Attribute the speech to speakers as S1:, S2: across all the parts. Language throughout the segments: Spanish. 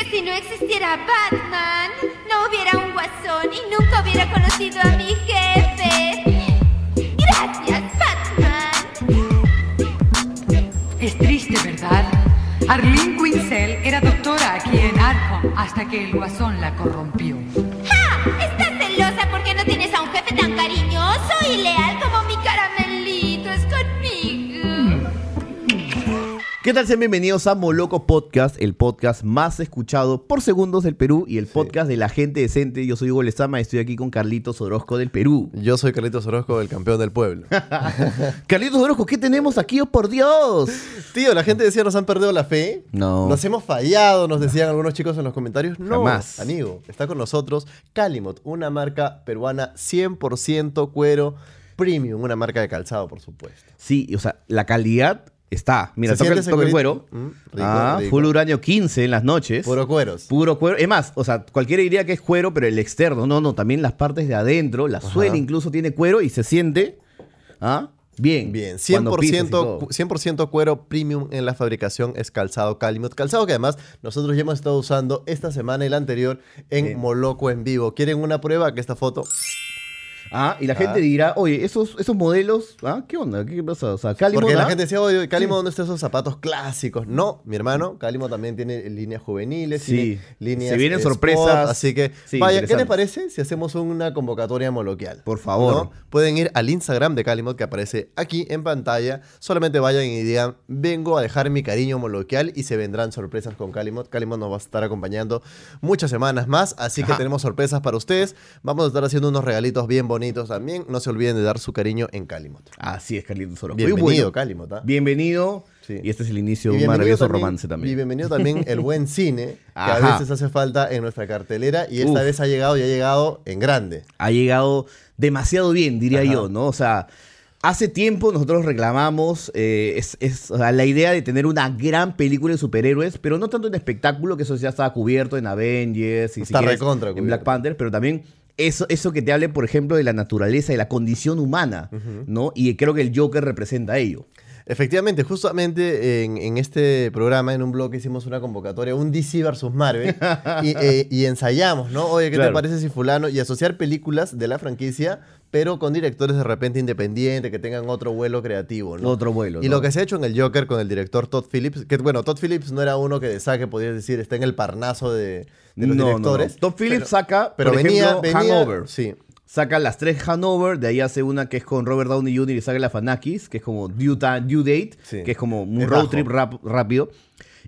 S1: existiera Batman, no hubiera un guasón y nunca hubiera conocido a mi jefe. Gracias, Batman.
S2: Es triste, ¿verdad? Arlene Quinzel era doctora aquí en Arkham hasta que el guasón la corrompió.
S1: ¡Ja! ¿Estás celosa porque no tienes a un jefe tan cariñoso y leal como mi caramelito? Es conmigo.
S3: ¿Qué tal? Sean bienvenidos a Moloco Podcast, el podcast más escuchado por segundos del Perú y el podcast de la gente decente. Yo soy Hugo Lezama y estoy aquí con Carlitos Orozco del Perú.
S4: Yo soy Carlitos Orozco, el campeón del pueblo.
S3: Carlitos Orozco, ¿qué tenemos aquí? ¡Oh, por Dios!
S4: Tío, la gente decía nos han perdido la fe.
S3: No.
S4: Nos hemos fallado, nos decían algunos chicos en los comentarios. No,
S3: Jamás.
S4: amigo, está con nosotros Calimot, una marca peruana 100% cuero premium, una marca de calzado, por supuesto.
S3: Sí, o sea, la calidad está. Mira,
S4: ¿Se
S3: toca,
S4: siente
S3: el-
S4: ese
S3: toca el cuero.
S4: cuerito? Mm, rico,
S3: ah,
S4: rico.
S3: full uranio 15 en las noches.
S4: Puro cueros.
S3: Puro cuero. Es más, o sea, cualquiera diría que es cuero, pero el externo, no, no, también las partes de adentro, la suela incluso tiene cuero y se siente ¿ah? bien.
S4: Bien,
S3: cuando pisas y
S4: 100%,
S3: todo.
S4: cu- 100 cuero premium en la fabricación es calzado Calimot. Calzado que además nosotros ya hemos estado usando esta semana y la anterior en
S3: Bien.
S4: Moloco en vivo. ¿Quieren una prueba? Que esta foto
S3: Ah, y la
S4: Ah.
S3: gente dirá, oye, esos, esos modelos, ah, ¿qué onda? ¿Qué pasa? O sea, Calimón,
S4: Porque
S3: ah,
S4: la gente decía, oye, Calimo, ¿dónde están esos zapatos clásicos? No, mi hermano, Calimo también tiene líneas juveniles,
S3: Sí.
S4: tiene líneas eh,
S3: Se vienen
S4: sport,
S3: sorpresas.
S4: Así que,
S3: Sí,
S4: vaya, ¿qué
S3: interesantes.
S4: les parece si hacemos una convocatoria moloquial?
S3: Por favor.
S4: Pueden ir al Instagram de Calimot que aparece aquí en pantalla. Solamente vayan y digan, vengo a dejar mi cariño moloquial y se vendrán sorpresas con Calimot. Calimot nos va a estar acompañando muchas semanas más, así que
S3: Ajá.
S4: tenemos sorpresas para ustedes. Vamos a estar haciendo unos regalitos bien bonitos también. No se olviden de dar su cariño en Calimot.
S3: Así Ah, es, Carlitos Orozco. Y
S4: Bienvenido,
S3: bueno,
S4: Calimot. ¿ah?
S3: Bienvenido.
S4: Sí.
S3: Y este es el inicio
S4: Y
S3: de un
S4: bienvenido
S3: maravilloso romance
S4: Y
S3: también.
S4: bienvenido también el buen cine, que
S3: Ajá.
S4: a veces hace falta en nuestra cartelera y esta
S3: Uf.
S4: vez ha llegado y ha llegado en grande.
S3: Ha llegado demasiado bien, diría
S4: Ajá.
S3: yo, ¿no? O sea, hace tiempo nosotros reclamamos eh, es, es, o sea, la idea de tener una gran película de superhéroes, pero no tanto en espectáculo, que eso ya estaba cubierto en Avengers y si
S4: Está
S3: quieres,
S4: recontra
S3: en
S4: cubierto.
S3: Black Panther, pero también eso, eso que te hable, por ejemplo, de la naturaleza, de la condición humana, ¿no? Y creo que el Joker representa ello.
S4: Efectivamente, justamente en, en este programa, en un blog, hicimos una convocatoria, un DC versus Marvel, y, eh, y ensayamos, ¿no? Oye, ¿qué
S3: Claro.
S4: te parece si fulano? Y asociar películas de la franquicia, pero con directores de repente independientes, que tengan otro vuelo creativo, ¿no?
S3: Otro vuelo.
S4: Y
S3: ¿no?
S4: lo que se ha hecho en el Joker con el director Todd Phillips, que bueno, Todd Phillips no era uno que de saque, podrías decir, está en el parnazo de, de los
S3: No, no, no.
S4: directores.
S3: Todd Phillips saca,
S4: pero
S3: por
S4: venía,
S3: ejemplo,
S4: venía-
S3: Hangover.
S4: Sí.
S3: Saca las tres Hanover, de ahí hace una que es con Robert Downey Jr. y saca la Fanakis, que es como Due, Ta- Due Date,
S4: Sí.
S3: que es como un
S4: Es
S3: road
S4: bajo.
S3: trip rap- rápido.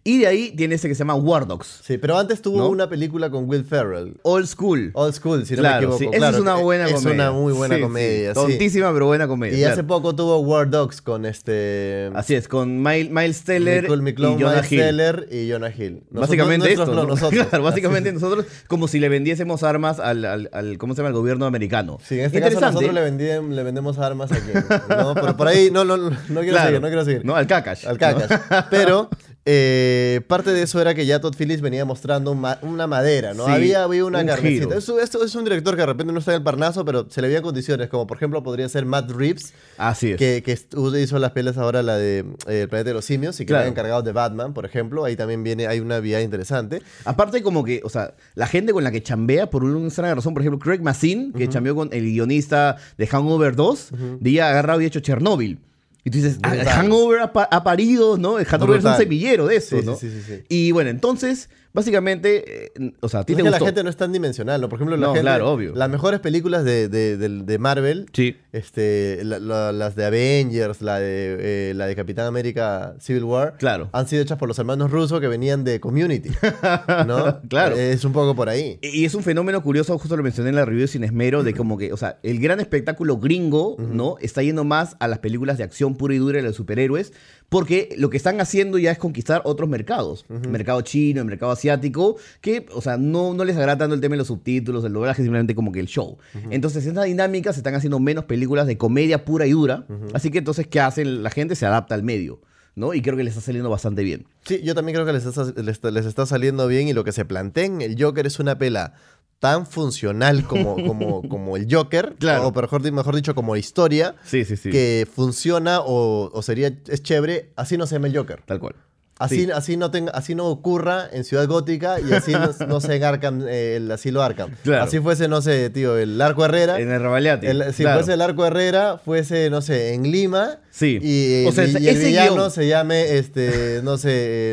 S3: Y de ahí tiene ese que se llama War Dogs.
S4: Sí, pero antes tuvo
S3: ¿No?
S4: una película con Will Ferrell.
S3: Old School.
S4: Old School, si
S3: Claro,
S4: no me equivoco.
S3: sí. Esa
S4: claro, eh,
S3: es una buena
S4: es
S3: comedia.
S4: una muy buena
S3: Sí, sí.
S4: comedia. sí.
S3: Tontísima, pero buena comedia.
S4: Y
S3: claro.
S4: hace poco tuvo War Dogs con este.
S3: Así es, con Mile- Miles Teller
S4: Nicole
S3: y
S4: McClone,
S3: Jonah
S4: Miles
S3: Hill.
S4: Teller y Jonah Hill. Nosotros-
S3: básicamente
S4: nosotros
S3: esto,
S4: no,
S3: ¿no?
S4: nosotros.
S3: Claro, básicamente nosotros como si le vendiésemos armas al, al- al- ¿cómo se llama? al gobierno americano.
S4: Sí, en este caso
S3: Interesante.
S4: nosotros le, vendí- le vendemos armas aquí. No, pero por ahí no, no, no, no quiero
S3: Claro.
S4: seguir, no quiero seguir.
S3: No, al Kakash.
S4: Al Cacas. Pero eh, parte de eso era que ya Todd Phillips venía mostrando ma- una madera, ¿no?
S3: Sí,
S4: había, había una
S3: un
S4: carnecita.
S3: giro.
S4: Es, es- es un director que de repente no está en el parnaso, pero se le veían condiciones, como por ejemplo podría ser Matt Reeves,
S3: Así es.
S4: que, que estu- hizo las pelas ahora la de eh, El Planeta de los Simios y que
S3: Claro.
S4: era encargado de Batman, por ejemplo. Ahí también viene, hay una vía interesante.
S3: Aparte, como que, o sea, la gente con la que chambea, por una extraña razón, por ejemplo, Craig Mazin, que chambeó con el guionista de Hangover 2, de ella ha agarrado y hecho Chernobyl. Y tú dices, ah,
S4: Brutal.
S3: Hangover ha, pa- ha parido, ¿no? El Hangover es un
S4: Brutal.
S3: semillero de eso,
S4: Sí, sí,
S3: ¿no?
S4: sí, sí, sí.
S3: Y bueno, entonces, básicamente, eh, o sea, a ti
S4: Es
S3: te
S4: que la
S3: gustó.
S4: gente no es tan dimensional, ¿no? Por ejemplo, la
S3: No,
S4: gente-
S3: claro, obvio.
S4: las mejores películas de, de- del- de Marvel,
S3: Sí.
S4: este, la- la- las de Avengers, la de, eh, la de Capitán América Civil War,
S3: Claro.
S4: han sido hechas por los hermanos rusos que venían de Community, ¿no?
S3: Claro.
S4: Es un poco por ahí.
S3: Y es un fenómeno curioso, justo lo mencioné en la review de Sin Esmero, de como que, o sea, el gran espectáculo gringo, ¿no? Está yendo más a las películas de acción pura y dura de los superhéroes, porque lo que están haciendo ya es conquistar otros mercados. Mercado chino, el mercado asiático, que, o sea, no, no les agrada tanto el tema de los subtítulos, el doblaje, simplemente como que el show. Entonces, en esa dinámica se están haciendo menos películas de comedia pura y dura, así que entonces, ¿qué hacen? La gente se adapta al medio, ¿no? Y creo que les está saliendo bastante bien.
S4: Sí, yo también creo que les está, les está- les está saliendo bien y lo que se plantea en el Joker es una pela tan funcional como, como, como el Joker,
S3: Claro.
S4: o mejor, di- mejor dicho, como historia,
S3: Sí, sí, sí.
S4: que funciona o, o sería, es chévere, así no se llama el Joker.
S3: Tal cual.
S4: Así,
S3: Sí.
S4: así, no tenga, así no ocurra en Ciudad Gótica y así no, no sé en Arkham, eh, el asilo Arkham.
S3: Claro.
S4: Así fuese, no sé, tío, el Arco Herrera.
S3: En el Rabaleati.
S4: El- si
S3: claro.
S4: fuese el Arco Herrera, fuese, no sé, en Lima.
S3: Sí.
S4: Y,
S3: O
S4: el
S3: sea,
S4: vi- y el
S3: ese
S4: villano
S3: guión.
S4: se llame, este, no sé.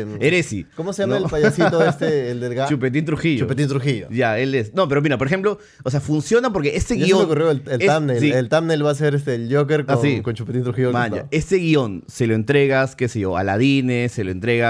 S4: em,
S3: Eresi.
S4: ¿Cómo se llama
S3: ¿no?
S4: el payasito este, el del gato?
S3: Chupetín Trujillo.
S4: Chupetín Trujillo.
S3: Ya, él es. No, pero mira, por ejemplo, o sea, funciona porque este
S4: Ya se
S3: guión.
S4: me ocurrió el, el
S3: es-
S4: thumbnail.
S3: sí.
S4: El thumbnail va a ser este, el Joker con,
S3: Ah, sí.
S4: con Chupetín Trujillo.
S3: Maya,
S4: No.
S3: este guión se lo entregas, qué sé yo, a Ladine, se lo entregas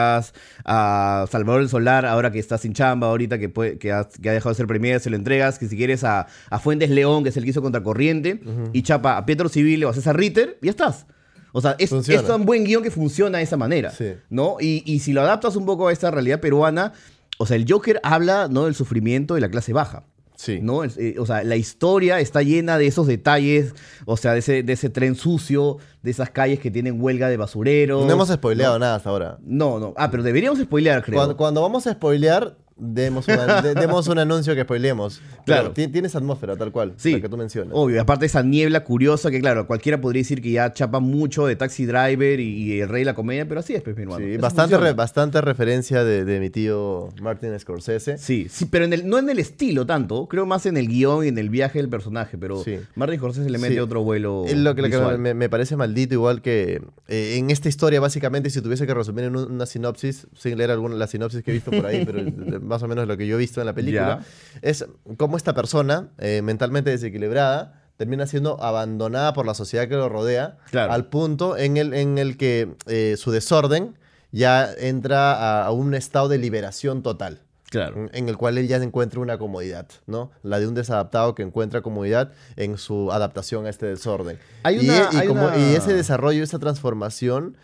S3: a Salvador del Solar, ahora que está sin chamba, ahorita que, puede- que, ha, que ha dejado de ser premier, se lo entregas, que si quieres a, a Fuentes León, que es el que hizo Contracorriente, y chapa a Pietro Civile o a César Ritter, y ya estás. O sea, es,
S4: Funciona.
S3: es tan buen guión que funciona de esa manera,
S4: Sí.
S3: ¿no? Y, y si lo adaptas un poco a esta realidad peruana, o sea, el Joker habla, ¿no?, del sufrimiento de la clase baja.
S4: Sí.
S3: ¿no? El- eh, o sea, la historia está llena de esos detalles, o sea, de ese, de ese tren sucio, de esas calles que tienen huelga de basureros.
S4: No hemos spoileado nada hasta ahora.
S3: No, no. Ah, pero deberíamos spoilear, creo.
S4: Cuando, cuando vamos a spoilear, demos, una- de- demos un anuncio que spoilemos.
S3: Claro.
S4: Pero ti- Tienes atmósfera, tal cual.
S3: Sí,
S4: La que tú mencionas.
S3: obvio. Y aparte esa niebla curiosa que, claro, cualquiera podría decir que ya chapa mucho de Taxi Driver y, y el rey de la comedia, pero así es, pues, mi hermano.
S4: Sí,
S3: Eso
S4: bastante,
S3: funciona.
S4: re- bastante referencia de, de mi tío Martin Scorsese.
S3: Sí, sí, pero en el, no en el estilo tanto, creo más en el guión y en el viaje del personaje, pero
S4: Sí.
S3: Martin Scorsese le mete
S4: Sí.
S3: otro vuelo
S4: Es Lo que, lo que
S3: visual.
S4: me, me parece maldito, igual que eh, en esta historia, básicamente, si tuviese que resumir en un- una sinopsis, sin leer alguna la sinopsis que he visto por ahí, pero eh, más o menos lo que yo he visto en la película, es cómo esta persona, eh, mentalmente desequilibrada, termina siendo abandonada por la sociedad que lo rodea,
S3: Claro.
S4: al punto en el, en el que eh, su desorden ya entra a- a un estado de liberación total
S3: Claro.
S4: en el cual él ya encuentra una comodidad, ¿no? La de un desadaptado que encuentra comodidad en su adaptación a este desorden.
S3: Hay
S4: y,
S3: una-
S4: y
S3: hay
S4: como-
S3: una-
S4: y ese desarrollo, esa transformación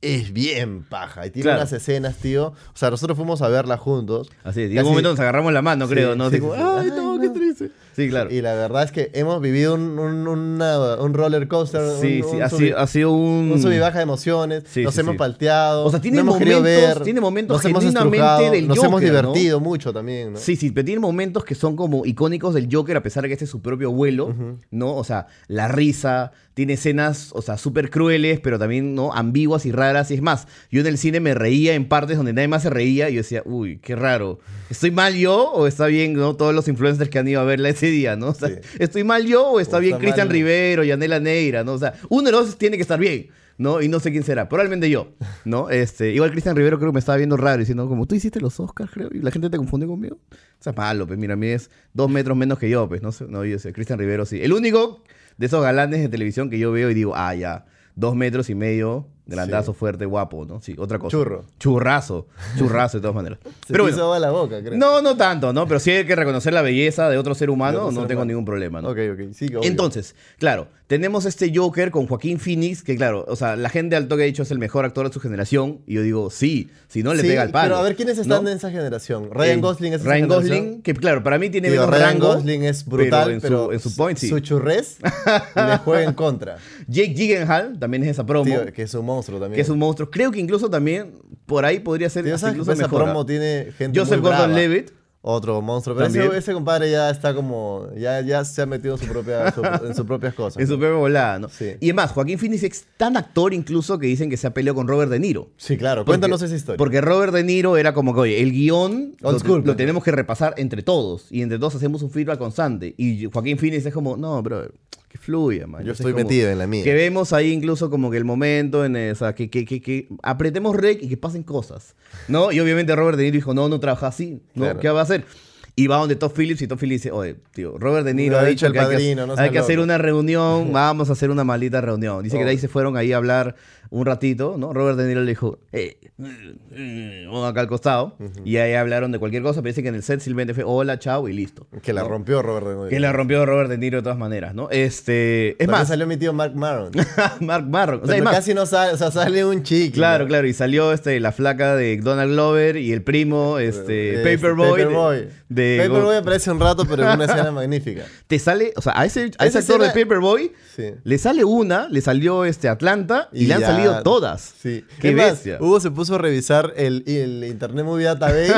S4: es bien paja. Y tiene
S3: Claro.
S4: unas escenas, tío. O sea, nosotros fuimos a verla juntos.
S3: Así es. Y en
S4: Casi-
S3: un momento nos agarramos la mano, creo,
S4: Sí,
S3: ¿no?
S4: sí,
S3: Así como,
S4: sí, sí.
S3: ¡ay,
S4: Ay,
S3: no,
S4: no".
S3: qué triste! Sí, claro.
S4: Y la verdad es que hemos vivido un, un- una- un roller coaster. un-
S3: Sí,
S4: un,
S3: sí, ha,
S4: subi-
S3: sido, ha sido un...
S4: un sub y baja de emociones,
S3: Sí,
S4: nos
S3: sí,
S4: hemos
S3: sí.
S4: palteado,
S3: O sea, tiene
S4: no hemos querido
S3: momentos-
S4: ver,
S3: tiene momentos
S4: nos hemos
S3: genuinamente
S4: estrujado,
S3: del
S4: nos hemos
S3: Joker, ¿no?
S4: divertido mucho también, ¿no?
S3: Sí, sí, pero tiene momentos que son como icónicos del Joker, a pesar de que este es su propio vuelo, ¿no? O sea, la risa, tiene escenas, o sea, súper crueles, pero también, ¿no? Ambiguas y raras. Y es más, yo en el cine me reía en partes donde nadie más se reía y yo decía, uy, qué raro. ¿Estoy mal yo o está bien, ¿no? Todos los influencers que han ido a verla ese día, ¿no? O sea,
S4: Sí.
S3: ¿estoy mal yo o está
S4: O
S3: bien
S4: está
S3: Cristian
S4: mal-
S3: Rivero, Yanela Neira, ¿no? O sea, uno de los dos tiene que estar bien. ¿No? Y no sé quién será, probablemente yo, ¿no? Este, igual Cristian Rivero creo que me estaba viendo raro diciendo, como tú hiciste los Oscars, creo, y la gente te confunde conmigo. O sea, malo, pues mira, a mí es dos metros menos que yo, pues, no sé, no, yo sé, Cristian Rivero sí. El único de esos galanes de televisión que yo veo y digo, ah, ya, dos metros y medio, grandazo, fuerte, guapo, ¿no? Sí, otra cosa.
S4: Churro.
S3: Churrazo, churrazo de todas maneras.
S4: Se
S3: Pero
S4: te
S3: bueno,
S4: hizo agua la boca, creo.
S3: no, no tanto, ¿no? Pero sí hay que reconocer la belleza de otro ser humano,
S4: otro
S3: no
S4: ser
S3: tengo
S4: humano.
S3: ningún problema, ¿no?
S4: Ok, ok, sí, obvio.
S3: Entonces, claro, tenemos este Joker con Joaquín Phoenix, que claro, o sea, la gente al toque ha dicho es el mejor actor de su generación, y yo digo, sí, si no le
S4: Sí,
S3: pega el palo.
S4: Pero a ver quiénes están
S3: ¿no?
S4: en esa generación. Ryan
S3: Eh,
S4: Gosling es esa
S3: Ryan
S4: generación?
S3: Gosling, que claro, para mí tiene
S4: Tío,
S3: menos
S4: Ryan
S3: rango,
S4: Gosling es brutal,
S3: pero en, su, en su point, sí.
S4: Su churrés le juega en contra.
S3: Jake Gyllenhaal también es esa promo,
S4: Tío,
S3: que,
S4: que es un monstruo también.
S3: es un monstruo. Creo que incluso también por ahí podría ser
S4: Tío,
S3: hasta
S4: ¿sabes que
S3: incluso
S4: esa
S3: mejor.
S4: promo tiene gente
S3: Joseph
S4: muy brava?
S3: Gordon-Levitt.
S4: Otro monstruo. Pero ese,
S3: También.
S4: ese compadre ya está como... Ya, ya se ha metido en, su propia, su- en sus propias cosas.
S3: En su propia volada, ¿no?
S4: Sí.
S3: Y además, Joaquín Phoenix es tan actor incluso que dicen que se ha peleado con Robert De Niro.
S4: Sí, claro.
S3: Porque-
S4: Cuéntanos esa historia.
S3: Porque Robert De Niro era como que, oye, el guión
S4: Old
S3: lo,
S4: school,
S3: lo
S4: pues.
S3: tenemos que repasar entre todos. Y entre todos hacemos un feedback constante. Y Joaquín Phoenix es como, no, bro, que fluya, man.
S4: Yo
S3: Entonces,
S4: estoy
S3: como
S4: metido en la mía.
S3: Que vemos ahí incluso como que el momento, en, eh, o sea, que, que, que, que apretemos rec y que pasen cosas. ¿No? Y obviamente Robert De Niro dijo, no, no trabaja así. ¿no?
S4: Claro.
S3: ¿Qué va a hacer? Y va donde Todd Phillips y Todd Phillips dice, oye, tío, Robert De Niro
S4: Lo ha
S3: ha dicho
S4: dicho el
S3: que hay que-
S4: padrino, no sea
S3: hay que hacer
S4: loco".
S3: una una reunión, vamos a hacer una maldita reunión. Dice que de ahí
S4: Obvio.
S3: se fueron ahí a hablar un ratito, ¿no? Robert De Niro le dijo, eh, mm, mm, vamos acá al costado. Y ahí hablaron de cualquier cosa, pero dice que en el set simplemente fue hola, chao y listo.
S4: Que la
S3: ¿no?
S4: rompió Robert De Niro.
S3: Que la rompió Robert De Niro de todas maneras, ¿no? Este, es
S4: También
S3: más,
S4: salió mi tío Mark Maron.
S3: Mark Marron. O sea, es
S4: Pero
S3: más,
S4: casi no sale, o sea, sale un chicle.
S3: Claro, claro, y salió este, la flaca de Donald Glover y el primo, este,
S4: Eh,
S3: Paperboy. de-
S4: Paperboy.
S3: De,
S4: Paperboy aparece un rato, pero en una escena magnífica.
S3: Te sale, o sea, a ese, a ese
S4: Esa
S3: actor de
S4: escena-
S3: Paperboy
S4: Sí.
S3: le sale una, le salió este Atlanta y, le han
S4: ya.
S3: salido todas.
S4: Sí.
S3: Qué
S4: Es más,
S3: bestia.
S4: Hugo se puso a revisar el, el Internet Movie Database,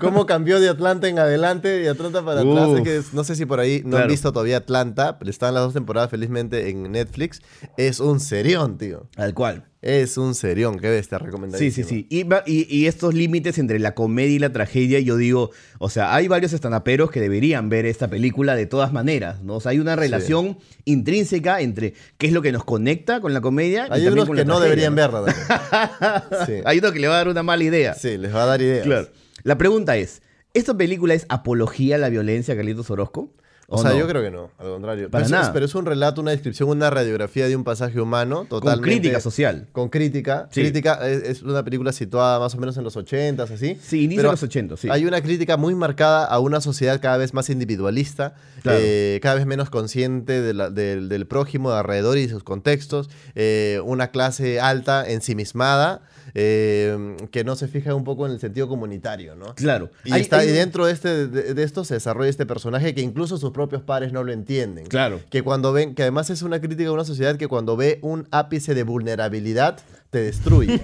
S4: cómo cambió de Atlanta en adelante y Atlanta para atrás.
S3: Uf.
S4: Es que es- no sé si por ahí no han
S3: Claro.
S4: visto todavía Atlanta, pero están las dos temporadas felizmente en Netflix. Es un serión, tío.
S3: Tal cual.
S4: Es un serión, qué bestia,
S3: Sí,
S4: recomendadísimo.
S3: sí, sí. Y, va- y- y estos límites entre la comedia y la tragedia, yo digo, o sea, hay varios estanaperos que deberían ver esta película de todas maneras, ¿no? O sea, hay una relación intrínseca entre qué es lo que nos conecta con la comedia. y
S4: Hay
S3: también
S4: unos
S3: con la
S4: que no
S3: tragedia,
S4: deberían verla. también. sí.
S3: Hay uno que le va a dar una mala idea.
S4: Sí, les va a dar ideas.
S3: Claro. La pregunta es, ¿esta película es apología a la violencia, Carlitos Orozco?
S4: O sea,
S3: no?
S4: yo creo que no, al contrario.
S3: Para
S4: pero, Es,
S3: nada.
S4: pero es un relato, una descripción, una radiografía de un pasaje humano totalmente.
S3: crítica social.
S4: Con crítica.
S3: Sí.
S4: Crítica es, es una película situada más o menos en los 80 así.
S3: Sí, inicio
S4: Pero
S3: de los 80, sí.
S4: Hay una crítica muy marcada a una sociedad cada vez más individualista,
S3: Claro.
S4: eh, cada vez menos consciente de la- del- del prójimo de alrededor y de sus contextos, eh, una clase alta, ensimismada, eh, que no se fija un poco en el sentido comunitario, ¿no?
S3: Claro.
S4: Y,
S3: Hay-
S4: está,
S3: hay
S4: y
S3: un-
S4: dentro de, este, de, de esto se desarrolla este personaje que incluso sus propios pares no lo entienden.
S3: Claro.
S4: Que cuando ven, que además es una crítica a una sociedad que cuando ve un ápice de vulnerabilidad te destruye,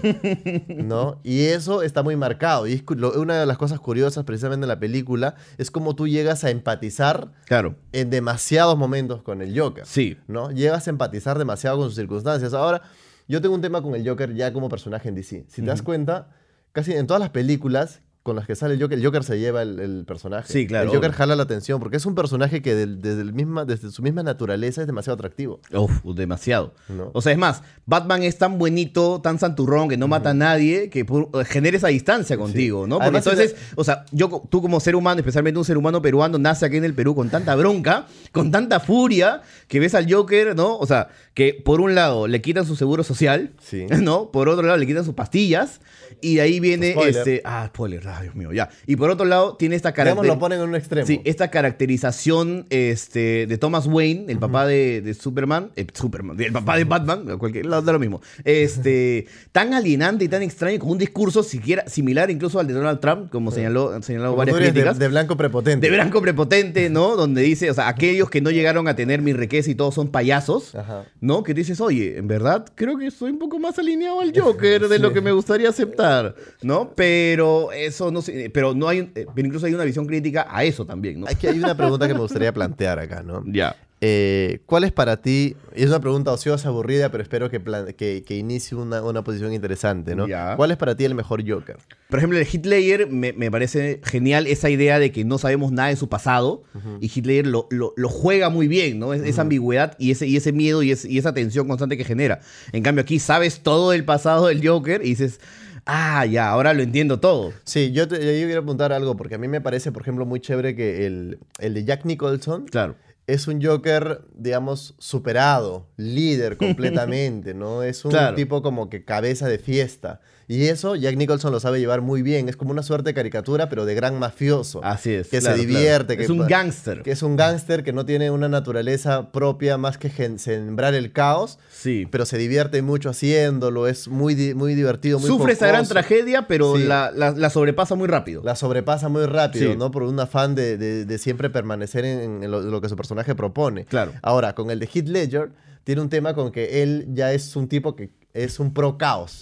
S4: ¿no? Y eso está muy marcado. Y es cu- lo- una de las cosas curiosas precisamente en la película es cómo tú llegas a empatizar
S3: Claro.
S4: en demasiados momentos con el Joker.
S3: Sí.
S4: ¿no? Llegas a empatizar demasiado con sus circunstancias. Ahora, yo tengo un tema con el Joker ya como personaje en DC. Si te das cuenta, casi en todas las películas con las que sale el Joker, el Joker se lleva el, el personaje.
S3: Sí, claro,
S4: El Joker
S3: obvio.
S4: jala la atención porque es un personaje que del- desde, el misma, desde su misma naturaleza es demasiado atractivo.
S3: Uf, demasiado.
S4: No.
S3: O sea, es más, Batman es tan buenito, tan santurrón, que no mata a nadie, que pu- eh, genera esa distancia contigo, ¿no? Porque
S4: Además,
S3: entonces,
S4: si
S3: o sea, yo, co- tú como ser humano, especialmente un ser humano peruano, nace aquí en el Perú con tanta bronca, con tanta furia, que ves al Joker, ¿no? O sea, que por un lado le quitan su seguro social,
S4: Sí.
S3: ¿no? Por otro lado le quitan sus pastillas, y de ahí viene
S4: Spoiler.
S3: este... Ah, spoiler, ah, Dios mío, ya. Y por otro lado tiene esta
S4: Digamos,
S3: característica...
S4: lo ponen en un extremo.
S3: Sí, esta caracterización este, de Thomas Wayne, el papá de, de Superman, eh, Superman, el papá de Batman, cualquier lado da lo mismo, este, tan alienante y tan extraño, con un discurso siquiera similar incluso al de Donald Trump, como señaló, han señalado
S4: Como
S3: varias
S4: tú eres de-
S3: críticas.
S4: De,
S3: De,
S4: blanco prepotente.
S3: blanco prepotente, ¿no? Donde dice, o sea, aquellos que no llegaron a tener mi riqueza y todos son payasos,
S4: Ajá.
S3: ¿no? Que dices, oye, en verdad creo que estoy un poco más alineado al Joker de lo que me gustaría aceptar, ¿no? Pero eso no sé, pero no hay, un- eh, pero incluso hay una visión crítica a eso también, ¿no?
S4: Aquí hay una pregunta que me gustaría plantear acá, ¿no?
S3: Ya.
S4: Eh, ¿Cuál es para ti? y Es una pregunta ociosa, aburrida, pero espero que, plan- que, que inicie una, una posición interesante, ¿no?
S3: Ya.
S4: ¿Cuál es para ti el mejor Joker?
S3: Por ejemplo, el Hitler me, me parece genial esa idea de que no sabemos nada de su pasado y Hitler lo, lo- lo juega muy bien, ¿no? Es- Esa ambigüedad y ese, y ese miedo y, ese- y esa tensión constante que genera. En cambio, aquí sabes todo el pasado del Joker y dices, ah, ya, ahora lo entiendo todo.
S4: Sí, yo, te, yo quiero apuntar algo, porque a mí me parece, por ejemplo, muy chévere que el, el de Jack Nicholson
S3: Claro.
S4: es un Joker, digamos, superado, líder completamente, ¿no? Es un
S3: Claro.
S4: tipo como que cabeza de fiesta. Y eso Jack Nicholson lo sabe llevar muy bien. Es como una suerte de caricatura, pero de gran mafioso.
S3: Así es,
S4: Que
S3: claro,
S4: se
S3: claro.
S4: divierte.
S3: Es
S4: que-
S3: un gángster.
S4: Que es un gángster que no tiene una naturaleza propia más que gen- sembrar el caos.
S3: Sí.
S4: Pero se divierte mucho haciéndolo, es muy, di- muy divertido, muy
S3: Sufre esa gran
S4: jocoso.
S3: tragedia, pero
S4: Sí.
S3: la, la- la sobrepasa muy rápido.
S4: La sobrepasa muy rápido,
S3: Sí.
S4: ¿no? Por un afán de, de- de siempre permanecer en, en lo, lo que su personaje propone.
S3: Claro.
S4: Ahora, con el de Heath Ledger, tiene un tema con que él ya es un tipo que es un pro caos,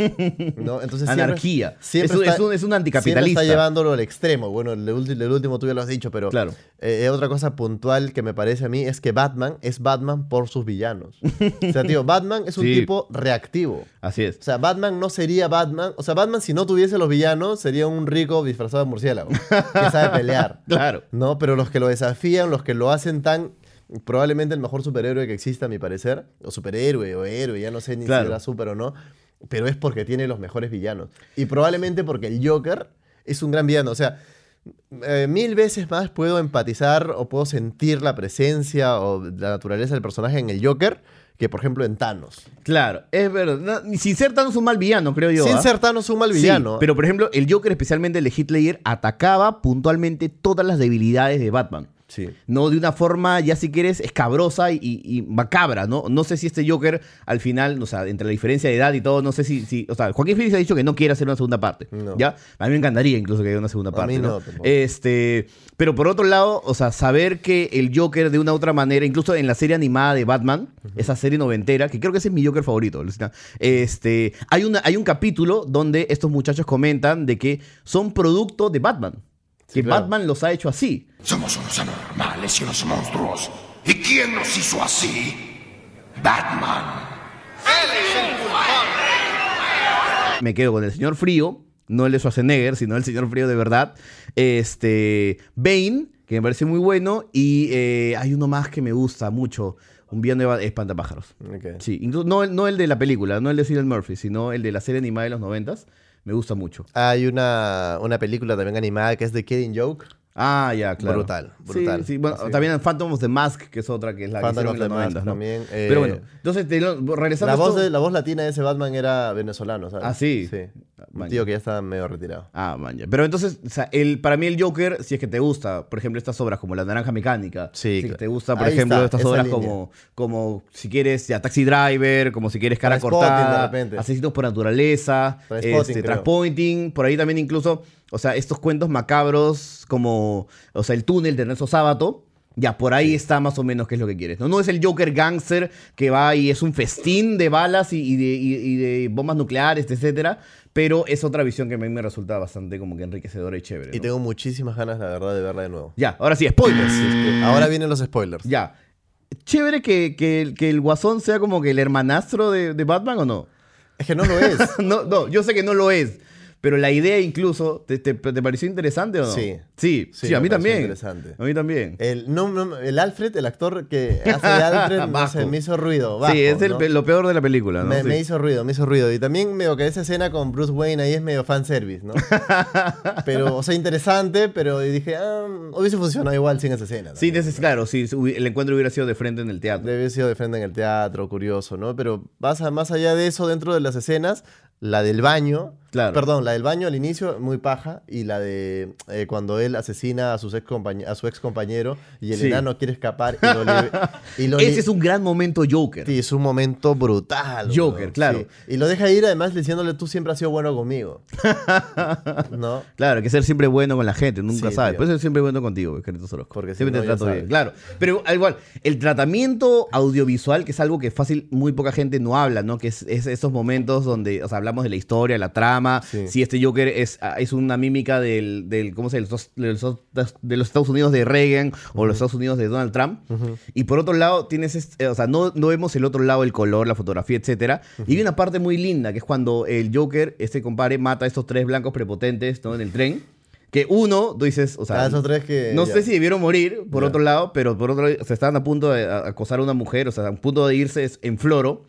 S4: ¿no? Entonces siempre-
S3: Anarquía.
S4: siempre
S3: Es un-
S4: está-
S3: es un- es un anticapitalista.
S4: siempre está llevándolo al extremo. Bueno, el, ulti- el último tú ya lo has dicho, pero
S3: Claro.
S4: eh, otra cosa puntual que me parece a mí es que Batman es Batman por sus villanos. o sea, tío, Batman es un
S3: Sí.
S4: tipo reactivo.
S3: Así es.
S4: O sea, Batman no sería Batman. O sea, Batman si no tuviese los villanos sería un rico disfrazado de murciélago que sabe pelear.
S3: Claro.
S4: No, pero los que lo desafían, los que lo hacen tan probablemente el mejor superhéroe que exista a mi parecer, o superhéroe o héroe, ya no sé ni
S3: Claro.
S4: si era super o no, pero es porque tiene los mejores villanos y probablemente porque el Joker es un gran villano, o sea, eh, mil veces más puedo empatizar o puedo sentir la presencia o la naturaleza del personaje en el Joker que por ejemplo en Thanos.
S3: Claro, es verdad. No, sin ser Thanos un mal villano, creo yo.
S4: Sin
S3: ¿ah?
S4: ser Thanos un mal
S3: Sí,
S4: villano.
S3: pero por ejemplo, el Joker, especialmente el de Hitler, atacaba puntualmente todas las debilidades de Batman.
S4: Sí.
S3: No de una forma, ya si quieres, escabrosa y, y macabra, ¿no? No sé si este Joker al final, o sea, entre la diferencia de edad y todo, no sé si. si- o sea, Joaquín Phoenix ha dicho que no quiere hacer una segunda parte.
S4: No.
S3: ¿Ya? A mí me encantaría incluso que haya una segunda
S4: A
S3: parte.
S4: mí no,
S3: ¿no?
S4: tampoco.
S3: este. Pero por otro lado, o sea, saber que el Joker de una u otra manera, incluso en la serie animada de Batman, esa serie noventera, que creo que ese es mi Joker favorito, Lucina. Este. Hay, una, hay un capítulo donde estos muchachos comentan de que son producto de Batman. que
S4: claro.
S3: Batman los ha hecho así.
S5: Somos unos anormales y unos monstruos. ¿Y quién nos hizo así? Batman.
S3: me quedo con el señor frío, no el de Schwarzenegger, sino el señor frío de verdad. Este, Bane, que me parece muy bueno, y eh, hay uno más que me gusta mucho, un bien de espantapájaros.
S4: Ok.
S3: Sí, incluso no, el- no el de la película, no el de Cillian Murphy, sino el de la serie animada de los noventas, me gusta mucho.
S4: Hay una, una película también animada que es The Kidding Joke.
S3: Ah, ya, claro.
S4: Brutal,
S3: Sí,
S4: brutal.
S3: Sí, bueno,
S4: Así.
S3: también en Phantom of the Mask, que es otra que es la
S4: Phantom
S3: que
S4: of
S3: hicieron en
S4: the
S3: los 90,
S4: Mask
S3: ¿no?
S4: también,
S3: Pero
S4: eh,
S3: bueno, entonces te lo- regresando
S4: La
S3: a
S4: voz,
S3: esto-
S4: de, la voz latina de ese Batman era venezolano, ¿sabes?
S3: Ah, sí.
S4: Sí. Un
S3: Bueno.
S4: tío que ya estaba medio retirado.
S3: Ah, man, ya. Pero entonces, o sea, el, para mí el Joker, si es que te gusta, por ejemplo, estas obras como La Naranja Mecánica,
S4: Sí,
S3: si es que
S4: claro.
S3: te gusta, por
S4: Ahí
S3: ejemplo,
S4: está,
S3: estas
S4: esa
S3: obras
S4: línea.
S3: como, como, si quieres, ya Taxi Driver, como si quieres Cara
S4: Trainspotting, de
S3: Cortada,
S4: repente.
S3: Asesinos por Naturaleza,
S4: Trainspotting,
S3: este,
S4: creo.
S3: Transpointing, por ahí también incluso, o sea, estos cuentos macabros como, o sea, El Túnel de Ernesto Sábato. Ya, por ahí está más o menos qué es lo que quieres. No, no es el Joker gangster que va y es un festín de balas y, y de, y- y de bombas nucleares, etcétera. Pero es otra visión que a mí me resulta bastante como que enriquecedora y chévere.
S4: Y
S3: ¿no?
S4: tengo muchísimas ganas, la verdad, de verla de nuevo.
S3: Ya, ahora sí, spoilers.
S4: Ahora vienen los spoilers.
S3: Ya. Chévere que, que el- que el guasón sea como que el hermanastro de, de Batman o no.
S4: Es que no lo es.
S3: no, no, yo sé que no lo es. Pero la idea incluso, ¿te, te, te pareció interesante o no?
S4: Sí.
S3: Sí, sí,
S4: Sí,
S3: a
S4: me
S3: mí
S4: pareció
S3: también.
S4: interesante. Eh,
S3: A mí también.
S4: El, no, no, el Alfred, el actor que hace de Alfred, no
S3: Bajo.
S4: sé, me hizo ruido. bajo,
S3: sí, es el
S4: ¿no?
S3: pe- lo peor de la película, ¿no?
S4: me,
S3: Sí.
S4: me hizo ruido, me hizo ruido. Y también medio que esa escena con Bruce Wayne ahí es medio fanservice, ¿no? pero, o sea, interesante, pero dije, ah, hubiese funcionado igual sin esa escena.
S3: Sí,
S4: también,
S3: ese es
S4: ¿no?
S3: claro, sí, hubi- el encuentro hubiera sido de frente en el teatro.
S4: Debe haber sido de frente en el teatro, curioso, ¿no? Pero vas a- más allá de eso, dentro de las escenas, la del baño.
S3: Claro.
S4: Perdón, la del baño al inicio, muy paja. Y la de eh, cuando él asesina a, sus ex a su ex compañero y el
S3: Sí.
S4: enano quiere escapar y lo, libe- y lo li-
S3: Ese es un gran momento Joker.
S4: Sí, es un momento brutal. weón.
S3: Joker, claro.
S4: Y lo deja ir además diciéndole, tú siempre has sido bueno conmigo. ¿No?
S3: Claro, hay que ser siempre bueno con la gente, nunca
S4: Sí,
S3: sabes.
S4: tío.
S3: Por eso es siempre bueno contigo, querido Sorosco.
S4: Porque si
S3: siempre
S4: no,
S3: te
S4: ya
S3: trato bien.
S4: sabes.
S3: Claro. Pero al igual, el tratamiento audiovisual, que es algo que fácil, muy poca gente no habla, ¿no? Que es, es esos momentos donde o sea, hablamos de la historia, la trama,
S4: Sí.
S3: si este Joker es, ah, es una mímica del, del ¿cómo se llama? de los- de los- de los Estados Unidos de Reagan o los Estados Unidos de Donald Trump. Y por otro lado, tienes, este- o sea, no, no vemos el otro lado, el color, la fotografía, etcétera. Y hay una parte muy linda, que es cuando el Joker, este compadre, mata a estos tres blancos prepotentes, ¿no? En el tren. Que uno, tú dices, o sea,
S4: Ah, esos tres que-
S3: no
S4: ya.
S3: sé si debieron morir, por
S4: Ya.
S3: otro lado, pero por otro lado, se estaban a punto de a- acosar a una mujer, o sea, a punto de irse es- en floro.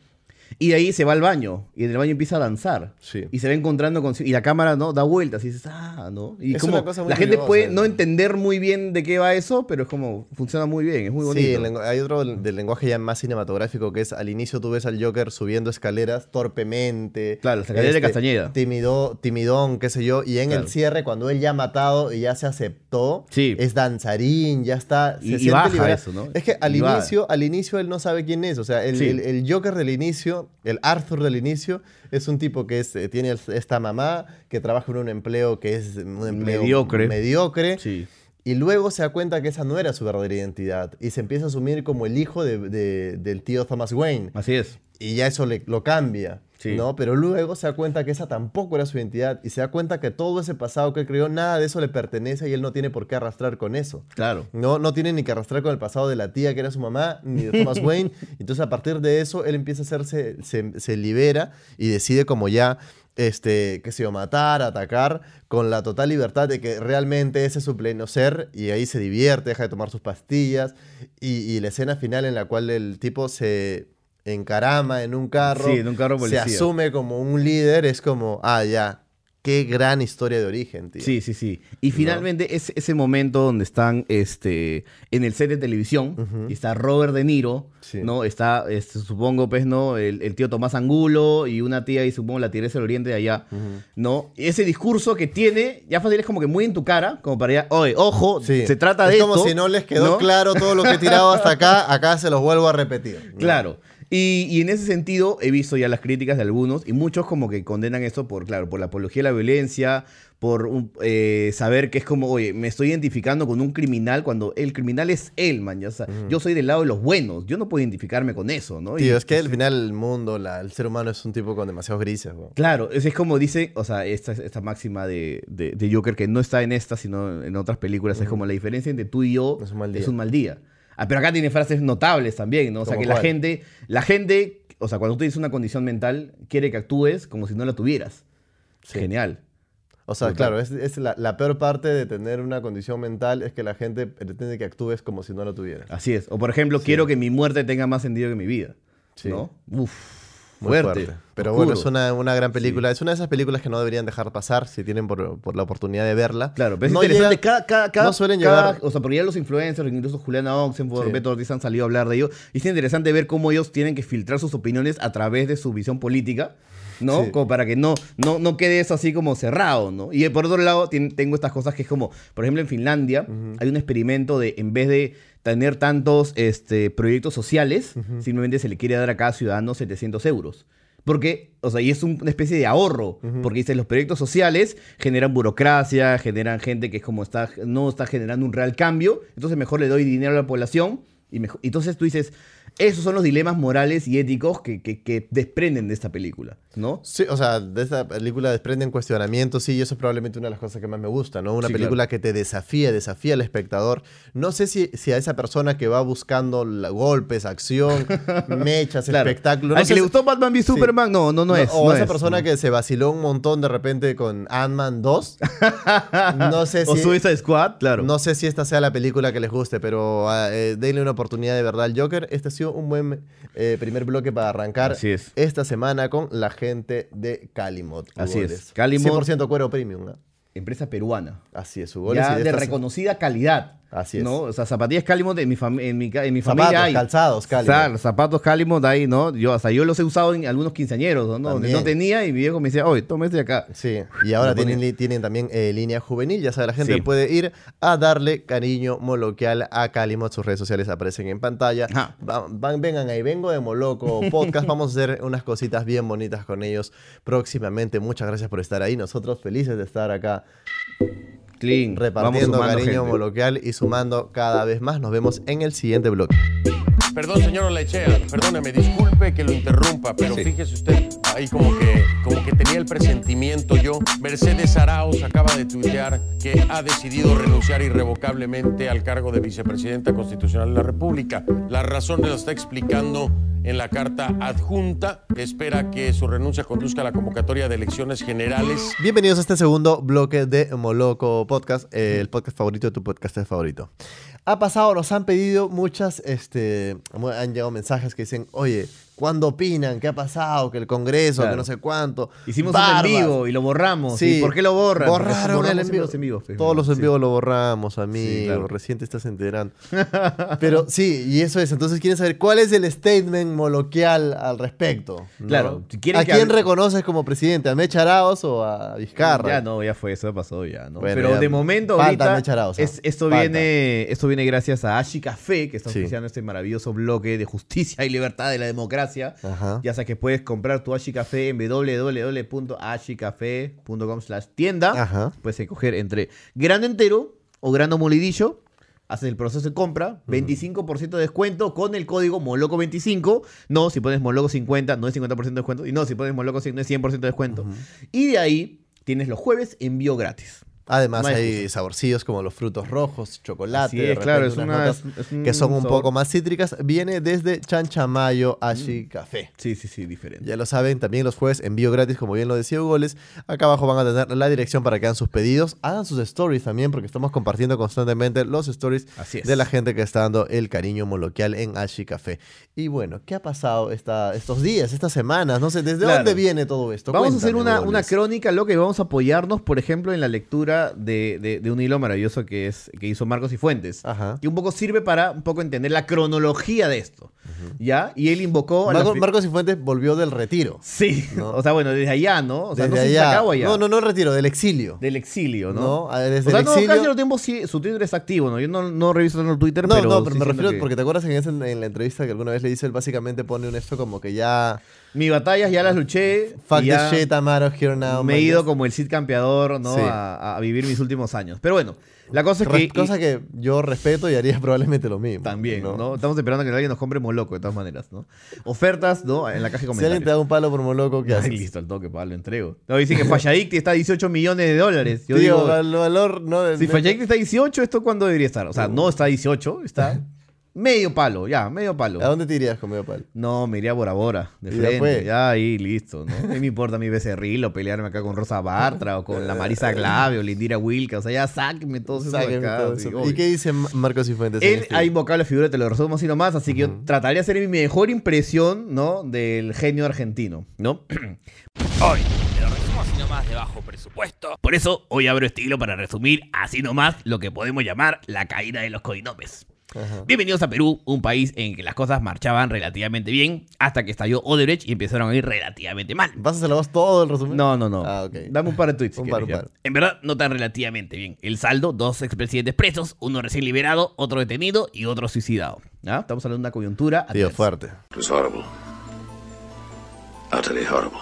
S3: Y de ahí se va al baño, y en el baño empieza a danzar.
S4: Sí.
S3: Y se va encontrando con... Y la cámara, ¿no? Da vueltas y dices, ah, ¿no? Y
S4: Es
S3: como
S4: una cosa muy
S3: la gente
S4: curiosa
S3: puede
S4: eso.
S3: no entender muy bien de qué va eso, pero es como, funciona muy bien, es muy bonito.
S4: Sí, el lengu- hay otro del del lenguaje ya más cinematográfico que es al inicio tú ves al Joker subiendo escaleras torpemente. Este,
S3: Claro, las escaleras de Castañeda.
S4: timidó- timidón, qué sé yo. Y en
S3: Claro.
S4: el cierre, cuando él ya ha matado y ya se aceptó,
S3: Sí.
S4: es danzarín, ya está.
S3: Y-
S4: se
S3: y
S4: siente
S3: baja
S4: liberado.
S3: eso, ¿no?
S4: Es que al
S3: Y baja.
S4: inicio, al inicio él no sabe quién es. O sea, el,
S3: Sí.
S4: el- el Joker del inicio, el Arthur del inicio, es un tipo que es, eh, tiene esta mamá que trabaja en un empleo que es un empleo
S3: Mediocre.
S4: mediocre.
S3: Sí.
S4: Y luego se da cuenta que esa no era su verdadera identidad. Y se empieza a asumir como el hijo de- de- del tío Thomas Wayne.
S3: Así es.
S4: Y ya eso le, lo cambia.
S3: Sí.
S4: ¿no? Pero luego se da cuenta que esa tampoco era su identidad. Y se da cuenta que todo ese pasado que él creó, nada de eso le pertenece y él no tiene por qué arrastrar con eso.
S3: Claro.
S4: No, no tiene ni que arrastrar con el pasado de la tía que era su mamá, ni de Thomas Wayne. Entonces, a partir de eso, él empieza a hacerse, se, se libera y decide como ya, este, qué sé yo, matar, atacar, con la total libertad de que realmente ese es su pleno ser y ahí se divierte, deja de tomar sus pastillas. Y, y la escena final en la cual el tipo se encarama en un carro,
S3: Sí, en un carro policía.
S4: se asume como un líder, es como, ah, ya, qué gran historia de origen, tío.
S3: Sí, sí, sí. Y finalmente es ese momento donde están este, en el set de televisión y está Robert De Niro,
S4: Sí.
S3: ¿no? Está, este, supongo, pues, ¿no? El, el tío Tomás Angulo y una tía y supongo la tigresa del oriente de allá, ¿no? Y ese discurso que tiene, ya fácil es como que muy en tu cara, como para ya, oye, ojo,
S4: Sí.
S3: se trata de
S4: es
S3: esto.
S4: como si no les quedó
S3: ¿no?
S4: claro todo lo que he tirado hasta acá, acá se los vuelvo a repetir. ¿no?
S3: Claro. Y, y en ese sentido he visto ya las críticas de algunos y muchos como que condenan esto por, claro, por la apología de la violencia, por un- eh, saber que es como, oye, me estoy identificando con un criminal cuando el criminal es él, man. ya, o sea, Yo soy del lado de los buenos, yo no puedo identificarme con eso, ¿no? Y-
S4: Tío, es que al final el mundo, la- el ser humano es un tipo con demasiados grises, weón.
S3: Claro, es, es como dice, o sea, esta, esta máxima de, de- de Joker que no está en esta, sino en otras películas, es como la diferencia entre tú y yo
S4: Es un mal día.
S3: día. Ah, pero acá tiene frases notables también, ¿no? O sea,
S4: ¿Cómo
S3: que la
S4: cuál?
S3: gente, la gente, o sea, cuando tú tienes una condición mental, quiere que actúes como si no la tuvieras. Genial.
S4: O sea,
S3: Brutal.
S4: claro, es, es la, la peor parte de tener una condición mental es que la gente pretende que actúes como si no la tuvieras.
S3: Así es. O por ejemplo, quiero que mi muerte tenga más sentido que mi vida.
S4: Sí.
S3: ¿No? Uf.
S4: Muy
S3: Fuerte.
S4: Pero
S3: oscuro.
S4: bueno, es una, una gran película. Es una de esas películas que no deberían dejar pasar si tienen por, por la oportunidad de verla.
S3: Claro, pero es
S4: no
S3: interesante.
S4: llega-
S3: cada, cada, cada-
S4: no suelen
S3: cada-
S4: llegar.
S3: O sea, porque ya los influencers, incluso Juliana Oxenford,
S4: Sí.
S3: Beto Ortiz han salido a hablar de ello. Y es interesante ver cómo ellos tienen que filtrar sus opiniones a través de su visión política, ¿no?
S4: Sí.
S3: Como para que no, no, no quede eso así como cerrado, ¿no? Y eh, por otro lado, tien- tengo estas cosas que es como, por ejemplo, en Finlandia hay un experimento de, en vez de tener tantos este, proyectos sociales, simplemente se le quiere dar a cada ciudadano 700 euros. Porque, o sea, y es un- una especie de ahorro, porque dicen los proyectos sociales generan burocracia, generan gente que es como está, no está generando un real cambio, entonces mejor le doy dinero a la población. Y mejo- entonces tú dices, esos son los dilemas morales y éticos que, que- que desprenden de esta película, ¿no?
S4: Sí, o sea, de esta película desprenden cuestionamientos, sí, y eso es probablemente una de las cosas que más me gusta, ¿no? Una
S3: Sí,
S4: película que te desafía, desafía al espectador. No sé si, si a esa persona que va buscando la- golpes, acción, mechas,
S3: Claro.
S4: espectáculo.
S3: Al
S4: no
S3: que
S4: sé
S3: le
S4: si-
S3: gustó Batman v Superman, no, no, no, es.
S4: O
S3: no
S4: esa
S3: es,
S4: persona
S3: ¿no?
S4: que se vaciló un montón de repente con Ant-Man 2. No sé
S3: Ah, O
S4: si.
S3: Suicide Squad, claro.
S4: No sé si esta sea la película que les guste, pero ah, eh, denle una oportunidad de verdad al Joker. Este ha sido un buen eh, primer bloque para arrancar
S3: Así es.
S4: esta semana con la gente de Calimot.
S3: Así es. Calimot.
S4: Calimot. 100% cuero premium. ¿no?
S3: Empresa peruana.
S4: Así es, Hugo.
S3: Ya de reconocida calidad.
S4: Así es.
S3: ¿no? O sea, zapatillas Calimont en mi, fam- en mi, ca- en mi
S4: Zapatos,
S3: familia hay.
S4: calzados Calimot.
S3: Claro, zapatos Calimont ahí, ¿no? Yo, hasta yo los he usado en algunos quinceañeros, ¿no? Donde
S4: También.
S3: no tenía y mi viejo me decía, oye, toma este de acá.
S4: Sí, y ahora
S3: Me pone-
S4: tienen, li- tienen también eh, línea juvenil, ya sabe, la gente
S3: Sí.
S4: puede ir a darle cariño moloquial a Calimot, sus redes sociales aparecen en pantalla.
S3: Ajá.
S4: Va- van- vengan ahí, vengo de Moloco Podcast, vamos a hacer unas cositas bien bonitas con ellos próximamente. Muchas gracias por estar ahí, nosotros felices de estar acá
S3: Clean.
S4: repartiendo
S3: Vamos sumando
S4: cariño
S3: gente.
S4: moloquial y sumando cada vez más. Nos vemos en el siguiente bloque.
S6: Perdón, señor Olechea, perdóneme, disculpe que lo interrumpa, pero
S3: Sí.
S6: fíjese usted, ahí como que, como que tenía el presentimiento yo. Mercedes Arauz acaba de tuitear que ha decidido renunciar irrevocablemente al cargo de vicepresidenta constitucional de la República. La razón la está explicando en la carta adjunta. Espera que su renuncia conduzca a la convocatoria de elecciones generales
S4: Bienvenidos a este segundo bloque de Moloco Podcast, eh, el podcast favorito de tu podcast favorito. Ha pasado, nos han pedido muchas, este, mu- han llegado mensajes que dicen, oye, ¿cuándo opinan? ¿Qué ha pasado? Que el Congreso,
S3: Claro.
S4: que no sé cuánto.
S3: Hicimos
S4: Barbas.
S3: un en vivo y lo borramos.
S4: Sí.
S3: ¿Y por qué lo borran? Porque
S4: Borraron
S3: borramos
S4: el
S3: siempre
S4: envío.
S3: los en vivos, pues,
S4: Todos los
S3: sí.
S4: en vivo lo borramos, amigo.
S3: claro.
S4: Recién te estás enterando. Pero sí, y eso es. Entonces quieren saber cuál es el statement moloquial al respecto. ¿no?
S3: Claro, si quieren
S4: ¿A
S3: que
S4: quién
S3: hable-
S4: reconoces como presidente? ¿A Mecha Arauz o a Vizcarra?
S3: Ya no, ya fue, eso ya pasó ya, ¿no?
S4: Bueno,
S3: Pero
S4: ya.
S3: de momento
S4: Falta
S3: ahorita
S4: Mecha Arauz, ¿no?
S3: es- esto
S4: Falta.
S3: viene esto viene gracias a Ashi Café que está
S4: Sí.
S3: oficiando este maravilloso bloque de justicia y libertad de la democracia.
S4: Ajá.
S3: Ya sabes que puedes comprar tu Ashi Café en www.ashicafe.com/tienda.
S4: Ajá.
S3: Puedes escoger entre grano entero o grano molidillo. Haces el proceso de compra, 25% de descuento con el código MOLOCO25. No, si pones MOLOCO50 no es 50% de descuento. Y no, si pones MOLOCO100 no es 100% de descuento. Y de ahí tienes los jueves envío gratis.
S4: Además
S3: No hay
S4: hay saborcillos como los frutos rojos, chocolate,
S3: Así
S4: de
S3: es, claro,
S4: repente
S3: es
S4: unas
S3: una-
S4: notas
S3: es- es
S4: que son
S3: un
S4: un
S3: sabor. Mm.
S4: poco más cítricas. Viene desde Chanchamayo Ashi Café.
S3: Sí, sí, sí, diferente.
S4: Ya lo saben, también los jueves envío gratis, como bien lo decía Ugoles. Acá abajo van a tener la dirección para que hagan sus pedidos. Hagan sus stories también, porque estamos compartiendo constantemente los stories
S3: Así es.
S4: de la gente que está dando el cariño moloquial en Ashi Café. Y bueno, ¿qué ha pasado esta, estos días, estas semanas? No sé, ¿desde
S3: Claro.
S4: dónde viene todo esto?
S3: Vamos a hacer
S4: Cuéntame,
S3: una, una
S4: Ugoles.
S3: crónica, lo que vamos a apoyarnos, por ejemplo, en la lectura de, de- de un hilo maravilloso que, es, que hizo Marcos y Fuentes.
S4: Ajá.
S3: Y un poco sirve para un poco entender la cronología de esto. ¿Ya? Y él invocó a la
S4: Marco-
S3: fi-
S4: Marcos Cifuentes volvió del retiro.
S3: Sí,
S4: No.
S3: o sea, bueno, desde allá, ¿no? O sea, no
S4: Desde
S3: sé si se
S4: allá.
S3: acabó allá.
S4: No, no, no retiro, del exilio.
S3: Del exilio, ¿no?
S4: No, a- desde
S3: o sea,
S4: el
S3: no,
S4: exilio-
S3: casi lo tiempo sí, su Twitter es activo, ¿no? Yo no, no reviso tanto el Twitter,
S4: no,
S3: pero.
S4: no, pero
S3: sí
S4: me
S3: siento
S4: refiero
S3: que
S4: porque te acuerdas en, ese- en la entrevista que alguna vez le hice, él básicamente pone un esto como que ya.
S3: Mi batalla ya las luché.
S4: Fuck
S3: y ya-
S4: the shit, I'm out of here now.
S3: me he
S4: man".
S3: ido como el Cid campeador, ¿no?
S4: Sí.
S3: A, a vivir mis últimos años. Pero bueno, la cosa es
S4: Re-
S3: que.
S4: cosa que yo respeto y haría probablemente lo mismo.
S3: También, ¿no? Estamos esperando que alguien nos compre Moloco, de todas maneras, ¿no? Ofertas, ¿no? En la caja de
S4: Si alguien te da
S3: comentarios.
S4: un palo por moloco, ¿qué
S3: Ay,
S4: haces?
S3: listo, al toque, pa, lo entrego. No, dicen que Falladict está a 18 millones de dólares. Yo
S4: Tío,
S3: digo,
S4: val- valor, ¿no? De-
S3: si
S4: de- Uh.
S3: Falladict está a 18, ¿esto cuándo debería estar? O sea, no está a 18, está Medio palo, ya, medio palo.
S4: ¿A dónde te irías con medio palo?
S3: No, me iría a Bora Bora, de
S4: Y ya
S3: frente.
S4: fue.
S3: Ya ahí, listo, ¿no? No me importa mi becerril o pelearme acá con Rosa Bartra o con la Marisa Glave o Lindira Wilka. O sea, ya sáquenme todos esos de
S4: Sáquenme
S3: acá.
S4: todo
S3: sí,
S4: eso. ¿Y
S3: obvio.
S4: qué dice Ma- Marcos Cifuentes? en
S3: Él
S4: este?
S3: ha invocado la figura, te lo resumo así nomás, así que yo trataré de hacer mi mejor impresión, ¿no? Del genio argentino, ¿no?
S7: Hoy, te lo resumo así nomás de bajo presupuesto.
S8: Por eso hoy abro estilo para resumir así nomás lo que podemos llamar la caída de los codinomes. Bienvenidos a Perú, un país en que las cosas marchaban relativamente bien hasta que estalló Odebrecht y empezaron a ir relativamente mal.
S4: ¿Vas a hacer la voz todo el resumen?
S3: No, no, no.
S4: Ah, ok.
S3: Dame un par de tweets. si
S4: Un par,
S3: quieres,
S4: un
S3: ya.
S8: En verdad, no tan relativamente bien. El saldo, dos expresidentes presos, uno recién liberado, otro detenido y otro suicidado.
S3: ¿Ah? Estamos hablando de una coyuntura.
S4: Tío,
S3: adversa.
S4: fuerte.
S5: It was horrible. Utterly horrible.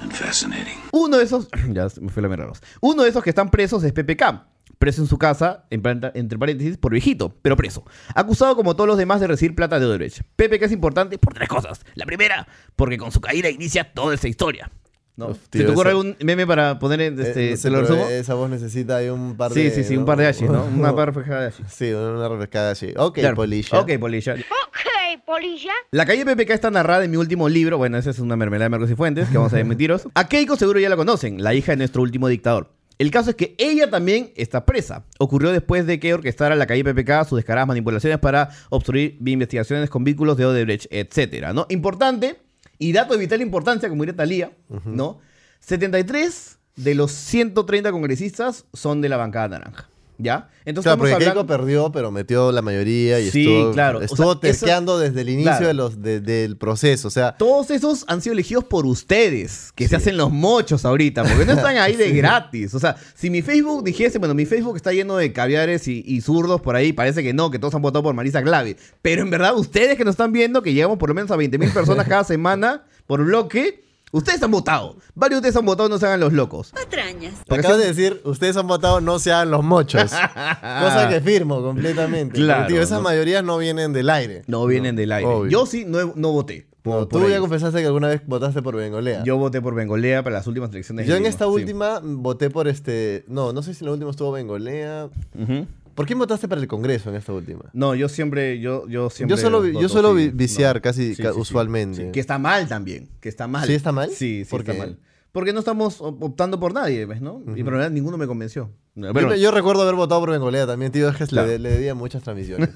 S5: And fascinating.
S3: Uno de esos, ya se me fue la mierda. Ross. Uno de esos que están presos es PPK. Preso en su casa, en planta- entre paréntesis, por viejito, pero preso. Acusado como todos los demás de recibir plata de Odebrecht. PPK es importante por tres cosas. La primera, porque con su caída inicia toda esa historia. ¿no?
S4: Uf,
S3: ¿Se
S4: tío,
S3: te ocurre
S4: esa-
S3: algún meme para poner en- este,
S4: Eh, no sé,
S3: te lo
S4: pero
S3: resumo?
S4: Esa voz necesita de un par
S3: Sí,
S4: de...
S3: sí, sí, un par de Ashis, ¿no? Una par de Ashis.
S4: Sí, una refrescada así. Ok,
S3: Claro.
S4: Polilla.
S3: Ok, Polilla.
S1: Ok, polilla.
S3: La calle PPK está narrada en mi último libro. Bueno, esa es una mermelada de Marcos y Fuentes, que vamos a desmentiros. A Keiko seguro ya la conocen, la hija de nuestro último dictador. El caso es que ella también está presa. Ocurrió después de que orquestara la calle PPK sus descaradas manipulaciones para obstruir investigaciones con vínculos de Odebrecht, etcétera, ¿no? Importante, y dato de vital importancia, como diría Talía, ¿no? 73 de los 130 congresistas son de la bancada naranja, ¿ya? Entonces
S4: Claro, porque
S3: estamos hablando...
S4: Keiko perdió, pero metió la mayoría y
S3: Sí,
S4: estuvo,
S3: claro. O
S4: estuvo
S3: sea, eso-
S4: terqueando desde el inicio
S3: Claro.
S4: de los, de- del proceso. O sea,
S3: Todos esos han sido elegidos por ustedes, que
S4: Sí.
S3: se hacen los mochos ahorita, porque no están ahí de gratis. O sea, si mi Facebook dijese, bueno, mi Facebook está lleno de caviares y, y zurdos por ahí, parece que no, que todos han votado por Marisa Clave. Pero en verdad, ustedes que nos están viendo, que llegamos por lo menos a 20 mil personas cada semana por bloque, ustedes han votado. Varios de ustedes han votado, no se hagan los locos.
S1: Patrañas.
S3: Porque
S4: acabas
S3: sí-
S4: de decir, ustedes han votado, no se hagan los mochos. Cosa que firmo completamente. Pero,
S3: Claro,
S4: tío, esas
S3: no.
S4: mayorías no vienen del aire.
S3: No vienen del aire.
S4: obvio.
S3: Yo sí no, he- no voté. por-
S4: No,
S3: por
S4: tú ya
S3: ellos.
S4: confesaste que alguna vez votaste por Bengolea.
S3: Yo voté por Bengolea para las últimas elecciones. de
S4: Yo en
S3: Lima,
S4: esta
S3: sí.
S4: última voté por este. No, no sé si en la última estuvo Bengolea.
S3: Ujú.
S4: ¿Por quién votaste para el Congreso en esta última?
S3: No, yo siempre, yo, yo siempre.
S4: Yo solo vi- yo
S3: voto,
S4: suelo
S3: sí.
S4: vi- viciar
S3: No.
S4: casi ca- usualmente.
S3: Sí, Que está mal también, que está mal.
S4: ¿Sí está mal?
S3: Sí, sí
S4: ¿Por
S3: está
S4: qué?
S3: mal. Porque no estamos op- optando por nadie, ¿ves, no? Y por verdad ninguno me convenció.
S4: Yo-
S3: Bueno,
S4: yo, recuerdo haber votado por Bengolea también, tío. Es que
S3: Claro.
S4: le, le debía muchas transmisiones.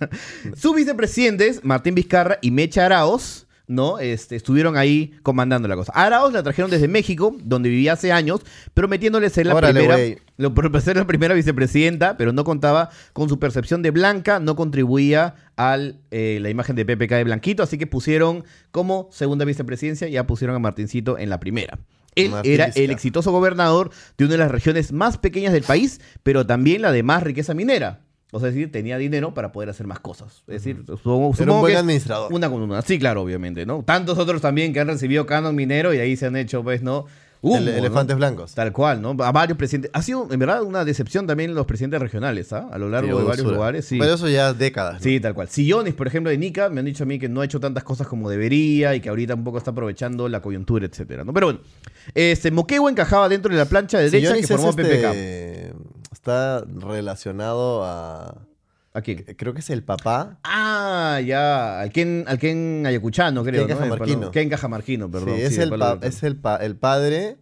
S3: sus vicepresidentes, Martín Vizcarra y Mecha Araoz, ¿no? Este, estuvieron ahí comandando la cosa. A Araoz la trajeron desde México, donde vivía hace años, prometiéndole ser la
S4: Órale,
S3: primera.
S4: güey.
S3: lo- por ser la primera vicepresidenta, pero no contaba con su percepción de blanca, no contribuía a la imagen de PPK de blanquito, así que pusieron como segunda vicepresidencia, ya pusieron a Martincito en la primera. Él
S4: Martín
S3: era el
S4: Vizcarra.
S3: exitoso gobernador de una de las regiones más pequeñas del país, pero también la de más riqueza minera. O sea, es decir, tenía dinero para poder hacer más cosas. Es decir, supongo,
S4: Era
S3: supongo
S4: un buen
S3: que es
S4: administrador.
S3: Una con una. Sí, claro, obviamente, ¿no? Tantos otros también que han recibido canon minero y ahí se han hecho, pues, ¿no? Humo,
S4: El-
S3: ¿no?
S4: elefantes blancos.
S3: Tal cual, ¿no? A varios presidentes. Ha sido, en verdad, una decepción también los presidentes regionales, ¿ah? A lo largo
S4: Tío,
S3: de varios
S4: basura.
S3: lugares. Sí.
S4: Pero eso ya décadas. ¿no?
S3: Sí, tal cual. Sillones, por ejemplo, de Nica, me han dicho a mí que no ha hecho tantas cosas como debería y que ahorita un poco está aprovechando la coyuntura, etcétera, ¿no? Pero bueno, este Moquegua encajaba dentro de la plancha de
S4: Si
S3: derecha que
S4: Dionis es
S3: formó PPK.
S4: este- Está relacionado a.
S3: ¿A quién?
S4: Creo que es el papá.
S3: Ah, ya. Al Ken, al Ken ayacuchano, creo.
S4: Ken
S3: ¿no? El palo-
S4: Cajamarquino.
S3: Ken Cajamarquino, perdón.
S4: sí, es,
S3: de
S4: el
S3: Palo
S4: pa-
S3: Dirtiano.
S4: es el, pa- el padre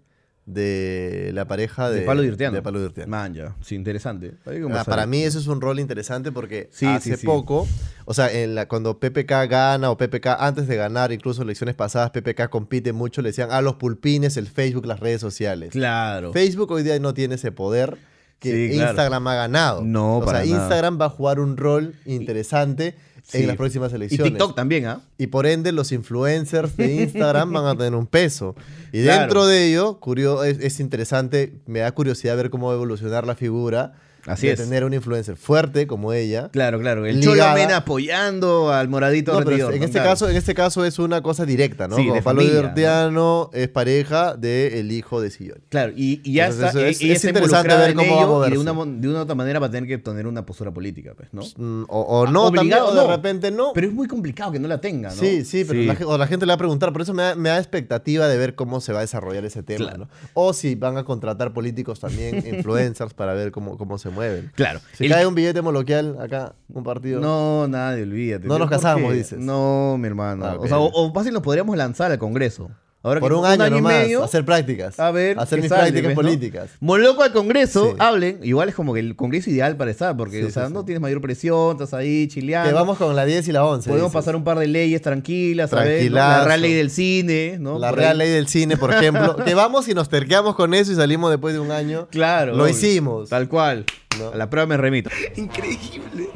S4: de la pareja de,
S3: de Palo Dirtiano.
S4: de Palo Dirtiano.
S3: Man, ya. Sí, interesante. Hay que
S4: Ah,
S3: conversar.
S4: para mí eso es un rol interesante porque
S3: Sí,
S4: hace
S3: sí, sí.
S4: poco, o sea, en la, cuando PPK gana o PPK antes de ganar, incluso elecciones pasadas, PPK compite mucho, le decían a los pulpines, el Facebook, las redes sociales.
S3: Claro.
S4: Facebook hoy día no tiene ese poder que
S3: Sí, claro.
S4: Instagram ha ganado.
S3: No,
S4: o
S3: para
S4: sea,
S3: nada.
S4: Instagram va a jugar un rol interesante
S3: Sí.
S4: en las próximas
S3: Y
S4: elecciones.
S3: TikTok también, ¿ah?
S4: Y por ende, los influencers de Instagram van a tener un peso. Y
S3: Claro.
S4: dentro de ello, curio- es, es interesante, me da curiosidad ver cómo va a evolucionar la figura.
S3: Así
S4: de
S3: es.
S4: tener un influencer fuerte como ella.
S3: Claro, claro. El
S4: Ligada.
S3: Cholo Mena apoyando al moradito
S4: No, pero
S3: rendidor,
S4: en,
S3: ¿no?
S4: este
S3: Claro.
S4: caso, en este caso es una cosa directa, ¿no?
S3: Sí,
S4: como
S3: de
S4: Pablo
S3: familia,
S4: Divertiano es pareja del hijo de Sillón.
S3: Claro, y, y ya
S4: Entonces,
S3: está.
S4: eso
S3: e-
S4: es-
S3: ella
S4: es
S3: está
S4: interesante
S3: involucrada
S4: ver
S3: en
S4: cómo va a
S3: ello y
S4: moverse.
S3: de una, mon- de una u otra manera va a tener que tener una postura política, pues, ¿no?
S4: Mm, O, o no,
S3: Obligado,
S4: también, o
S3: no.
S4: de repente no.
S3: Pero es muy complicado que no la tenga, ¿no?
S4: Sí, sí, pero La, ge- o la gente le va a preguntar. Por eso me da, me da expectativa de ver cómo se va a desarrollar ese tema,
S3: Claro.
S4: ¿no? O si van a contratar políticos también, influencers, para ver cómo, cómo se mueven.
S8: Claro.
S4: Si
S8: El-
S4: cae un billete moloquial acá, un partido.
S3: No, nadie, olvídate.
S4: No nos
S3: ¿Por
S4: casamos,
S3: qué?
S4: dices.
S3: No, mi hermano.
S4: Ah,
S3: O sea, o,
S4: ok.
S3: o fácil nos podríamos lanzar al Congreso. Ahora
S4: por
S3: que-
S4: un año,
S3: y
S4: nomás,
S3: medio,
S4: hacer prácticas.
S3: a ver,
S4: Hacer
S3: qué
S4: mis
S3: sale,
S4: prácticas
S3: pues, ¿no?
S4: políticas.
S3: Moloco al Congreso,
S4: Sí.
S3: hablen. Igual es como que el Congreso ideal para estar, porque
S4: Sí,
S3: o sea,
S4: sí,
S3: no
S4: sí.
S3: tienes mayor presión, estás ahí chileando.
S4: Que vamos con la 10 y la 11.
S3: Podemos
S4: dices.
S3: pasar un par de leyes tranquilas, ¿sabes? ¿No? La
S4: Tranquilazo.
S3: Real Ley del Cine, ¿no?
S4: La
S3: Por
S4: Real
S3: ahí.
S4: Ley del Cine, por ejemplo. que vamos y nos terqueamos con eso y salimos después de un año.
S3: Claro.
S4: Lo
S3: obvio.
S4: hicimos.
S3: Tal cual.
S4: No.
S3: A la prueba me remito.
S5: Increíble.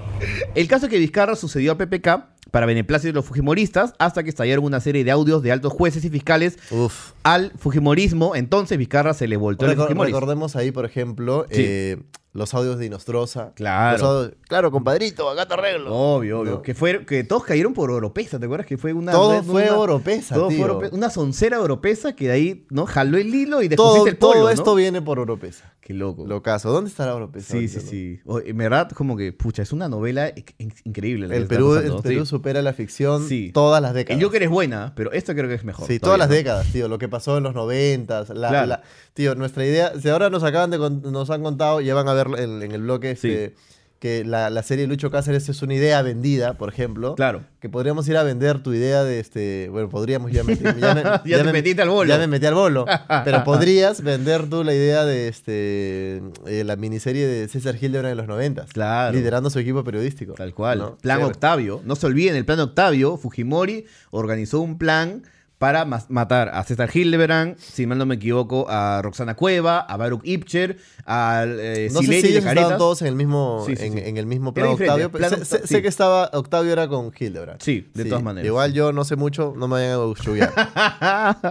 S3: El caso es que Vizcarra sucedió a PPK para beneplácito de los fujimoristas hasta que estallaron una serie de audios de altos jueces y fiscales
S4: Uf.
S3: al fujimorismo. Entonces Vizcarra se le voltó el
S4: Recor-
S3: fujimorismo.
S4: recordemos ahí, por ejemplo,
S3: Sí.
S4: eh, los audios de Inostrosa.
S3: Claro.
S4: Los audios- claro, compadrito, acá te arreglo.
S3: Obvio, obvio.
S4: No.
S3: Que, fue, que todos cayeron por oropesa, ¿te acuerdas? Que fue una.
S4: Todo
S3: una-
S4: fue oropesa,
S3: todo
S4: tío.
S3: fue oropesa. Una soncera oropesa que de ahí, ¿no? Jaló el hilo y
S4: todo,
S3: después el
S4: todo
S3: polo. ¿no?
S4: esto viene por Oropesa.
S3: Qué loco.
S4: Locazo. ¿Dónde estará Oropesa?
S3: Sí, sí,
S4: ahorita, no?
S3: sí. O- En verdad, como que, pucha, es una novela in- in- increíble. la que
S4: El
S3: está
S4: Perú,
S3: pasando,
S4: el
S3: sí.
S4: Perú supera la ficción
S3: Sí.
S4: todas las
S3: El
S4: décadas.
S3: Joker es buena, pero esto creo que es mejor.
S4: Sí, todas las
S3: todavía, ¿no?
S4: décadas, tío. Lo que pasó en los noventas. La,
S3: Claro.
S4: la- tío, nuestra idea. Si ahora nos acaban de con- nos han contado, ya van a ver en, en el bloque este, que la, la serie de Lucho Cáceres es una idea vendida, por ejemplo.
S3: Claro.
S4: Que podríamos ir a vender tu idea de este. Bueno, podríamos ya meter- ya me-
S3: Ya te metiste al bolo.
S4: Ya me metí al bolo. pero podrías vender tú la idea de este. eh, la miniserie de César Gil de ahora de los noventas.
S3: Claro.
S4: Liderando su equipo periodístico.
S3: Tal cual.
S4: ¿no?
S3: Plan
S4: Chévere.
S3: Octavio. No se olviden, el plan Octavio, Fujimori organizó un plan para mas- matar a César Hildebrand, si mal no me equivoco, a Roxana Cueva, a Baruch Ipcher, a eh,
S4: No sé
S3: Sileri
S4: si
S3: de
S4: ellos
S3: Caretas.
S4: estaban todos en el mismo,
S3: Sí, sí,
S4: en,
S3: sí.
S4: en el mismo
S3: Era
S4: plan
S3: diferente,
S4: Octavio. pero
S3: plan
S4: sé,
S3: Octa-
S4: sé- sé
S3: sí.
S4: que estaba Octavio era con Hildebrand.
S3: Sí, de todas maneras,
S4: Igual
S3: sí.
S4: yo no sé mucho, no me vayan a bochullar.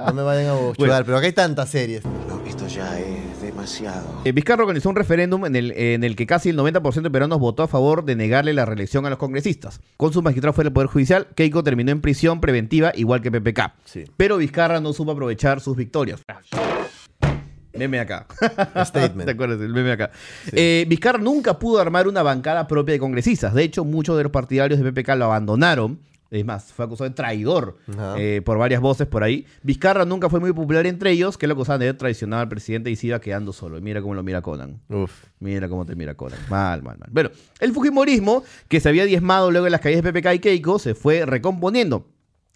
S4: no me vayan a bochullar, pero acá hay tantas series.
S5: No, esto ya es demasiado.
S3: Eh, Vizcarra organizó un referéndum en el, en el que casi el 90% de peruanos votó a favor de negarle la reelección a los congresistas. Con sus magistrados fuera del Poder Judicial, Keiko terminó en prisión preventiva igual que PPK.
S4: Sí.
S3: Pero Vizcarra no supo aprovechar sus victorias. Meme acá.
S4: Statement.
S3: ¿Te acuerdas? El meme acá. Eh, Vizcarra nunca pudo armar una bancada propia de congresistas. De hecho, muchos de los partidarios de PPK lo abandonaron. Es más, fue acusado de traidor
S4: Ajá.
S3: eh, por varias voces por ahí. Vizcarra nunca fue muy popular entre ellos, que lo acusaban de haber traicionado al presidente y se iba quedando solo. Y mira cómo lo mira Conan.
S4: Uf.
S3: Mira cómo te mira Conan. Mal, mal, mal. Bueno, el Fujimorismo, que se había diezmado luego de las calles de PPK y Keiko, se fue recomponiendo.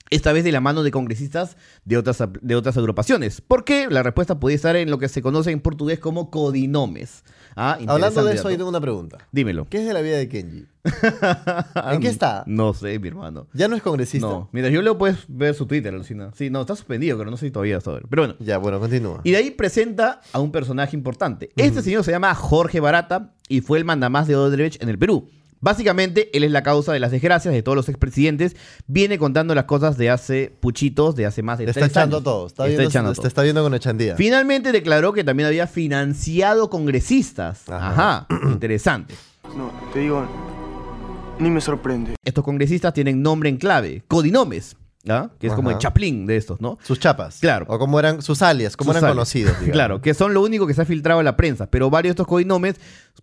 S3: Esta vez de la mano de congresistas de otras, ap- de otras agrupaciones. ¿Por qué? La respuesta podía estar en lo que se conoce en portugués como codinomes. Ah,
S4: Hablando de
S3: interesante
S4: eso, ahí
S3: dato.
S4: tengo una pregunta.
S3: Dímelo.
S4: ¿Qué es de la vida de Kenji? ¿En qué está?
S3: No sé, mi hermano.
S4: Ya no es congresista.
S3: No, mira, yo leo, puedes ver su Twitter, Lucina. Sí, no, está suspendido, pero no sé si todavía está. Pero bueno,
S4: Ya, bueno, continúa.
S3: Y de ahí presenta a un personaje importante. Este señor se llama Jorge Barata y fue el mandamás de Odebrecht en el Perú. Básicamente, él es la causa de las desgracias de todos los expresidentes. Viene contando las cosas de hace puchitos, de hace más de
S4: Te está
S3: tres
S4: echando
S3: años.
S4: todo. Está,
S3: Está
S4: viendo,
S3: echando
S4: te
S3: todo.
S4: está viendo con echandía.
S3: Finalmente declaró que también había financiado congresistas. Ajá,
S4: Ajá.
S3: interesante.
S9: No, te digo, ni me sorprende.
S3: Estos congresistas tienen nombre en clave, codinomes, ¿ah? que es como
S4: Ajá.
S3: el chaplín de estos, ¿no?
S4: Sus chapas.
S3: Claro.
S4: O como eran sus alias, como
S3: Sus
S4: eran
S3: alias.
S4: conocidos. digamos.
S3: Claro, que son lo único que se ha filtrado a la prensa, pero varios de estos codinomes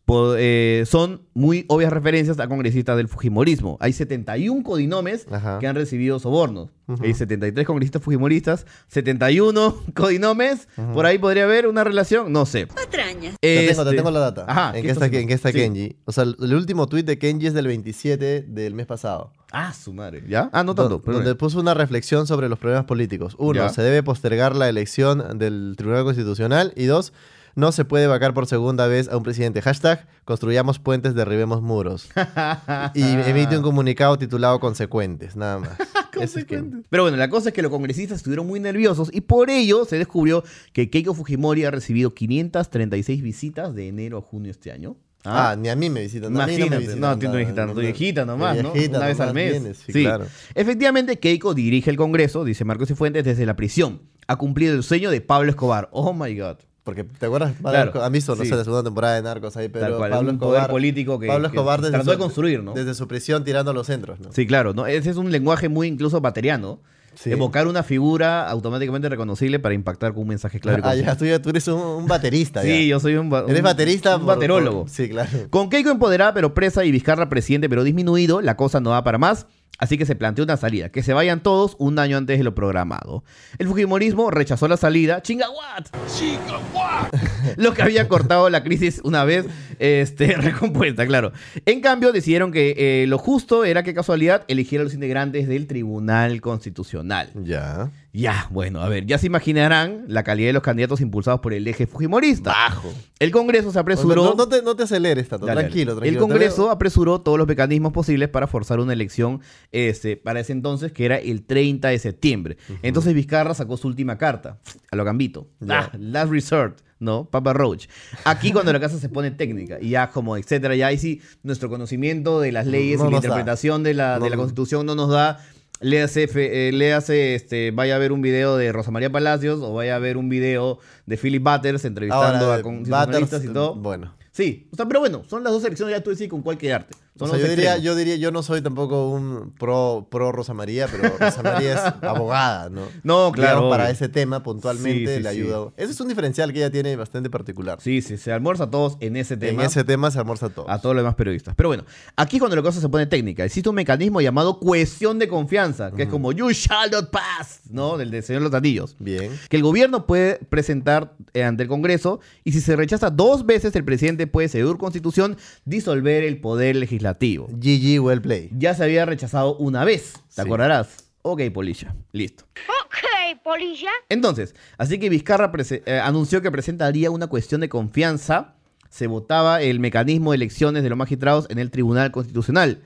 S3: po- eh, son muy obvias referencias a congresistas del Fujimorismo. Hay 71 codinomes
S4: Ajá.
S3: que han recibido sobornos. Hay 73 congresistas Fujimoristas, 71 codinomes. Por ahí podría haber una relación, no sé.
S1: Patrañas.
S4: Te tengo, te
S3: Este-
S4: tengo la data.
S3: Ajá,
S4: ¿En
S3: ¿qué
S4: qué está,
S3: estás
S4: en qué está
S3: haciendo?
S4: Kenji? O sea, el el último tweet de Kenji es del 27 del mes pasado.
S3: Ah, su madre. ¿Ya? Ah, no tanto.
S4: Don-
S3: perdón.
S4: donde puso una reflexión sobre los problemas políticos. Uno,
S3: Ya.
S4: se debe postergar la elección del Tribunal Constitucional. Y dos, no se puede vacar por segunda vez a un presidente. Hashtag, construyamos puentes, derribemos muros. y emite
S3: Ah.
S4: un comunicado titulado Consecuentes, nada más. Ese es Kenji.
S3: Pero bueno, la cosa es que los congresistas estuvieron muy nerviosos y por ello se descubrió que Keiko Fujimori ha recibido 536 visitas de enero a junio este año.
S4: Ah, ni a mí me visitan. a mí
S3: Imagínate,
S4: no, me visitan
S3: no, tú no
S4: nada,
S3: visitas, tu
S4: no.
S3: viejita nomás,
S4: Mi
S3: ¿no?
S4: viejita
S3: Una vez al
S4: nomás
S3: mes.
S4: vienes, sí,
S3: Sí.
S4: claro.
S3: Efectivamente, Keiko dirige el Congreso, dice Marcos Cifuentes, desde la prisión. Ha cumplido el sueño de Pablo Escobar. Oh my God.
S4: Porque te acuerdas,
S3: Claro,
S4: Narco- han visto, no
S3: sí.
S4: sé, la segunda temporada de Narcos ahí, pero
S3: Tal cual,
S4: Pablo
S3: un
S4: Escobar,
S3: poder político que-
S4: Pablo
S3: que
S4: Escobar desde
S3: trató
S4: su-
S3: de construir, ¿no?
S4: Desde su prisión tirando a los centros, ¿no?
S3: Sí, claro, ¿no? Ese es un lenguaje muy incluso bateriano.
S4: Sí.
S3: Evocar una figura automáticamente reconocible para impactar con un mensaje claro y
S4: Ah,
S3: conciso.
S4: ya, tú, ya- tú eres un, un baterista.
S3: Sí,
S4: ya.
S3: yo soy un, ba-
S4: Eres
S3: un-
S4: baterista.
S3: un
S4: por-
S3: baterólogo.
S4: por- sí, claro.
S3: Con Keiko empoderada pero presa y Vizcarra presidente pero disminuido, la cosa no da para más. Así que se planteó una salida, que se vayan todos un año antes de lo programado. El Fujimorismo rechazó la salida, chinga what, los que habían cortado la crisis una vez este, recompuesta, claro. En cambio, decidieron que eh, lo justo era que casualidad eligiera a los integrantes del Tribunal Constitucional.
S4: Ya.
S3: Ya, bueno, a ver, ya se imaginarán la calidad de los candidatos impulsados por el eje fujimorista. Bajo. El Congreso se apresuró.
S4: No, no te, no te aceleres tanto,
S3: Dale, dale.
S4: tranquilo, tranquilo.
S3: El
S4: te
S3: Congreso
S4: veo.
S3: apresuró todos los mecanismos posibles para forzar una elección este, para ese entonces, que era el 30 de septiembre. Entonces Vizcarra sacó su última carta, a lo gambito.
S4: Ya.
S3: Ah, last resort. No, Papa Roach. Aquí cuando la casa se pone técnica y ya como etcétera, ya ahí sí nuestro conocimiento de las leyes y
S4: No
S3: la
S4: nos da.
S3: interpretación de la, de
S4: No
S3: la
S4: nos-
S3: Constitución no nos da. Le hace, le hace este, vaya a ver un video de Rosa María Palacios o vaya a ver un video de Philip Butters entrevistando
S4: Ahora,
S3: a constitucionalistas y
S4: Butters,
S3: todo.
S4: Bueno.
S3: Sí, o sea, pero bueno, son las dos elecciones, ya tú decides con cuál quedarte.
S4: O
S3: Son
S4: sea,
S3: los
S4: yo diría,
S3: extremos.
S4: yo diría, yo no soy tampoco un pro, pro Rosa María, pero Rosa María es abogada, ¿no?
S3: No, claro,
S4: Digamos, para
S3: obvio.
S4: ese tema puntualmente
S3: Sí, sí,
S4: le
S3: sí.
S4: ayuda. Ese es un diferencial que ella tiene bastante particular.
S3: Sí, sí, se almuerza a todos en ese
S4: en
S3: tema.
S4: ese tema se almuerza todo.
S3: A todos los demás periodistas. Pero bueno, aquí cuando la cosa se pone técnica, existe un mecanismo llamado cohesión de confianza, que es como You shall not pass, ¿no? Del de señor Los Anillos.
S4: Bien.
S3: Que el gobierno puede presentar eh, ante el Congreso y si se rechaza dos veces, el presidente puede, según constitución, disolver el poder legislativo.
S4: GG, well play.
S3: Ya se había rechazado una vez, ¿te
S4: Sí.
S3: acordarás? Ok, Polilla, listo.
S1: Ok, polilla.
S3: Entonces, así que Vizcarra prese- eh, anunció que presentaría una cuestión de confianza. Se votaba el mecanismo de elecciones de los magistrados en el Tribunal Constitucional.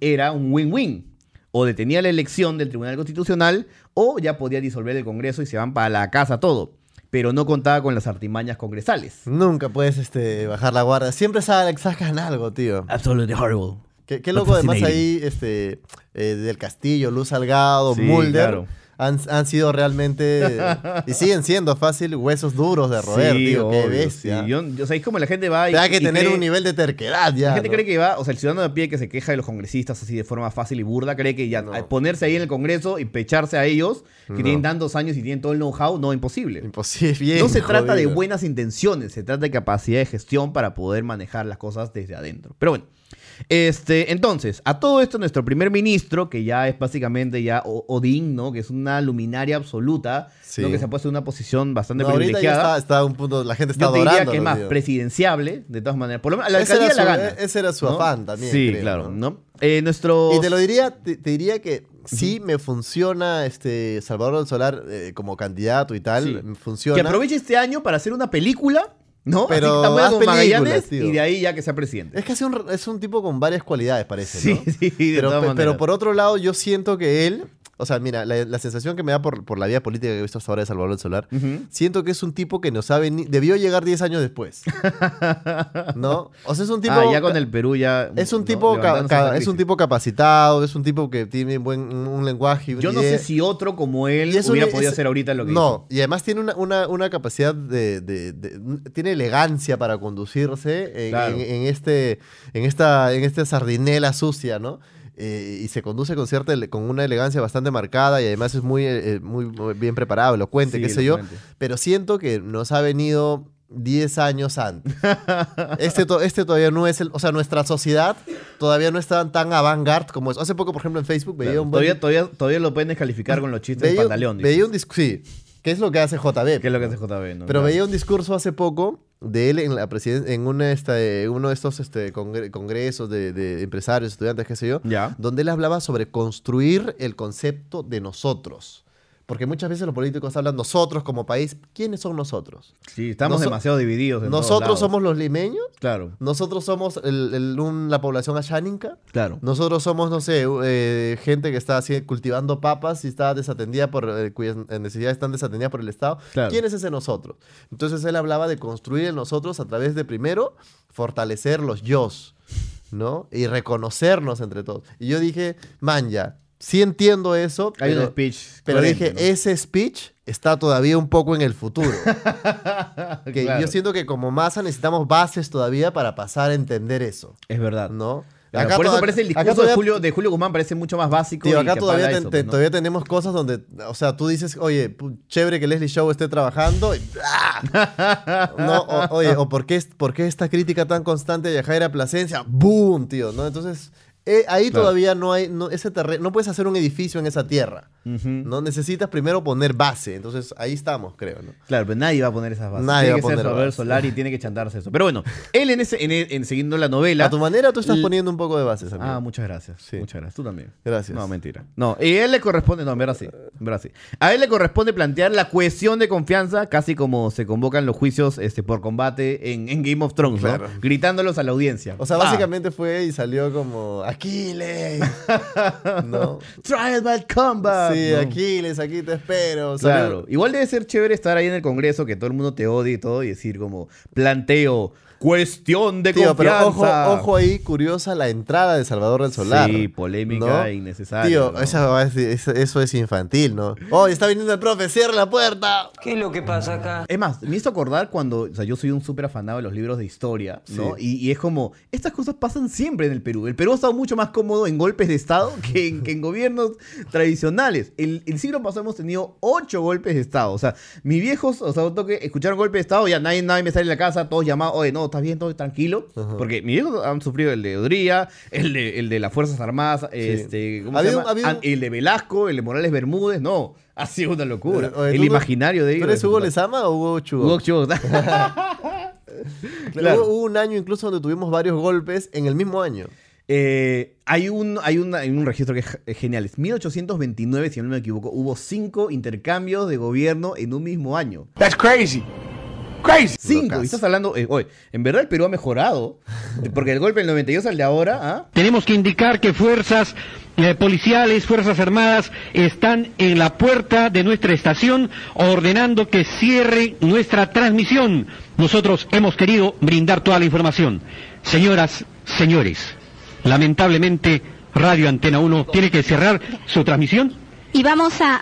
S3: Era un win-win. O detenía la elección del Tribunal Constitucional o ya podía disolver el Congreso y se van para la casa todo. Pero no contaba con las artimañas congresales.
S4: Nunca puedes este, bajar la guardia. Siempre sabes- sacan algo, tío.
S3: Absolutely horrible.
S4: Qué, qué loco, además ahí,
S3: Fascinating.
S4: este, eh, del Castillo, Luz Salgado,
S3: Sí,
S4: Mulder,
S3: claro.
S4: han, han sido realmente, y siguen siendo fácil, huesos duros de roer,
S3: Sí,
S4: tío, qué
S3: obvio,
S4: bestia.
S3: sí. Yo- yo- o sea, es como la gente va y.
S4: Hay que
S3: y
S4: tener
S3: cree-
S4: un nivel de terquedad ya.
S3: La gente
S4: ¿no?
S3: cree que va, o sea, el ciudadano de pie que se queja de los congresistas así de forma fácil y burda, cree que ya al ponerse ahí en el Congreso y pecharse a ellos, que tienen tantos años y tienen todo el know-how, no, imposible.
S4: Imposible. bien
S3: No se trata de
S4: jodido.
S3: buenas intenciones, se trata de capacidad de gestión para poder manejar las cosas desde adentro. Pero bueno, este, entonces, a todo esto nuestro primer ministro, que ya es básicamente ya O- Odín, ¿no? Que es una luminaria absoluta,
S4: Sí.
S3: ¿no? que se ha puesto en una posición bastante
S4: No, ahorita ya
S3: privilegiada.
S4: está, está a un punto, la gente está
S3: Yo te diría
S4: adorando.
S3: que es más presidenciable, de todas maneras. Por lo menos, la
S4: Ese era
S3: alcaldía la
S4: su-
S3: gana.
S4: e- ese era su
S3: ¿no?
S4: afán también,
S3: Sí,
S4: creo,
S3: claro,
S4: ¿no?
S3: ¿no? Eh, nuestro.
S4: Y te lo diría, te, te diría que sí me funciona este Salvador del Solar eh, como candidato y tal,
S3: Sí. Que
S4: me funciona.
S3: aproveche este año para hacer una película, ¿no?
S4: Pero
S3: Así que tan buena
S4: haz
S3: como Magallanes,
S4: películas, tío.
S3: y de ahí ya que sea presidente.
S4: Es que hace un- es un tipo con varias cualidades, parece,
S3: Sí,
S4: ¿no?
S3: sí, de
S4: pero,
S3: todas
S4: pe- pero
S3: maneras.
S4: por otro lado, yo siento que él. O sea, mira, la, la sensación que me da por, por la vida política que he visto hasta ahora de Salvador del Solar, siento que es un tipo que no sabe ni. Debió llegar 10 años después. ¿No? O sea, es un tipo.
S3: ah, ya con el Perú ya.
S4: Es un,
S3: ¿no?
S4: tipo ca-
S3: levantándose
S4: ca-
S3: esa
S4: es
S3: crisis.
S4: un tipo capacitado, es un tipo que tiene buen, un, un lenguaje. y una
S3: Yo no
S4: idea.
S3: sé si otro como él
S4: Y es un-
S3: hubiera
S4: es-
S3: podido hacer ahorita lo que
S4: No,
S3: hizo.
S4: y además tiene una, una- una capacidad de, de- de- Tiene elegancia para conducirse en,
S3: Claro.
S4: en- en este, en, esta, en esta sardinela sucia, ¿no? Eh, y se conduce con cierta ele- con una elegancia bastante marcada y además es muy, eh, muy, muy bien preparado, elocuente,
S3: Sí,
S4: qué sé yo.
S3: elocuente.
S4: Pero siento que nos ha venido 10 años antes. Este, to- este todavía no es el. O sea, nuestra sociedad todavía no está tan avant-garde como es. Hace poco, por ejemplo, en Facebook veía
S3: Claro,
S4: un buen-
S3: todavía, todavía, todavía lo pueden descalificar con los chistes de
S4: veía,
S3: Pantaleón.
S4: veía
S3: dices.
S4: un disco. Sí, que es lo que hace JB.
S3: Que es lo que hace JB, ¿no?
S4: Pero
S3: Claro.
S4: veía un discurso hace poco de él en la presiden- en una, esta, eh, uno de estos este, congre- congresos de, de empresarios, estudiantes, qué sé yo,
S3: Ya.
S4: donde él hablaba sobre construir el concepto de nosotros. Porque muchas veces los políticos hablan nosotros como país. ¿Quiénes son nosotros?
S3: Sí, estamos
S4: Noso-
S3: demasiado divididos. en todos
S4: ¿Nosotros
S3: lados.
S4: somos los limeños?
S3: Claro,
S4: ¿Nosotros somos el- el- un- la población asháninca?
S3: claro.
S4: Nosotros somos, no sé, u- eh, gente que está así cultivando papas y está desatendida por, eh, cuyas eh, necesidades están desatendidas por el Estado.
S3: Claro.
S4: ¿Quién es ese nosotros? Entonces él hablaba de construir el nosotros a través de primero fortalecer los yos, ¿no? Y reconocernos entre todos. Y yo dije, man, ya, sí entiendo eso.
S3: Hay
S4: pero,
S3: un speech.
S4: Pero
S3: coherente,
S4: dije,
S3: ¿no?
S4: ese speech está todavía un poco en el futuro. que
S3: Claro.
S4: Yo siento que como masa necesitamos bases todavía para pasar a entender eso,
S3: Es verdad.
S4: ¿no?
S3: Claro,
S4: Acá
S3: por eso
S4: toda-
S3: parece el
S4: acá
S3: discurso de,
S4: todavía-
S3: Julio, de Julio Guzmán parece mucho más básico.
S4: Tío,
S3: y
S4: acá
S3: que
S4: todavía,
S3: apaga
S4: ten-
S3: eso,
S4: ten-
S3: ¿no?
S4: todavía tenemos cosas donde, o sea, tú dices, oye, pu- chévere que Leslie Show esté trabajando. y- ¡Ah! no, o- oye, o por qué, es- por qué esta crítica tan constante de Jaira Plasencia. ¡Boom, tío! ¿no? Entonces, eh, ahí
S3: Claro.
S4: todavía no hay, no, ese terreno, no puedes hacer un edificio en esa tierra. No necesitas primero poner base. Entonces ahí estamos, creo, ¿no?
S3: Claro, pero nadie va a poner esas bases.
S4: Nadie
S3: tiene
S4: va
S3: que
S4: a poner
S3: ser Salvador
S4: bases.
S3: Solar y tiene que chantarse eso. Pero bueno, él en, ese, en, en siguiendo la novela.
S4: A tu manera tú estás
S3: L-
S4: poniendo un poco de bases, amigo.
S3: Ah, muchas gracias.
S4: Sí.
S3: Muchas gracias. Tú también.
S4: Gracias.
S3: No, mentira. No, y a él le corresponde, no, en verdad sí, en verdad sí. A él le corresponde plantear la cuestión de confianza, casi como se convocan los juicios este, por combate en, en Game of Thrones, ¿no?
S4: Claro.
S3: Gritándolos a la audiencia.
S4: O sea,
S3: Pa.
S4: básicamente fue y salió como Aquiles. ¿No?
S3: Trial by combat.
S4: Sí,
S3: ¿no?
S4: Aquiles, aquí te espero. Salió-
S3: Claro. Igual debe ser chévere estar ahí en el Congreso, que todo el mundo te odie y todo, y decir como, planteo, cuestión de
S4: Tío,
S3: confianza.
S4: pero ojo, ojo ahí, curiosa la entrada de Salvador del Solar.
S3: Sí, polémica
S4: ¿no?
S3: innecesaria.
S4: Tío,
S3: ¿no?
S4: esa va a decir- esa- eso es infantil, ¿no? ¡Oh, está viniendo el profe! ¡Cierra la puerta!
S7: ¿Qué es lo que pasa acá?
S3: Es más, me hizo acordar cuando, o sea, yo soy un súper afanado de los libros de historia, ¿no? Y, y es como, estas cosas pasan siempre en el Perú. El Perú ha estado mucho más cómodo en golpes de Estado que en, que en gobiernos tradicionales. El, el siglo pasado hemos tenido ocho golpes de Estado. O sea, mis viejos, o sea, un toque, escucharon golpe de Estado, ya nadie, nadie me sale de la casa, todos llamados, oye, no, estás bien, todo tranquilo. Porque mis viejos han sufrido el de Odría, el de, el de las Fuerzas Armadas, este, ¿cómo
S4: Había
S3: se
S4: un-
S3: llama?
S4: había un-
S3: Ah, El de Velasco, el de Morales Bermúdez, no. Ha sido una locura.
S4: Oye,
S3: el
S4: ¿tú no-
S3: imaginario de
S4: ¿Tú
S3: ellos.
S4: eres Hugo Lezama o Hugo Chugo?
S3: Hugo Chugo. claro.
S4: Hubo, hubo un año incluso donde tuvimos varios golpes en el mismo año.
S3: Eh, hay, un, hay, una- hay un registro que es ge- genial. Es 1829, si no me equivoco, hubo cinco intercambios de gobierno en un mismo año.
S5: That's crazy. Crazy.
S3: Cinco.
S4: Locazo.
S3: Y estás hablando, eh, oye, en verdad el Perú ha mejorado. Porque el golpe del 92 al de ahora, ¿ah?
S10: Tenemos que indicar que fuerzas eh, policiales, fuerzas armadas están en la puerta de nuestra estación ordenando que cierre nuestra transmisión. Nosotros hemos querido brindar toda la información. Señoras, señores, lamentablemente Radio Antena 1 tiene que cerrar su transmisión
S1: Y vamos a,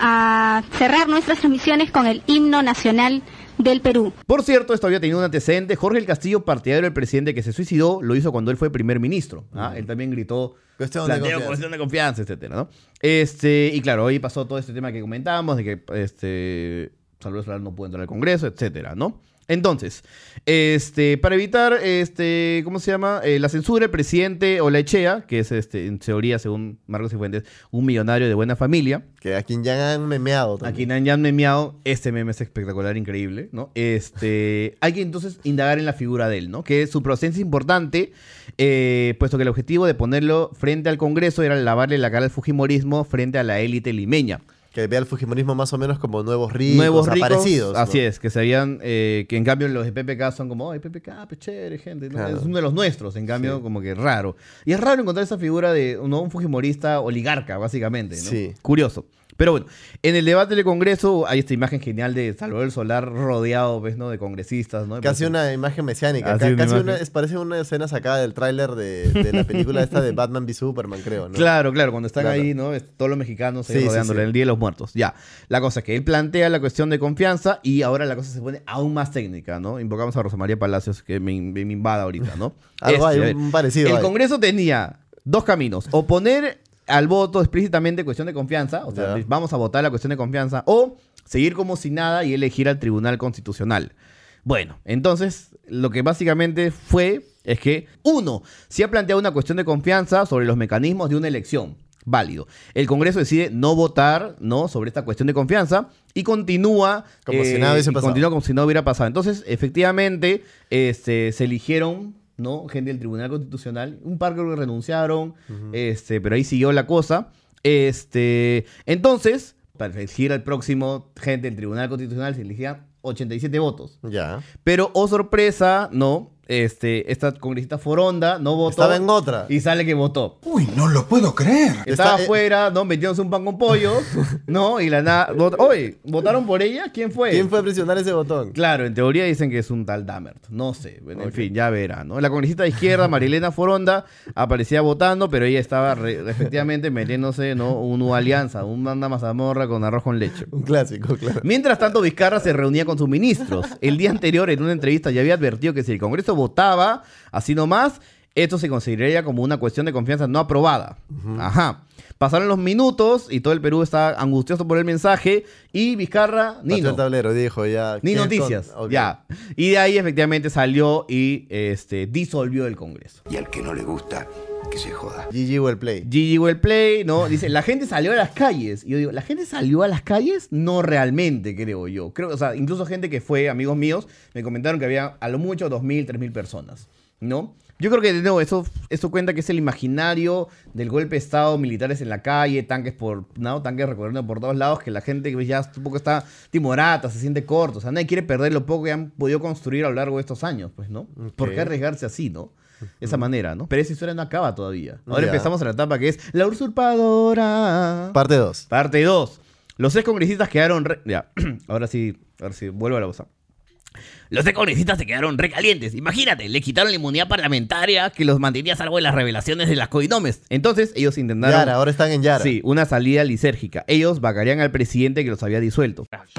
S1: a cerrar nuestras transmisiones con el himno nacional del Perú.
S3: Por cierto, esto había tenido un antecedente. Jorge el Castillo, partidario del presidente que se suicidó, lo hizo cuando él fue primer ministro. ¿ah? Él también gritó.
S4: Cuestión de
S3: "Planteo
S4: confianza".
S3: cuestión de confianza, etcétera, ¿no? Este, y claro, hoy pasó todo este tema que comentábamos de que este Salvador Solar no pudo entrar al Congreso, etcétera, ¿no? Entonces, este, para evitar este, ¿cómo se llama? Eh, la censura, el presidente Olechea, que es este, en teoría, según Marcos Cifuentes, un millonario de buena familia,
S4: Que a quien ya han memeado también.
S3: Aquí Nan han memeado, este meme es espectacular, increíble, ¿no? Este, hay que entonces indagar en la figura de él, ¿no? Que su procedencia es importante, eh, puesto que el objetivo de ponerlo frente al Congreso era lavarle la cara al Fujimorismo frente a la élite limeña.
S4: Que vea el fujimorismo más o menos como nuevos ricos,
S3: Nuevos ricos,
S4: aparecidos. ¿no?
S3: así es, que se habían, eh, que en cambio los de PPK son como, ay, PPK, pues chévere, gente, ¿no?
S4: Claro.
S3: es uno de los nuestros, en cambio,
S4: Sí.
S3: como que raro. Y es raro encontrar esa figura de ¿no? un Fujimorista oligarca, básicamente, ¿no?
S4: Sí.
S3: Curioso. Pero bueno, en el debate del Congreso hay esta imagen genial de Salvador Solar rodeado, ¿ves, no? De congresistas, ¿no?
S4: Casi una imagen mesiánica.
S3: Así
S4: ca-
S3: una
S4: casi
S3: imagen.
S4: una- es- parece una escena sacada del tráiler de, de la película esta de Batman v Superman, creo, ¿no?
S3: Claro, claro, cuando están
S4: Claro.
S3: ahí, ¿no? Es- Todos los mexicanos ahí
S4: Sí, sí,
S3: rodeándole
S4: sí.
S3: en el Día de los Muertos. Ya. La cosa es que él plantea la cuestión de confianza y ahora la cosa se pone aún más técnica, ¿no? Invocamos a Rosa María Palacios que me, in- me invada ahorita, ¿no?
S4: Algo hay,
S3: a ver.
S4: un parecido
S3: El
S4: hay.
S3: Congreso tenía dos caminos: o poner al voto explícitamente cuestión de confianza, o sea,
S4: Ya.
S3: vamos a votar la cuestión de confianza, o seguir como si nada y elegir al Tribunal Constitucional. Bueno, entonces lo que básicamente fue es que, uno, se ha planteado una cuestión de confianza sobre los mecanismos de una elección. Válido. El Congreso decide no votar ¿no? sobre esta cuestión de confianza y continúa eh,
S4: Como si nada hubiese
S3: y
S4: pasado.
S3: continúa como si no hubiera pasado. Entonces, efectivamente, este, se eligieron ¿no? gente del Tribunal Constitucional. Un par creo que renunciaron, este, pero ahí siguió la cosa. Este, entonces, para elegir al próximo gente del Tribunal Constitucional se elegían 87 votos.
S4: Ya.
S3: Pero, oh sorpresa, no. Este, esta congresista Foronda no votó.
S4: Estaba en otra.
S3: Y sale que votó.
S5: Uy, no lo puedo creer.
S3: Estaba
S4: Está- eh-
S3: afuera, ¿no? Metiéndose un pan con pollo, ¿no? Y la nada. vot- Oye, ¿votaron por ella? ¿Quién fue?
S4: ¿Quién fue a presionar ese botón?
S3: Claro, en teoría dicen que es un tal Damert. No sé. En fin, ya verá, ¿no? La congresista de izquierda, Marilena Foronda, aparecía votando, pero ella estaba re- efectivamente metiéndose, ¿no? Una alianza, un manda mazamorra con arroz con leche.
S4: Un clásico, claro.
S3: Mientras tanto, Vizcarra se reunía con sus ministros. El día anterior, en una entrevista, ya había advertido que si el Congreso votaba así nomás, Esto se consideraría como una cuestión de confianza no aprobada. Ajá. Pasaron los minutos y todo el Perú está angustioso por el mensaje y Vizcarra ni
S4: Pateó
S3: no.
S4: el tablero, dijo ya.
S3: Ni
S4: ¿qué
S3: noticias.
S4: con- ok.
S3: Ya. Y de ahí efectivamente salió y este, disolvió el Congreso.
S5: Y al que no le gusta, que se joda.
S4: GG Well Play.
S3: Gigi Well Play, ¿no? Dice, la gente salió a las calles. Y yo digo, ¿la gente salió a las calles? No realmente, creo yo. Creo, o sea, incluso gente que fue, amigos míos, me comentaron que había a lo mucho 2.000, 3.000 personas, ¿no? Yo creo que, de nuevo, eso, eso cuenta que es el imaginario del golpe de Estado, militares en la calle, tanques por, ¿no? Tanques recorriendo por todos lados, que la gente pues, ya un poco está timorata, se siente corto. O sea, nadie quiere perder lo poco que han podido construir a lo largo de estos años, pues, ¿no? ¿Por qué arriesgarse así, no? Esa manera, ¿no? Pero esa historia no acaba todavía. Ahora
S4: Ya.
S3: empezamos a la etapa que es La Usurpadora.
S4: Parte 2.
S3: Parte 2. Los ex congresistas quedaron. re- Ya, ahora sí, ahora sí, vuelvo a la cosa.
S8: Los decongresistas se quedaron recalientes. Imagínate, le quitaron la inmunidad parlamentaria que los mantenía a salvo de las revelaciones de las coinomes.
S3: Entonces, ellos intentaron.
S4: Yara, ahora están en Yara.
S3: Sí, una salida lisérgica. Ellos vacarían al presidente que los había disuelto.
S4: Tercos,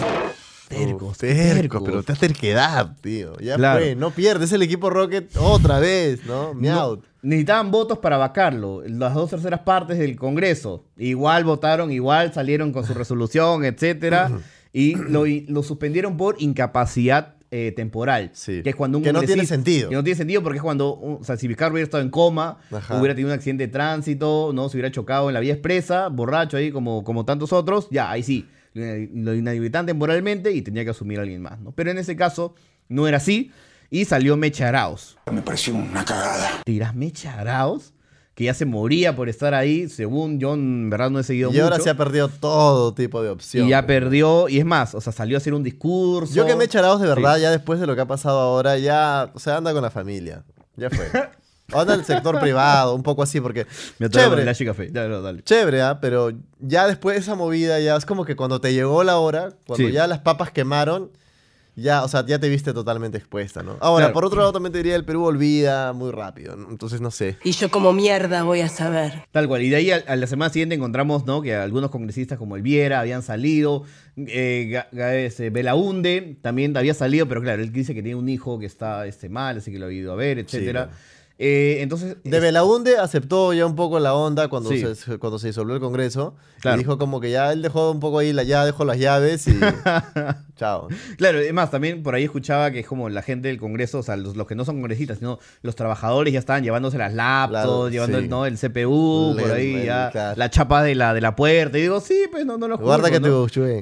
S3: tercos.
S4: tercos, pero te terquedad, tío. Ya
S3: Claro.
S4: fue, no pierdes el equipo Rocket otra vez,
S3: No,
S4: ¿no? Miau.
S3: necesitaban votos para vacarlo, las dos terceras partes del Congreso. Igual votaron, igual salieron con su resolución, etcétera, y lo, lo suspendieron por incapacidad eh, temporal,
S4: Sí.
S3: que es cuando un
S4: Que no tiene
S3: congresista-
S4: sentido.
S3: que no tiene sentido porque es cuando, un- o sea, si Vizcarra hubiera estado en coma,
S4: Ajá.
S3: hubiera tenido un accidente de tránsito, no, se hubiera chocado en la vía expresa, borracho ahí como, como tantos otros, ya, ahí sí, lo inhab- lo inhabilitan temporalmente y tenía que asumir a alguien más, ¿no? Pero en ese caso no era así y salió Mecha Arauz.
S5: Me pareció una cagada.
S3: Tirás Mecha Arauz, que ya se moría por estar ahí, según yo en verdad no he seguido
S4: Y ahora
S3: mucho,
S4: se ha perdido todo tipo de opción.
S3: y ya perdió, y es más, o sea, salió a hacer un discurso.
S4: Yo que me he charado de verdad,
S3: Sí.
S4: ya después de lo que ha pasado ahora, ya, o sea, anda con la familia. Ya fue. Anda al sector privado, un poco así, porque.
S3: Me atoraba con
S4: Chévere,
S3: el Ashi Café. Ya, no, dale.
S4: chévere, ¿ah? pero ya después de esa movida, ya es como que cuando te llegó la hora, cuando
S3: Sí.
S4: ya las papas quemaron, ya, o sea, ya te viste totalmente expuesta, ¿no? Ahora,
S3: Claro.
S4: por otro lado, también te diría, el Perú olvida muy rápido, ¿no? entonces no sé.
S11: Y yo como mierda voy a saber.
S3: Tal cual. Y de ahí a, a la semana siguiente encontramos ¿no? que algunos congresistas como el Viera habían salido. Eh, Ga- Ga- ese, Belaunde también había salido, pero claro, él dice que tiene un hijo que está este, mal, así que lo ha ido a ver, etcétera. Eh, entonces.
S4: De Belaunde aceptó ya un poco la onda cuando,
S3: Sí.
S4: se, cuando se disolvió el Congreso.
S3: Claro.
S4: Y dijo como que ya él dejó un poco ahí, la, ya dejó las llaves y... Chao.
S3: Claro, además también por ahí escuchaba que es como la gente del Congreso, o sea, los, los que no son congresistas, sino los trabajadores ya estaban llevándose las laptops,
S4: Claro,
S3: llevando
S4: sí.
S3: el, ¿no? el CPU,
S4: Le-
S3: por ahí
S4: le-
S3: ya,
S4: claro.
S3: la chapa de la, de la puerta. Y digo, sí, pues no, no lo
S4: Guarda que
S3: juzgo,
S4: te
S3: ¿no?
S4: buchuen.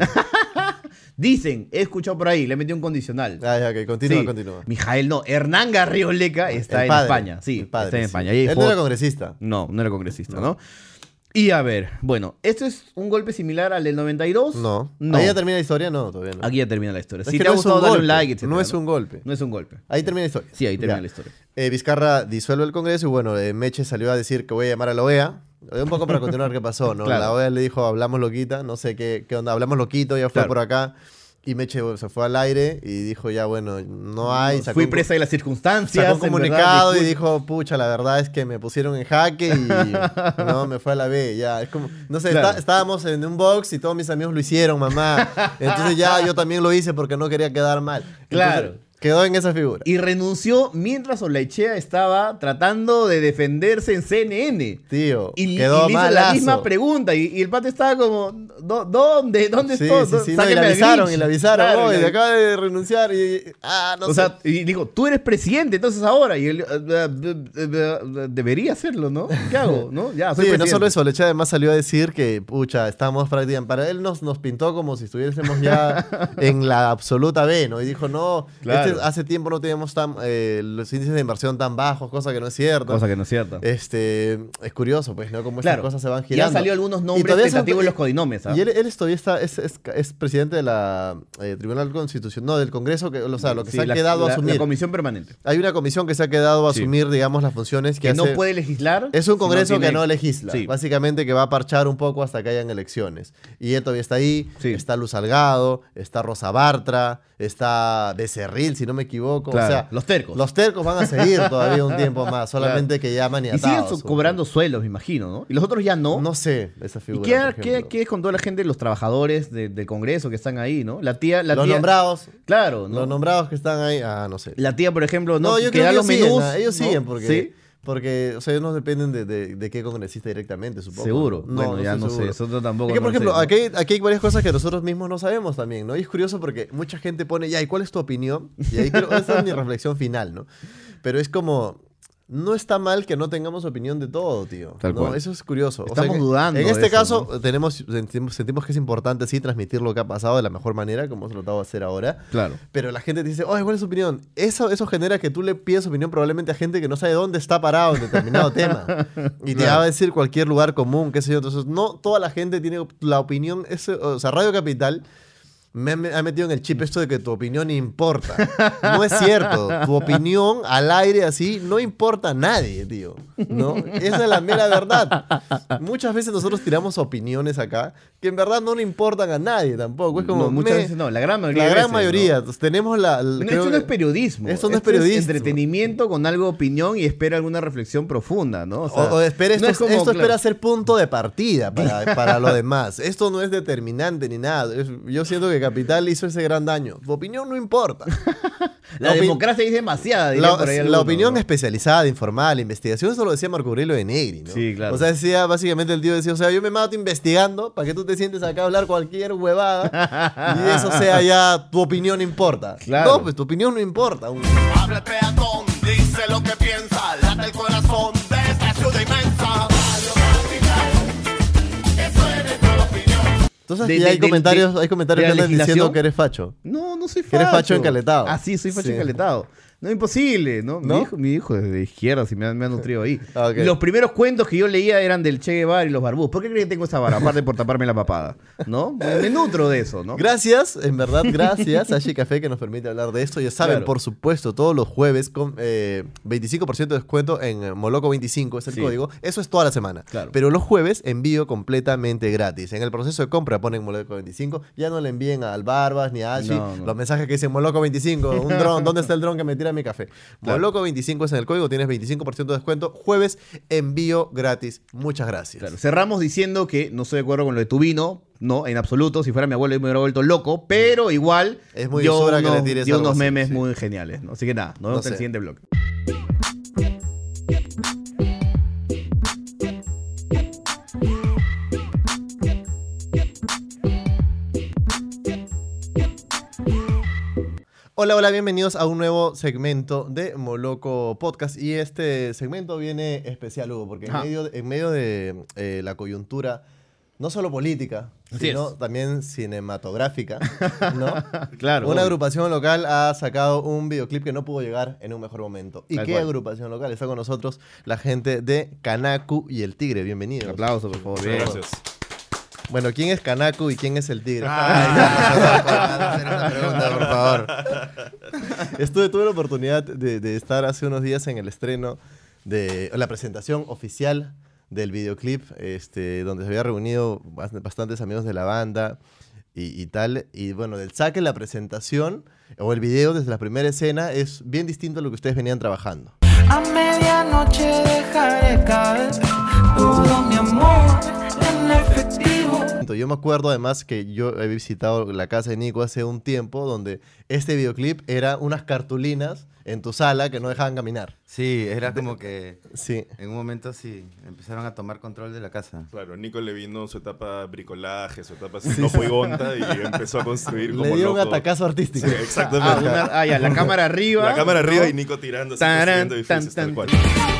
S3: Dicen, he escuchado por ahí, le metí un condicional.
S4: Ah, ya, ok, continúa,
S3: Sí.
S4: continúa.
S3: Mijael no, Hernán Garrioleca está
S4: El
S3: en
S4: padre,
S3: España. Sí,
S4: el padre,
S3: está en
S4: sí.
S3: España. Y
S4: Él
S3: dijo-
S4: no era congresista.
S3: no, no era congresista, ¿no? Y a ver, bueno, ¿esto es un golpe similar al del 92?
S4: No.
S3: no.
S4: Ahí ya termina la historia, no, todavía no.
S3: Aquí ya termina la historia.
S4: Es
S3: si
S4: que
S3: te ha
S4: no es un
S3: gustado, dale un
S4: golpe,
S3: like, etcétera,
S4: no es un golpe.
S3: No es un golpe.
S4: Ahí termina la historia.
S3: Sí, ahí termina
S4: Ya.
S3: la historia.
S4: Eh, Vizcarra disuelve el Congreso y bueno, eh, Meche salió a decir que voy a llamar a la OEA. Eh, Un poco para continuar qué pasó, ¿no?
S3: Claro.
S4: La OEA le dijo, hablamos loquita, no sé qué, qué onda, hablamos loquito, ya fue
S3: Claro.
S4: por acá. Y Meche bueno, se fue al aire y dijo, ya bueno, no hay. sacó
S3: Fui
S4: un-
S3: presa de las circunstancias.
S4: Sacó un
S3: en verdad,
S4: comunicado y
S3: disculpe.
S4: dijo, pucha, la verdad es que me pusieron en jaque y no, me fue a la B, ya. Es como, no sé,
S3: Claro.
S4: está- estábamos en un box y todos mis amigos lo hicieron, mamá. Entonces ya yo también lo hice porque no quería quedar mal. Entonces,
S3: Claro.
S4: quedó en esa figura.
S3: Y renunció mientras Olaichea estaba tratando de defenderse en CNN.
S4: Tío,
S3: Y,
S4: quedó
S3: y le hizo la
S4: malazo.
S3: misma pregunta. Y, y el pato estaba como, "¿Dó- ¿dónde? ¿Dónde
S4: Sí,
S3: estoy?
S4: sí, sí, no, y
S3: Sáquenme
S4: le
S3: al
S4: avisaron,
S3: Grinch".
S4: y le avisaron.
S3: Claro,
S4: "Oh,
S3: y
S4: y
S3: le-
S4: acaba de renunciar y... Ah, no
S3: o
S4: sé.
S3: sea, y dijo, tú eres presidente, entonces ahora. Y él, "Eh, eh, eh, eh, debería hacerlo, ¿no? ¿Qué hago? ¿No? Ya, soy
S4: Sí, Ah, no
S3: presidente".
S4: solo eso, Leche además salió a decir que, pucha, estamos prácticamente. Para él nos, nos pintó como si estuviésemos ya en la absoluta B, ¿no? Y dijo, no,
S3: Claro.
S4: este- hace tiempo no teníamos tan, eh, los índices de inversión tan bajos, cosa que no es cierto.
S3: Cosa que no es cierta.
S4: Este, es curioso, pues, ¿no? Cómo
S3: Claro.
S4: esas cosas se van
S3: Ya
S4: girando.
S3: han salido algunos
S4: Y
S3: nombres
S4: todavía son-
S3: tentativos en los codinomes, ¿ah?
S4: Y él, él es todavía está, es, es- es presidente de la eh, Tribunal Constitucional, no, del Congreso, que, o sea, lo que
S3: Sí,
S4: se ha
S3: la-
S4: quedado
S3: la-
S4: a asumir.
S3: La comisión permanente.
S4: Hay una comisión que se ha quedado a
S3: Sí.
S4: asumir, digamos, las funciones que,
S3: Que, no
S4: hace-
S3: puede legislar.
S4: es un congreso
S3: si tiene-
S4: que no legisla.
S3: Sí.
S4: Básicamente que va a parchar un poco hasta que hayan elecciones. Y él todavía está ahí.
S3: Sí.
S4: Está Luz Salgado, está Rosa Bartra, está Becerril, si no me equivoco.
S3: Claro,
S4: O sea,
S3: los tercos.
S4: Los tercos van a seguir todavía un tiempo más, solamente que ya
S3: Y siguen
S4: maniatados.
S3: so- cobrando sueldos, me imagino, ¿no? Y los otros ya no.
S4: No sé, esa figura.
S3: ¿Y qué,
S4: por
S3: qué-
S4: ejemplo.
S3: qué es con toda la gente, los trabajadores de- del Congreso que están ahí, ¿no? La tía. La
S4: los
S3: tía-
S4: nombrados.
S3: Claro, ¿no?
S4: Los nombrados que están ahí. Ah, no sé.
S3: la tía, por ejemplo, no,
S4: No, yo
S3: que
S4: creo
S3: da
S4: que
S3: los
S4: ellos siguen,
S3: menús.
S4: ah, ellos
S3: ¿no?
S4: siguen porque,
S3: Sí.
S4: Porque, o sea, ellos no dependen de, de- de qué congresista directamente, supongo.
S3: Seguro.
S4: No,
S3: bueno, ya
S4: estoy
S3: no sé.
S4: seguro.
S3: Eso tampoco.
S4: Es que, por
S3: no sé,
S4: ejemplo,
S3: ¿no?
S4: aquí, hay- aquí hay varias cosas que nosotros mismos no sabemos también, ¿no? Y es curioso porque mucha gente pone, ya, ¿y cuál es tu opinión? Y ahí creo, esa es mi reflexión final, ¿no? Pero es como, no está mal que no tengamos opinión de todo, tío.
S3: Tal
S4: ¿no?
S3: cual.
S4: Eso es curioso. O sea,
S3: Estamos
S4: que-
S3: dudando
S4: En
S3: de
S4: este
S3: eso,
S4: caso, tenemos, sentimos, sentimos que es importante, sí, transmitir lo que ha pasado de la mejor manera, como hemos tratado de hacer ahora.
S3: Claro.
S4: Pero la gente te dice, oye, ¿cuál es su opinión? Eso, eso genera que tú le pides opinión probablemente a gente que no sabe dónde está parado en determinado tema. Y te
S3: Claro.
S4: va a decir cualquier lugar común, qué sé yo. Entonces, no toda la gente tiene op- la opinión. ese- o sea, Radio Capital me ha me ha metido en el chip esto de que tu opinión importa. No es cierto. Tu opinión al aire así no importa a nadie, tío. ¿No? Esa es la mera verdad. Muchas veces nosotros tiramos opiniones acá que en verdad no le importan a nadie tampoco. Es como,
S3: No, muchas
S4: me-
S3: veces no, la gran mayoría.
S4: la
S3: de
S4: gran
S3: veces, ¿no?
S4: mayoría. Entonces, Tenemos la.
S3: No, esto no es periodismo.
S4: Esto no es
S3: Esto
S4: periodismo.
S3: entretenimiento con algo de opinión y espera alguna reflexión profunda, ¿no? O,
S4: O,
S3: sea,
S4: o espera,
S3: no
S4: esto,
S3: es como,
S4: esto espera
S3: claro,
S4: ser punto de partida para, para lo demás. Esto no es determinante ni nada. Es- Yo siento que Capital hizo ese gran daño. Tu opinión no importa.
S3: La
S4: opi-
S3: democracia es demasiada. diría
S4: La,
S3: por ahí
S4: la
S3: alguno,
S4: opinión
S3: ¿no?
S4: especializada, informal, investigación, eso lo decía Marco Aurelio de Negri, ¿no?
S3: Sí, claro.
S4: O sea, decía, básicamente el tío decía, o sea, yo me mato investigando para que tú te sientes acá a hablar cualquier huevada y eso sea ya tu opinión importa.
S3: Claro.
S4: No, pues tu opinión no importa. Un-
S5: Habla el peatón, dice lo que piensa, late el corazón de esta ciudad inmensa.
S4: Entonces,
S3: De-
S4: y
S3: de-
S4: hay,
S3: de-
S4: comentarios,
S3: de-
S4: hay comentarios
S3: de
S4: que
S3: la
S4: andan diciendo
S3: legislación.
S4: que eres facho.
S3: No, no soy facho.
S4: Que eres facho encaletado.
S3: Ah, sí, soy facho
S4: Sí.
S3: encaletado. No, imposible, ¿no?
S4: ¿No?
S3: Mi, hijo, mi hijo es de izquierda, si me, han- me han nutrido ahí.
S4: Ah, ok.
S3: Los primeros cuentos que yo leía eran del Che Guevara y los barbús. ¿Por qué creen que tengo esa vara? Aparte por taparme la papada, ¿no? Me, me nutro de eso, ¿no?
S4: Gracias, en verdad, gracias a Ashi Café que nos permite hablar de esto. Ya saben,
S3: Claro.
S4: por supuesto, todos los jueves con eh, 25% de descuento en eh, Moloco25, es el
S3: Sí.
S4: código. Eso es toda la semana.
S3: Claro.
S4: Pero los jueves envío completamente gratis. En el proceso de compra ponen Moloco25, ya no le envíen al Barbas ni a Ashi
S3: No, no.
S4: los mensajes que dicen Moloco25, un dron, ¿dónnde está el dron que me tira mi café?
S3: Claro.
S4: Moloco25 es en el código, tienes 25% de descuento. Jueves envío gratis. Muchas gracias.
S3: Claro, cerramos diciendo que no estoy de acuerdo con lo de tu vino, no, en absoluto. Si fuera mi abuelo, yo me hubiera vuelto loco, pero igual
S4: Mm. Es muy
S3: dio
S4: usura que
S3: unos,
S4: le tires
S3: dio
S4: algo
S3: unos
S4: así,
S3: memes
S4: sí.
S3: muy geniales. ¿no? Así que nada, nos vemos
S4: No
S3: en
S4: sé.
S3: el siguiente bloque.
S4: Hola, hola, bienvenidos a un nuevo segmento de Moloco Podcast. Y este segmento viene especial, Hugo, porque en
S3: Ajá.
S4: medio, en medio de eh, la coyuntura, no solo política,
S3: Así
S4: sino
S3: es.
S4: también cinematográfica, ¿no?
S3: Claro.
S4: Una
S3: obvio.
S4: agrupación local ha sacado un videoclip que no pudo llegar en un mejor momento. ¿Y
S3: Tal
S4: qué
S3: cual.
S4: agrupación local? Está con nosotros la gente de Kanaku y el Tigre. Bienvenidos.
S3: Un aplauso, por favor. Bien.
S4: Bueno, ¿quién es Kanaku y quién es el tigre? Ay, ya, por favor, para hacer esa pregunta, por favor. Estuve, tuve la oportunidad de, de estar hace unos días en el estreno de la presentación oficial del videoclip, este, donde se había reunido bast- bastantes amigos de la banda y, y tal. Y bueno, del saque, la presentación o el video desde la primera escena es bien distinto a lo que ustedes venían trabajando.
S11: A medianoche dejaré caer todo mi amor en efectivo.
S4: Yo me acuerdo además que yo he visitado la casa de Nico hace un tiempo donde este videoclip era unas cartulinas en tu sala que no dejaban caminar.
S12: Sí, era como que
S4: Sí.
S12: en un momento sí, empezaron a tomar control de la casa.
S13: Claro, Nico le vino su etapa bricolaje, su etapa sinojo y gonta y empezó a construir como
S4: Le dio un
S13: loco.
S4: atacazo artístico.
S13: Sí, exactamente.
S3: Ah, una- ah, ya, la cámara arriba,
S13: La cámara
S3: ¿no?
S13: arriba y Nico tirando, así,
S3: Tarán,
S13: construyendo edificios,
S3: tan,
S13: tal
S3: tan.
S13: cual.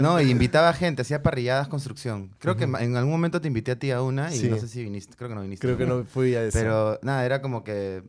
S12: No, y invitaba gente, hacía parrilladas construcción. Creo que ma- en algún momento te invité a ti a una y
S4: Sí.
S12: no sé si viniste, creo que no viniste.
S4: Creo que no fui a eso.
S12: Pero nada, era como que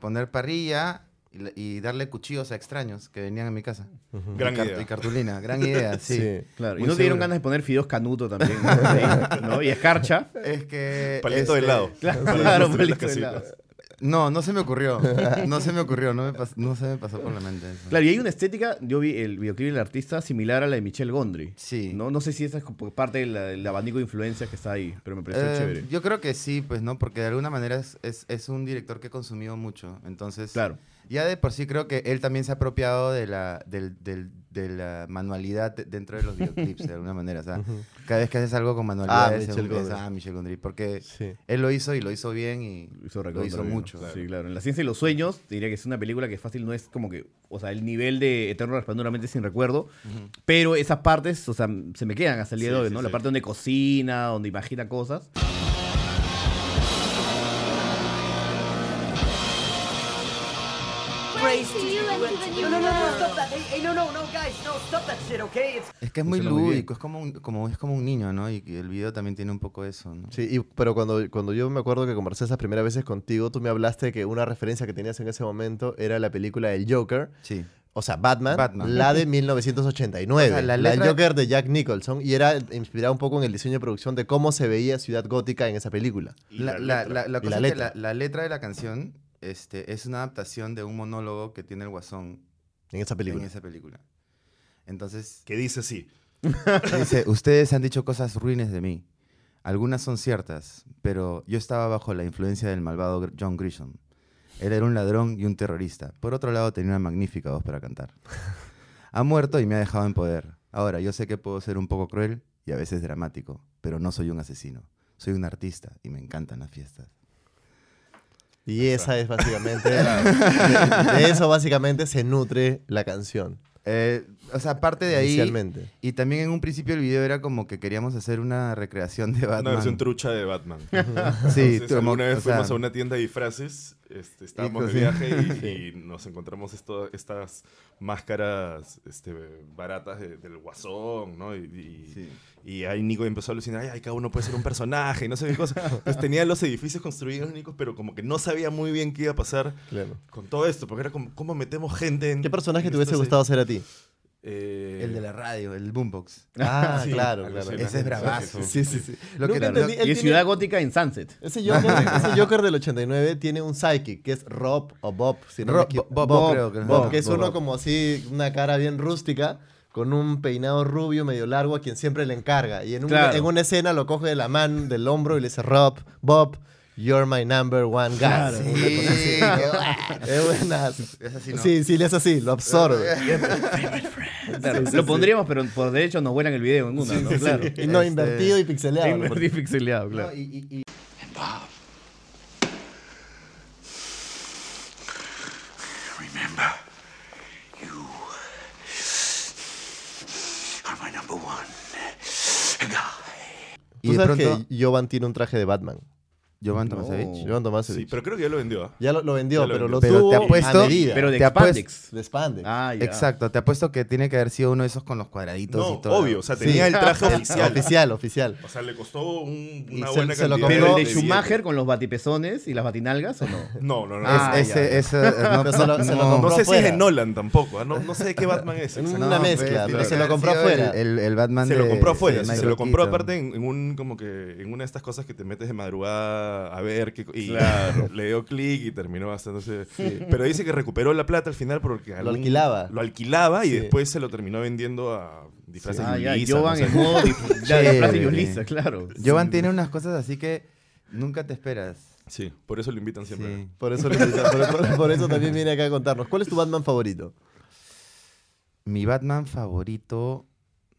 S12: poner parrilla y, le- y darle cuchillos a extraños que venían a mi casa. Y
S13: Gran
S12: cart-
S13: idea.
S12: Y cartulina, gran idea, sí.
S4: Sí.
S3: Claro. Y
S12: Muy
S3: no te dieron
S12: seguro.
S3: ganas de poner fideos canuto también, ¿no? Sí, ¿no? Y escarcha.
S12: Es que...
S13: Palito de
S12: este,
S13: helado.
S3: Claro,
S13: Para construir las
S3: palito de
S13: casitas.
S3: helado.
S12: No, no se me ocurrió. No se me ocurrió, no, me pas- no se me pasó por la mente eso.
S3: Claro, y hay una estética, yo vi el videoclip del artista similar a la de Michelle Gondry.
S12: Sí.
S3: No, no sé si esa es como parte del del abanico de influencias que está ahí, pero me pareció
S12: Eh,
S3: chévere.
S12: Yo creo que sí, pues, ¿no? Porque de alguna manera es, es- es un director que he consumido mucho. Entonces,
S3: Claro.
S12: Ya de por sí creo que él también se ha apropiado de la, del- del- de la manualidad de- dentro de los videoclips, de alguna manera. O sea, cada vez que haces algo con manualidad, es-
S4: Michel
S12: es,
S4: Gondry.
S12: ah, Michel Gondry. Porque él lo hizo y lo hizo bien y lo hizo
S3: Bien,
S12: mucho.
S3: claro. Sí, claro. En La ciencia y los sueños, te diría que es una película que fácil no es como que, o sea, el nivel de Eterno Resplandor de una mente sin recuerdo,
S12: Ujú.
S3: pero esas partes, o sea, se me quedan hasta el día
S12: Sí,
S3: de hoy,
S12: sí,
S3: ¿no?
S12: sí.
S3: La parte donde cocina, donde imagina cosas.
S14: No, no, no, no, stop that. Hey, hey, no, no, no, guys, no, stop that shit, okay? It's
S12: Es que es muy
S4: Funciona muy bien.
S12: lúdico, es como, un, como, es como un niño, ¿no? Y el video también tiene un poco eso, ¿no?
S4: Sí, y- pero cuando, cuando yo me acuerdo que conversé esas primeras veces contigo, tú me hablaste que una referencia que tenías en ese momento era la película El Joker.
S12: Sí.
S4: O sea, Batman,
S12: Batman.
S4: la de 1989.
S12: O sea, la
S4: la
S12: letra-
S4: Joker de Jack Nicholson. Y era inspirada un poco en el diseño de producción de cómo se veía Ciudad Gótica en esa película.
S12: La, la, la, la
S4: Y
S12: cosa
S4: la
S12: es que
S4: letra.
S12: la, la letra de la canción este, es una adaptación de un monólogo que tiene el Guasón.
S4: En esa película.
S12: En esa película. Entonces.
S13: Que dice así.
S12: Dice, ustedes han dicho cosas ruines de mí. Algunas son ciertas, pero yo estaba bajo la influencia del malvado Gr- John Grisham. Él era un ladrón y un terrorista. Por otro lado, tenía una magnífica voz para cantar. Ha muerto y me ha dejado en poder. Ahora, yo sé que puedo ser un poco cruel y a veces dramático, pero no soy un asesino. Soy un artista y me encantan las fiestas.
S4: Y esa es básicamente. de, de eso básicamente se nutre la canción.
S12: Eh, o sea, aparte de ahí.
S4: Inicialmente.
S12: Y también en un principio el video era como que queríamos hacer una recreación de Batman.
S13: Una versión trucha de Batman.
S12: sí,
S13: Entonces,
S12: como-
S13: alguna vez
S12: o sea,
S13: fuimos a una tienda de disfraces, este, estábamos de
S12: sí.
S13: viaje y, y nos encontramos esto- estas máscaras este, baratas de- del guasón, ¿no? Y, y- y ahí Nico empezó a alucinar, ay, ay, cada uno puede ser un personaje, y no sé qué cosa. Entonces tenía los edificios construidos, Nico, pero como que no sabía muy bien qué iba a pasar
S4: Claro.
S13: con todo esto, porque era como, ¿cómo metemos gente en...
S4: ¿Qué personaje
S13: en este
S4: te hubiese
S13: estos-
S4: gustado ser a ti?
S13: Eh,
S12: El de la radio, el boombox.
S4: Ah, claro,
S12: algo
S4: claro.
S12: así, Ese es bravazo.
S4: Sí, sí, sí.
S12: Lo que,
S4: Nunca
S12: lo-
S4: entendí, él
S12: y
S4: tiene-
S12: Ciudad
S3: Gótica en Sunset.
S4: Ese Joker, ese Joker del 89 tiene un psychic que es Rob o Bob. Si no me
S12: Rob-
S4: equivoco.
S12: Bob, creo que es.
S4: Bob, que es
S12: Bob,
S4: uno
S12: Bob.
S4: como así, una cara bien rústica, con un peinado rubio medio largo a quien siempre le encarga. Y en, un-
S3: Claro.
S4: en una escena lo coge de la mano, del hombro y le dice, Rob, Bob, you're my number one guy.
S12: Claro,
S4: Sí,
S12: una cosa así.
S4: qué buena. es buenas.
S12: Es así, ¿no?
S4: Sí, sí, le es así, lo absorbe.
S3: Claro,
S4: Sí, sí,
S3: lo
S4: sí.
S3: pondríamos, pero por derecho nos vuelan el video en una,
S4: Sí,
S3: ¿no?
S4: sí, sí.
S3: Claro. Este,
S4: Y no, invertido y pixeleado, ¿no?
S3: Invertido y pixeleado, claro.
S15: Remember, you are my number one guy.
S4: ¿Tú
S12: Y de
S4: sabes
S12: pronto- Oh.
S4: que Jovan tiene un traje de Batman?
S12: Jovan
S4: Tomasevich. Jovan Tomasevich.
S13: Sí, pero creo que ya lo vendió. ¿ah?
S4: Ya lo, lo vendió,
S13: Ya lo
S4: pero
S13: vendió.
S4: lo
S12: Pero
S4: tuvo
S12: te apuesto-
S4: a medida.
S12: pero de Te apuesto- Ah, spandex.
S4: De spandex.
S3: Ah,
S12: Exacto, te apuesto que tiene que haber sido uno de esos con los cuadraditos
S13: No,
S12: y todo.
S13: obvio, o sea, tenía el traje oficial.
S4: Oficial, oficial.
S13: O sea, le costó un- una
S4: se-
S13: buena
S4: se lo
S13: cantidad.
S3: Pero el de
S13: billetes.
S3: Schumacher con los batipezones y las batinalgas o no?
S13: No, no, no.
S3: Ah,
S13: Es-
S3: ya,
S13: ese-
S3: ya.
S13: ese- no, Pero se lo- no, se lo no. compró No sé si es afuera. de Nolan tampoco, ¿ah? No- no sé de qué Batman es. Una
S12: No, pues,
S13: mezcla,
S12: tiene
S13: pero-
S12: que
S13: se lo
S12: haber
S13: compró
S12: sido
S13: afuera.
S12: El, el- el Batman
S13: se lo
S12: de-
S13: compró afuera,
S12: de
S13: sí, se
S12: Michael
S13: lo compró
S12: Keaton.
S13: aparte en, en un como que en una de estas cosas que te metes de madrugada a ver qué co- y
S4: Claro.
S13: le dio clic y terminó gastándose.
S4: Sí.
S13: Pero dice que recuperó la plata al final porque
S4: Lo alquilaba.
S13: Lo alquilaba y
S4: Sí.
S13: después se lo terminó vendiendo a disfraces
S3: Ah,
S13: de
S3: ya,
S13: Yulisa,
S3: Jovan
S13: no
S3: en
S13: sé.
S3: modo dif- ya, disfraz de
S12: Chévere.
S3: Yulisa, claro.
S12: Jovan tiene unas cosas así que nunca te esperas.
S13: Sí, por eso lo invitan siempre.
S12: Sí.
S4: Por eso, le- por- por- por eso también viene acá a contarnos. ¿Cuál es tu Batman favorito?
S12: Mi Batman favorito,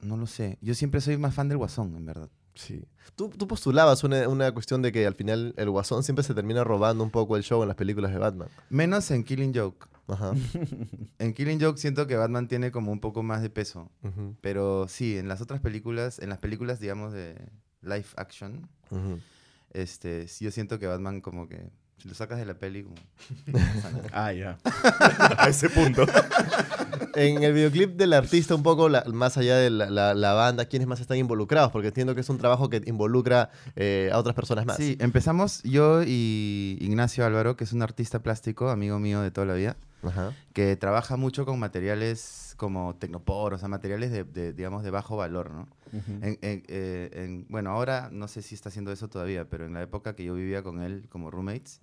S12: no lo sé. Yo siempre soy más fan del Guasón, en verdad.
S4: Sí. Tú, tú postulabas una, una cuestión de que al final el Guasón siempre se termina robando un poco el show en las películas de Batman.
S12: Menos en Killing Joke.
S4: Ajá.
S12: en Killing Joke siento que Batman tiene como un poco más de peso.
S4: Ujú.
S12: Pero sí, en las otras películas, en las películas, digamos, de live action,
S4: Ujú.
S12: este, sí, yo siento que Batman como que... Si lo sacas de la peli, como...
S3: ah, ya.
S13: a ese punto.
S4: En el videoclip del artista, un poco la- más allá de la, la- la banda, ¿quiénes más están involucrados? Porque entiendo que es un trabajo que involucra eh, a otras personas más.
S12: Sí, empezamos yo y Ignacio Álvaro, que es un artista plástico, amigo mío de toda la vida,
S4: Ajá.
S12: que trabaja mucho con materiales como tecnopor, o sea, materiales de, de, digamos, de bajo valor, ¿no?
S4: Ujú.
S12: En- en- eh, en- bueno, ahora no sé si está haciendo eso todavía, pero en la época que yo vivía con él como roommates,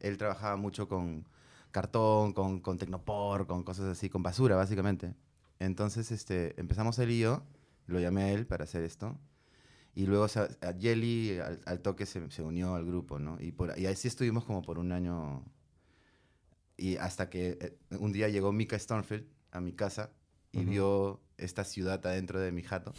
S12: él trabajaba mucho con cartón, con, con tecnopor, con cosas así, con basura, básicamente. Entonces, este, empezamos él y yo, lo llamé a él para hacer esto. Y luego o sea, a Jelly al, al toque se, se unió al grupo, ¿no? Y, por, y así estuvimos como por un año Y hasta que eh, un día llegó Mika Stormfield a mi casa y vio esta ciudad adentro de mi jato.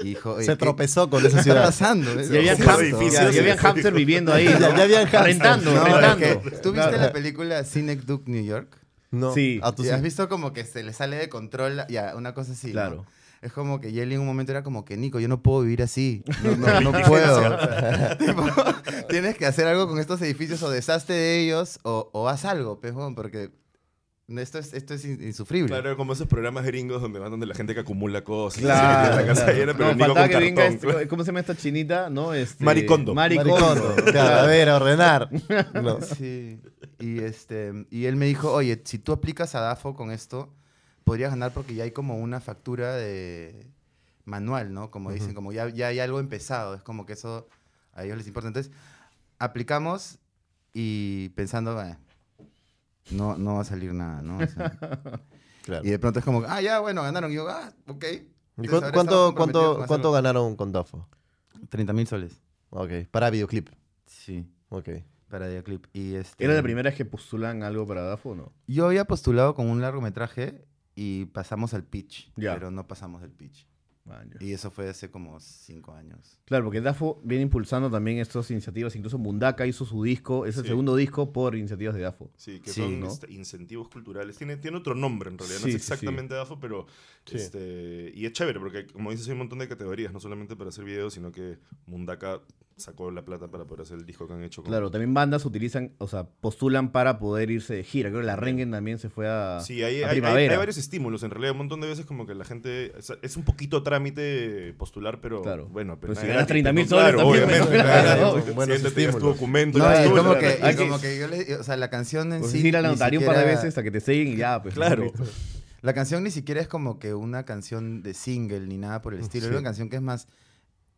S12: Y dijo, "Oye,
S16: Se
S12: ¿qué-
S16: tropezó con
S12: qué
S16: esa
S12: está
S16: ciudad.
S12: pasando?
S16: Y
S12: Es
S16: había
S12: justo.
S16: hamsters, edificios. ya había hamsters viviendo ahí, ¿no?
S12: Ya, ya había hamsters.
S16: Rentando, rentando.
S12: es que, ¿Tú viste
S16: Claro.
S12: la película Cinec Duke New York?
S16: No. Sí. Ah, tú sí.
S12: ¿Has visto como que se le sale de control? la- Ya, una cosa así. ¿no?
S16: Claro.
S12: Es como que Jelly en un momento era como que, Nico, yo no puedo vivir así. No, no- no
S16: Qué
S12: puedo.
S16: gracioso.
S12: Tipo, tienes que hacer algo con estos edificios o deshazte de ellos o, o haz algo, pejón, porque esto es, esto es in- insufrible.
S4: Claro, como esos programas gringos donde van donde la gente que acumula cosas.
S3: Claro,
S4: la casa
S3: claro.
S4: llena, pero
S3: No,
S4: el Nico
S3: faltaba
S4: con
S3: que venga
S4: cartón.
S3: este- ¿Cómo se llama esta chinita? No, este,
S4: Maricondo.
S3: Maricondo.
S12: Maricondo,
S3: Claro.
S12: claro, a ver, a
S16: ordenar.
S12: No. Sí. Y, este, y él me dijo, oye, si tú aplicas a DAFO con esto, podrías ganar porque ya hay como una factura de manual, ¿no? Como dicen,
S16: Ujú.
S12: como ya, ya hay algo empezado. Es como que eso a ellos les importa. Entonces, aplicamos y pensando, "Eh, no, no va a salir nada, ¿no? O sea, Y de pronto es como, ah, ya, bueno, ganaron. Y yo, ah, ok.
S16: ¿Y
S12: Entonces,
S16: cuán-
S12: ahora
S16: ¿Cuánto,
S12: estamos comprometidos
S16: cuánto,
S12: con
S16: cuánto
S12: hacerlo.
S16: ganaron con Dafo?
S12: 30 mil soles.
S16: Ok, para videoclip.
S12: Sí.
S16: Ok.
S12: Para videoclip. Y este...
S3: ¿Era la primera vez que postulan algo para DAFO o no?
S12: Yo había postulado con un largometraje y pasamos al pitch,
S3: Ya.
S12: pero no pasamos el pitch. Y eso fue hace como cinco años.
S3: Claro, porque DAFO viene impulsando también estas iniciativas. Incluso Mundaka hizo su disco, es el
S4: Sí.
S3: segundo disco por iniciativas de DAFO.
S4: Sí, que son este, incentivos culturales. Tiene, tiene otro nombre en realidad, no
S3: Sí,
S4: es
S3: sí, sí.
S4: exactamente DAFO, pero...
S3: Sí.
S4: Este, y es chévere, porque como dices, hay un montón de categorías, no solamente para hacer videos, sino que Mundaka sacó la plata para poder hacer el disco que han hecho. con-
S3: Claro, también bandas utilizan, o sea, postulan para poder irse de gira. Creo que la Rengen también se fue a,
S4: Sí, hay,
S3: a
S4: hay- hay-
S3: primavera.
S4: hay varios estímulos, en realidad, un montón de veces como que la gente... o sea, es un poquito trámite postular, pero bueno...
S3: Pero Pues si
S4: nada
S3: ganas 30.000
S4: gratis,
S3: soles
S4: ¿no? Claro,
S3: también,
S4: obviamente,
S3: ¿no?
S4: claro.
S3: Claro. Buenos
S4: Siéntate, haz tu
S3: estímulos.
S4: documento.
S12: No,
S4: haz
S12: y
S4: tú,
S12: como
S4: claro.
S12: que, y
S4: Hay
S12: como que yo le- o sea, la canción en
S3: Pues
S12: sí.
S3: ir a la
S12: ni
S3: notaría un par de
S12: siquiera-
S3: veces hasta que te sellen y ya, pues.
S4: Claro.
S12: La canción ni siquiera es como que una canción de single ni nada por el estilo.
S16: Sí.
S12: Es una canción que es más.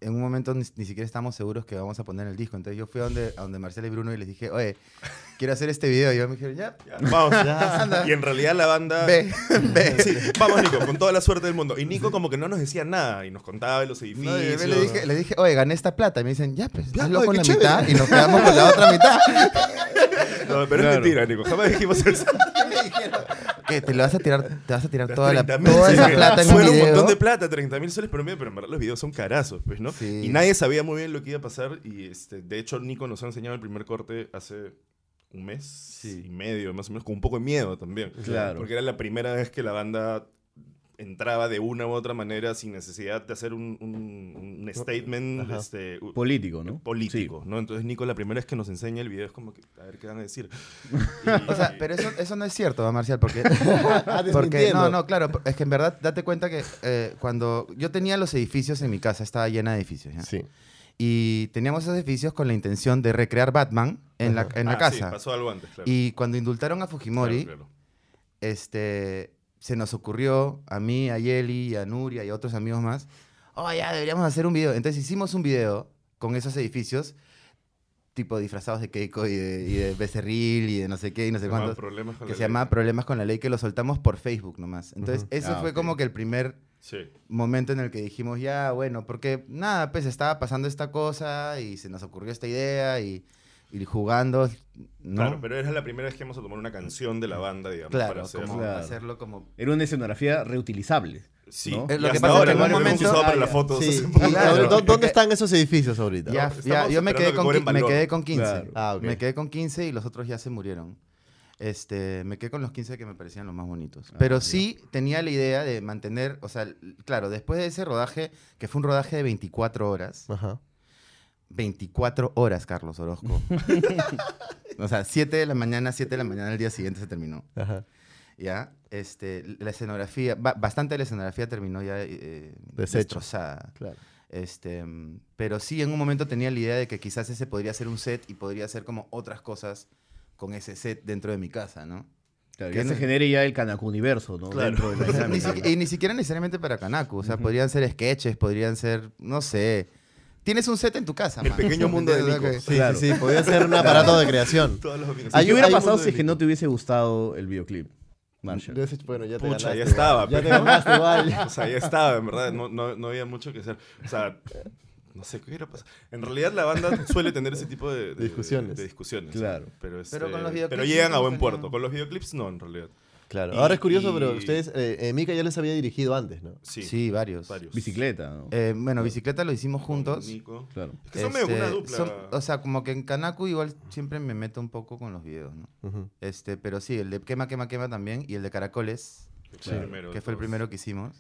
S12: En un momento ni, ni siquiera estamos seguros que vamos a poner el disco. Entonces yo fui a donde, a donde Marcela y Bruno y les dije, oye, quiero hacer este video. Y ellos me dijeron, ya.
S4: Vamos.
S12: Ya, anda.
S4: Y en realidad la banda.
S12: Ve, ve.
S4: Sí, vamos, Nico, con toda la suerte del mundo. Y Nico, como que no nos decía nada y nos contaba de los
S12: No,
S4: edificios.
S12: y yo le, dije, le dije, oye, gané esta plata. Y me dicen, ya, pues,
S4: Ya,
S12: estás
S4: oye,
S12: loco
S4: qué
S12: en la
S4: chévere.
S12: mitad y nos quedamos con la otra mitad.
S4: No, pero es
S12: Claro.
S4: mentira, Nico. Jamás dijimos eso.
S12: que te lo vas a tirar, te vas a tirar
S4: Las
S12: toda, la,
S4: 30.000,
S12: toda
S4: sí,
S12: esa
S4: que
S12: plata en un
S4: Suena
S12: video.
S4: un montón de plata, 30 mil soles por medio, pero en verdad los videos son carazos, pues, ¿no? Y nadie sabía muy bien lo que iba a pasar. Y este, de hecho, Nico nos ha enseñado el primer corte hace un mes y medio, más o menos, con un poco de miedo también.
S3: Claro.
S4: Porque era la primera vez que la banda entraba de una u otra manera sin necesidad de hacer un, un- un statement
S3: Ajá.
S4: este, u-
S3: Político, ¿no?
S4: político, ¿no? Entonces Nico la primera vez que nos enseña el video es como que, a ver qué van a decir.
S12: O sea, pero eso, eso no es cierto, ¿va, Marcial, porque,
S16: Ah,
S12: porque
S16: desmintiendo.
S12: no, no, claro, es que en verdad date cuenta que eh, cuando yo tenía los edificios en mi casa, estaba llena de edificios, ¿ya?
S16: Sí.
S12: Y teníamos esos edificios con la intención de recrear Batman en la, en la
S4: Ah, sí,
S12: casa.
S4: pasó algo antes, claro.
S12: Y cuando indultaron a Fujimori,
S4: Claro,
S12: este se nos ocurrió a mí, a Yeli, a Nuria y a otros amigos más, oh, ya deberíamos hacer un video. Entonces hicimos un video con esos edificios, tipo disfrazados de Keiko y de, y de Becerril y de no sé qué y no sé
S4: Se llamaba
S12: cuántos.
S4: Problemas con
S12: que
S4: la
S12: se
S4: Ley.
S12: llamaba Problemas con la Ley, que lo soltamos por Facebook nomás. Entonces
S16: Ujú.
S12: ese
S16: Ah,
S12: fue
S16: ok.
S12: como que el primer
S4: Sí.
S12: momento en el que dijimos, ya, bueno, porque nada, pues estaba pasando esta cosa y se nos ocurrió esta idea y, y jugando, ¿no?
S4: Claro, pero era la primera vez que íbamos a tomar una canción de la banda, digamos,
S12: Claro,
S4: para hacer.
S12: como Claro. hacerlo como-
S3: Era una escenografía reutilizable.
S4: Sí,
S3: ¿no?
S4: Eh, lo Y que hasta pasa es ahora que en lo un hemos momento- usado para las fotos.
S16: Sí.
S4: Entonces,
S16: ¿Y
S4: claro.
S16: dónde-
S4: Porque-
S16: ¿Dónde están esos edificios ahorita?
S12: Ya,
S16: Estamos
S12: ya, yo me
S16: esperando
S12: quedé, con,
S16: que
S12: qui-
S16: cobren
S12: me quedé
S16: valor.
S12: con 15.
S16: Claro. Ah, ok.
S12: Me quedé con 15 y los otros ya se murieron. Este, me quedé con los 15 que me parecían los más bonitos. Pero sí tenía la idea de mantener, o sea, l- claro, después de ese rodaje, que fue un rodaje de 24 horas. 24 horas, Carlos Orozco. o sea, 7 de la mañana, 7 de la mañana, el día siguiente se terminó.
S16: Ajá.
S12: Ya, este, la escenografía, ba- bastante de la escenografía terminó ya eh,
S16: Deshecha.
S12: destrozada.
S16: Claro.
S12: Este, mm, pero sí, en un momento tenía la idea de que quizás ese podría ser un set y podría hacer como otras cosas con ese set dentro de mi casa, ¿no?
S3: Claro,
S12: Que
S3: ya
S12: no-
S3: se genere ya el Kanaka universo, ¿no? Dentro de la
S12: O sea, ni
S3: dinámica.
S12: siqui- y ni siquiera necesariamente para Kanaku. O sea, podrían ser sketches, podrían ser, no sé. Tienes un set en tu casa,
S4: El
S12: man.
S4: pequeño mundo de Nico.
S12: Ok.
S16: Sí, sí, sí, podía ser un aparato de creación. Ah,
S4: Todos los videos.
S3: Ay,
S16: Hay
S3: ¿Qué
S16: un-
S3: hubiera
S16: hay un
S3: pasado
S16: mundo
S3: si es que
S16: delito.
S3: no te hubiese gustado el videoclip, Marshall?
S16: De ese- bueno, ya te ganaste
S4: Pucha, ya
S16: igual.
S4: estaba.
S16: Ya te
S4: pero-
S13: Pues
S16: ganaste igual.
S4: O sea, ya estaba, en verdad. No, no, no había mucho que hacer. O sea,
S13: no sé qué hubiera pasado. En realidad la banda suele tener ese tipo de, de-
S4: Discusiones.
S13: de discusiones.
S4: Claro.
S13: Pero, este,
S4: Pero con los
S13: pero
S4: videoclips
S13: llegan
S4: no
S13: a buen
S4: tenían-
S13: puerto. Con los videoclips no, en realidad.
S4: Claro.
S13: Y-
S4: Ahora es curioso,
S13: y-
S4: pero ustedes, eh, eh, Mika ya les había dirigido antes, ¿no?
S13: Sí.
S12: Sí, varios.
S3: Bicicleta, ¿no?
S12: Eh, bueno, bicicleta lo hicimos juntos.
S13: Nico.
S3: Claro.
S13: Es que son medio una dupla.
S12: Este, o sea, como que en Kanaku igual siempre me meto un poco con los videos, ¿no?
S4: Ujú.
S12: Este, pero sí, el de Quema, Quema, Quema también y el de Caracoles,
S13: Sí. primero de
S12: que fue el
S13: todos.
S12: primero que hicimos.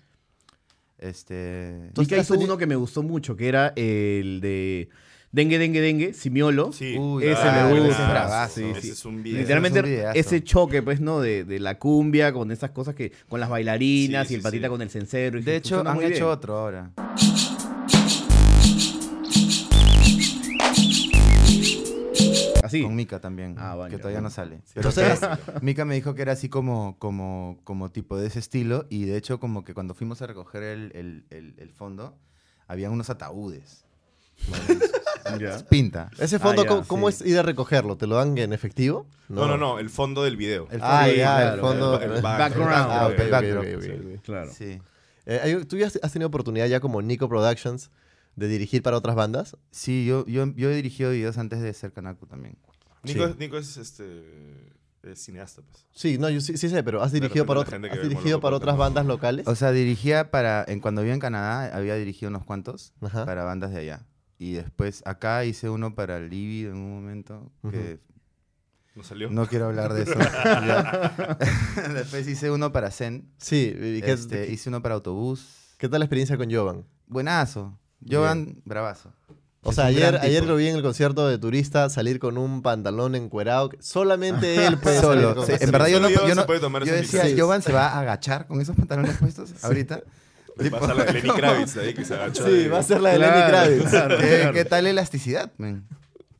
S12: Este,
S3: Mika hizo uno que me gustó mucho, que era el de Dengue, Dengue, Dengue, Simiolo.
S13: Sí.
S12: Uy,
S3: ese
S12: claro,
S3: me
S12: ese
S3: gusta.
S12: es bravazo.
S3: Sí,
S13: Ese
S3: sí.
S13: es un videazo.
S3: Literalmente
S12: Ese es un videazo.
S3: ese choque, pues, ¿no? De, de la cumbia con esas cosas que... Con las bailarinas y
S12: Sí,
S3: el
S12: sí,
S3: patita
S12: sí.
S3: con el cencero. y
S12: De
S3: que
S12: hecho,
S3: funciona
S12: han
S3: muy
S12: hecho
S3: bien.
S12: otro ahora.
S3: Así.
S12: Con Mika también,
S3: Ah,
S12: que todavía no sale. Pero
S4: Entonces-
S12: que es- Mika me dijo que era así como, como, como tipo de ese estilo y de hecho como que cuando fuimos a recoger el, el- el- el fondo, había unos ataúdes.
S3: Ya.
S12: Pinta.
S4: Ese fondo,
S12: Ah, ya,
S4: ¿cómo, cómo
S12: sí.
S4: es ir a recogerlo? ¿Te lo dan en efectivo?
S13: No, no, eh. no, el fondo del video.
S4: El Ah, fondo, ya, el
S13: claro,
S4: fondo.
S13: el- el back-
S4: background. Ah, ok,
S13: el background.
S4: ok, ok,
S13: Sí.
S4: ok, ok.
S3: Claro.
S12: Sí.
S4: Eh, hay- ¿Tú ya has has tenido oportunidad ya como Nico Productions de dirigir para otras bandas?
S12: Sí, yo, yo, yo he dirigido videos antes de ser Kanaku también.
S13: Nico,
S4: Sí.
S13: Nico es este es cineasta, pues.
S4: Sí, no, yo sí, sí sé, pero ¿has
S13: De
S4: dirigido
S13: repente
S4: para,
S13: la
S4: otra-
S13: gente que
S4: has
S13: vemos
S4: dirigido
S13: loco
S4: para
S13: por
S4: otras
S13: temas.
S4: bandas locales?
S12: O sea, dirigía para, en, cuando vivía en Canadá, había dirigido unos cuantos
S4: Ajá.
S12: para bandas de allá. Y después acá hice uno para Libby en un momento que...
S13: No salió.
S12: No quiero hablar de eso. Ya. Después hice uno para Zen.
S4: Sí, ¿y qué-
S12: Este, hice uno para autobús.
S4: ¿Qué tal la experiencia con Jovan?
S12: Buenazo. Jovan, bravazo.
S4: O
S12: Es
S4: sea,
S12: un gran
S4: ayer, ayer
S12: tipo.
S4: lo vi en el concierto de turista salir con un pantalón encuerado. que Solamente él puede salir
S12: Solo.
S4: con
S12: Sí,
S4: eso.
S12: en verdad yo
S13: Solo
S12: no,
S13: Jovan
S12: yo
S13: se
S12: no-
S13: puede tomar
S12: yo
S13: esa
S12: decía,
S13: licencia.
S12: Jovan se va a agachar con esos pantalones puestos ahorita.
S13: Le pasa la de Lenny Kravitz ahí que se agachó.
S4: Sí,
S13: ahí.
S4: va a ser la de Lenny Kravitz.
S13: claro,
S12: ¿Qué,
S13: claro.
S12: qué tal elasticidad, men?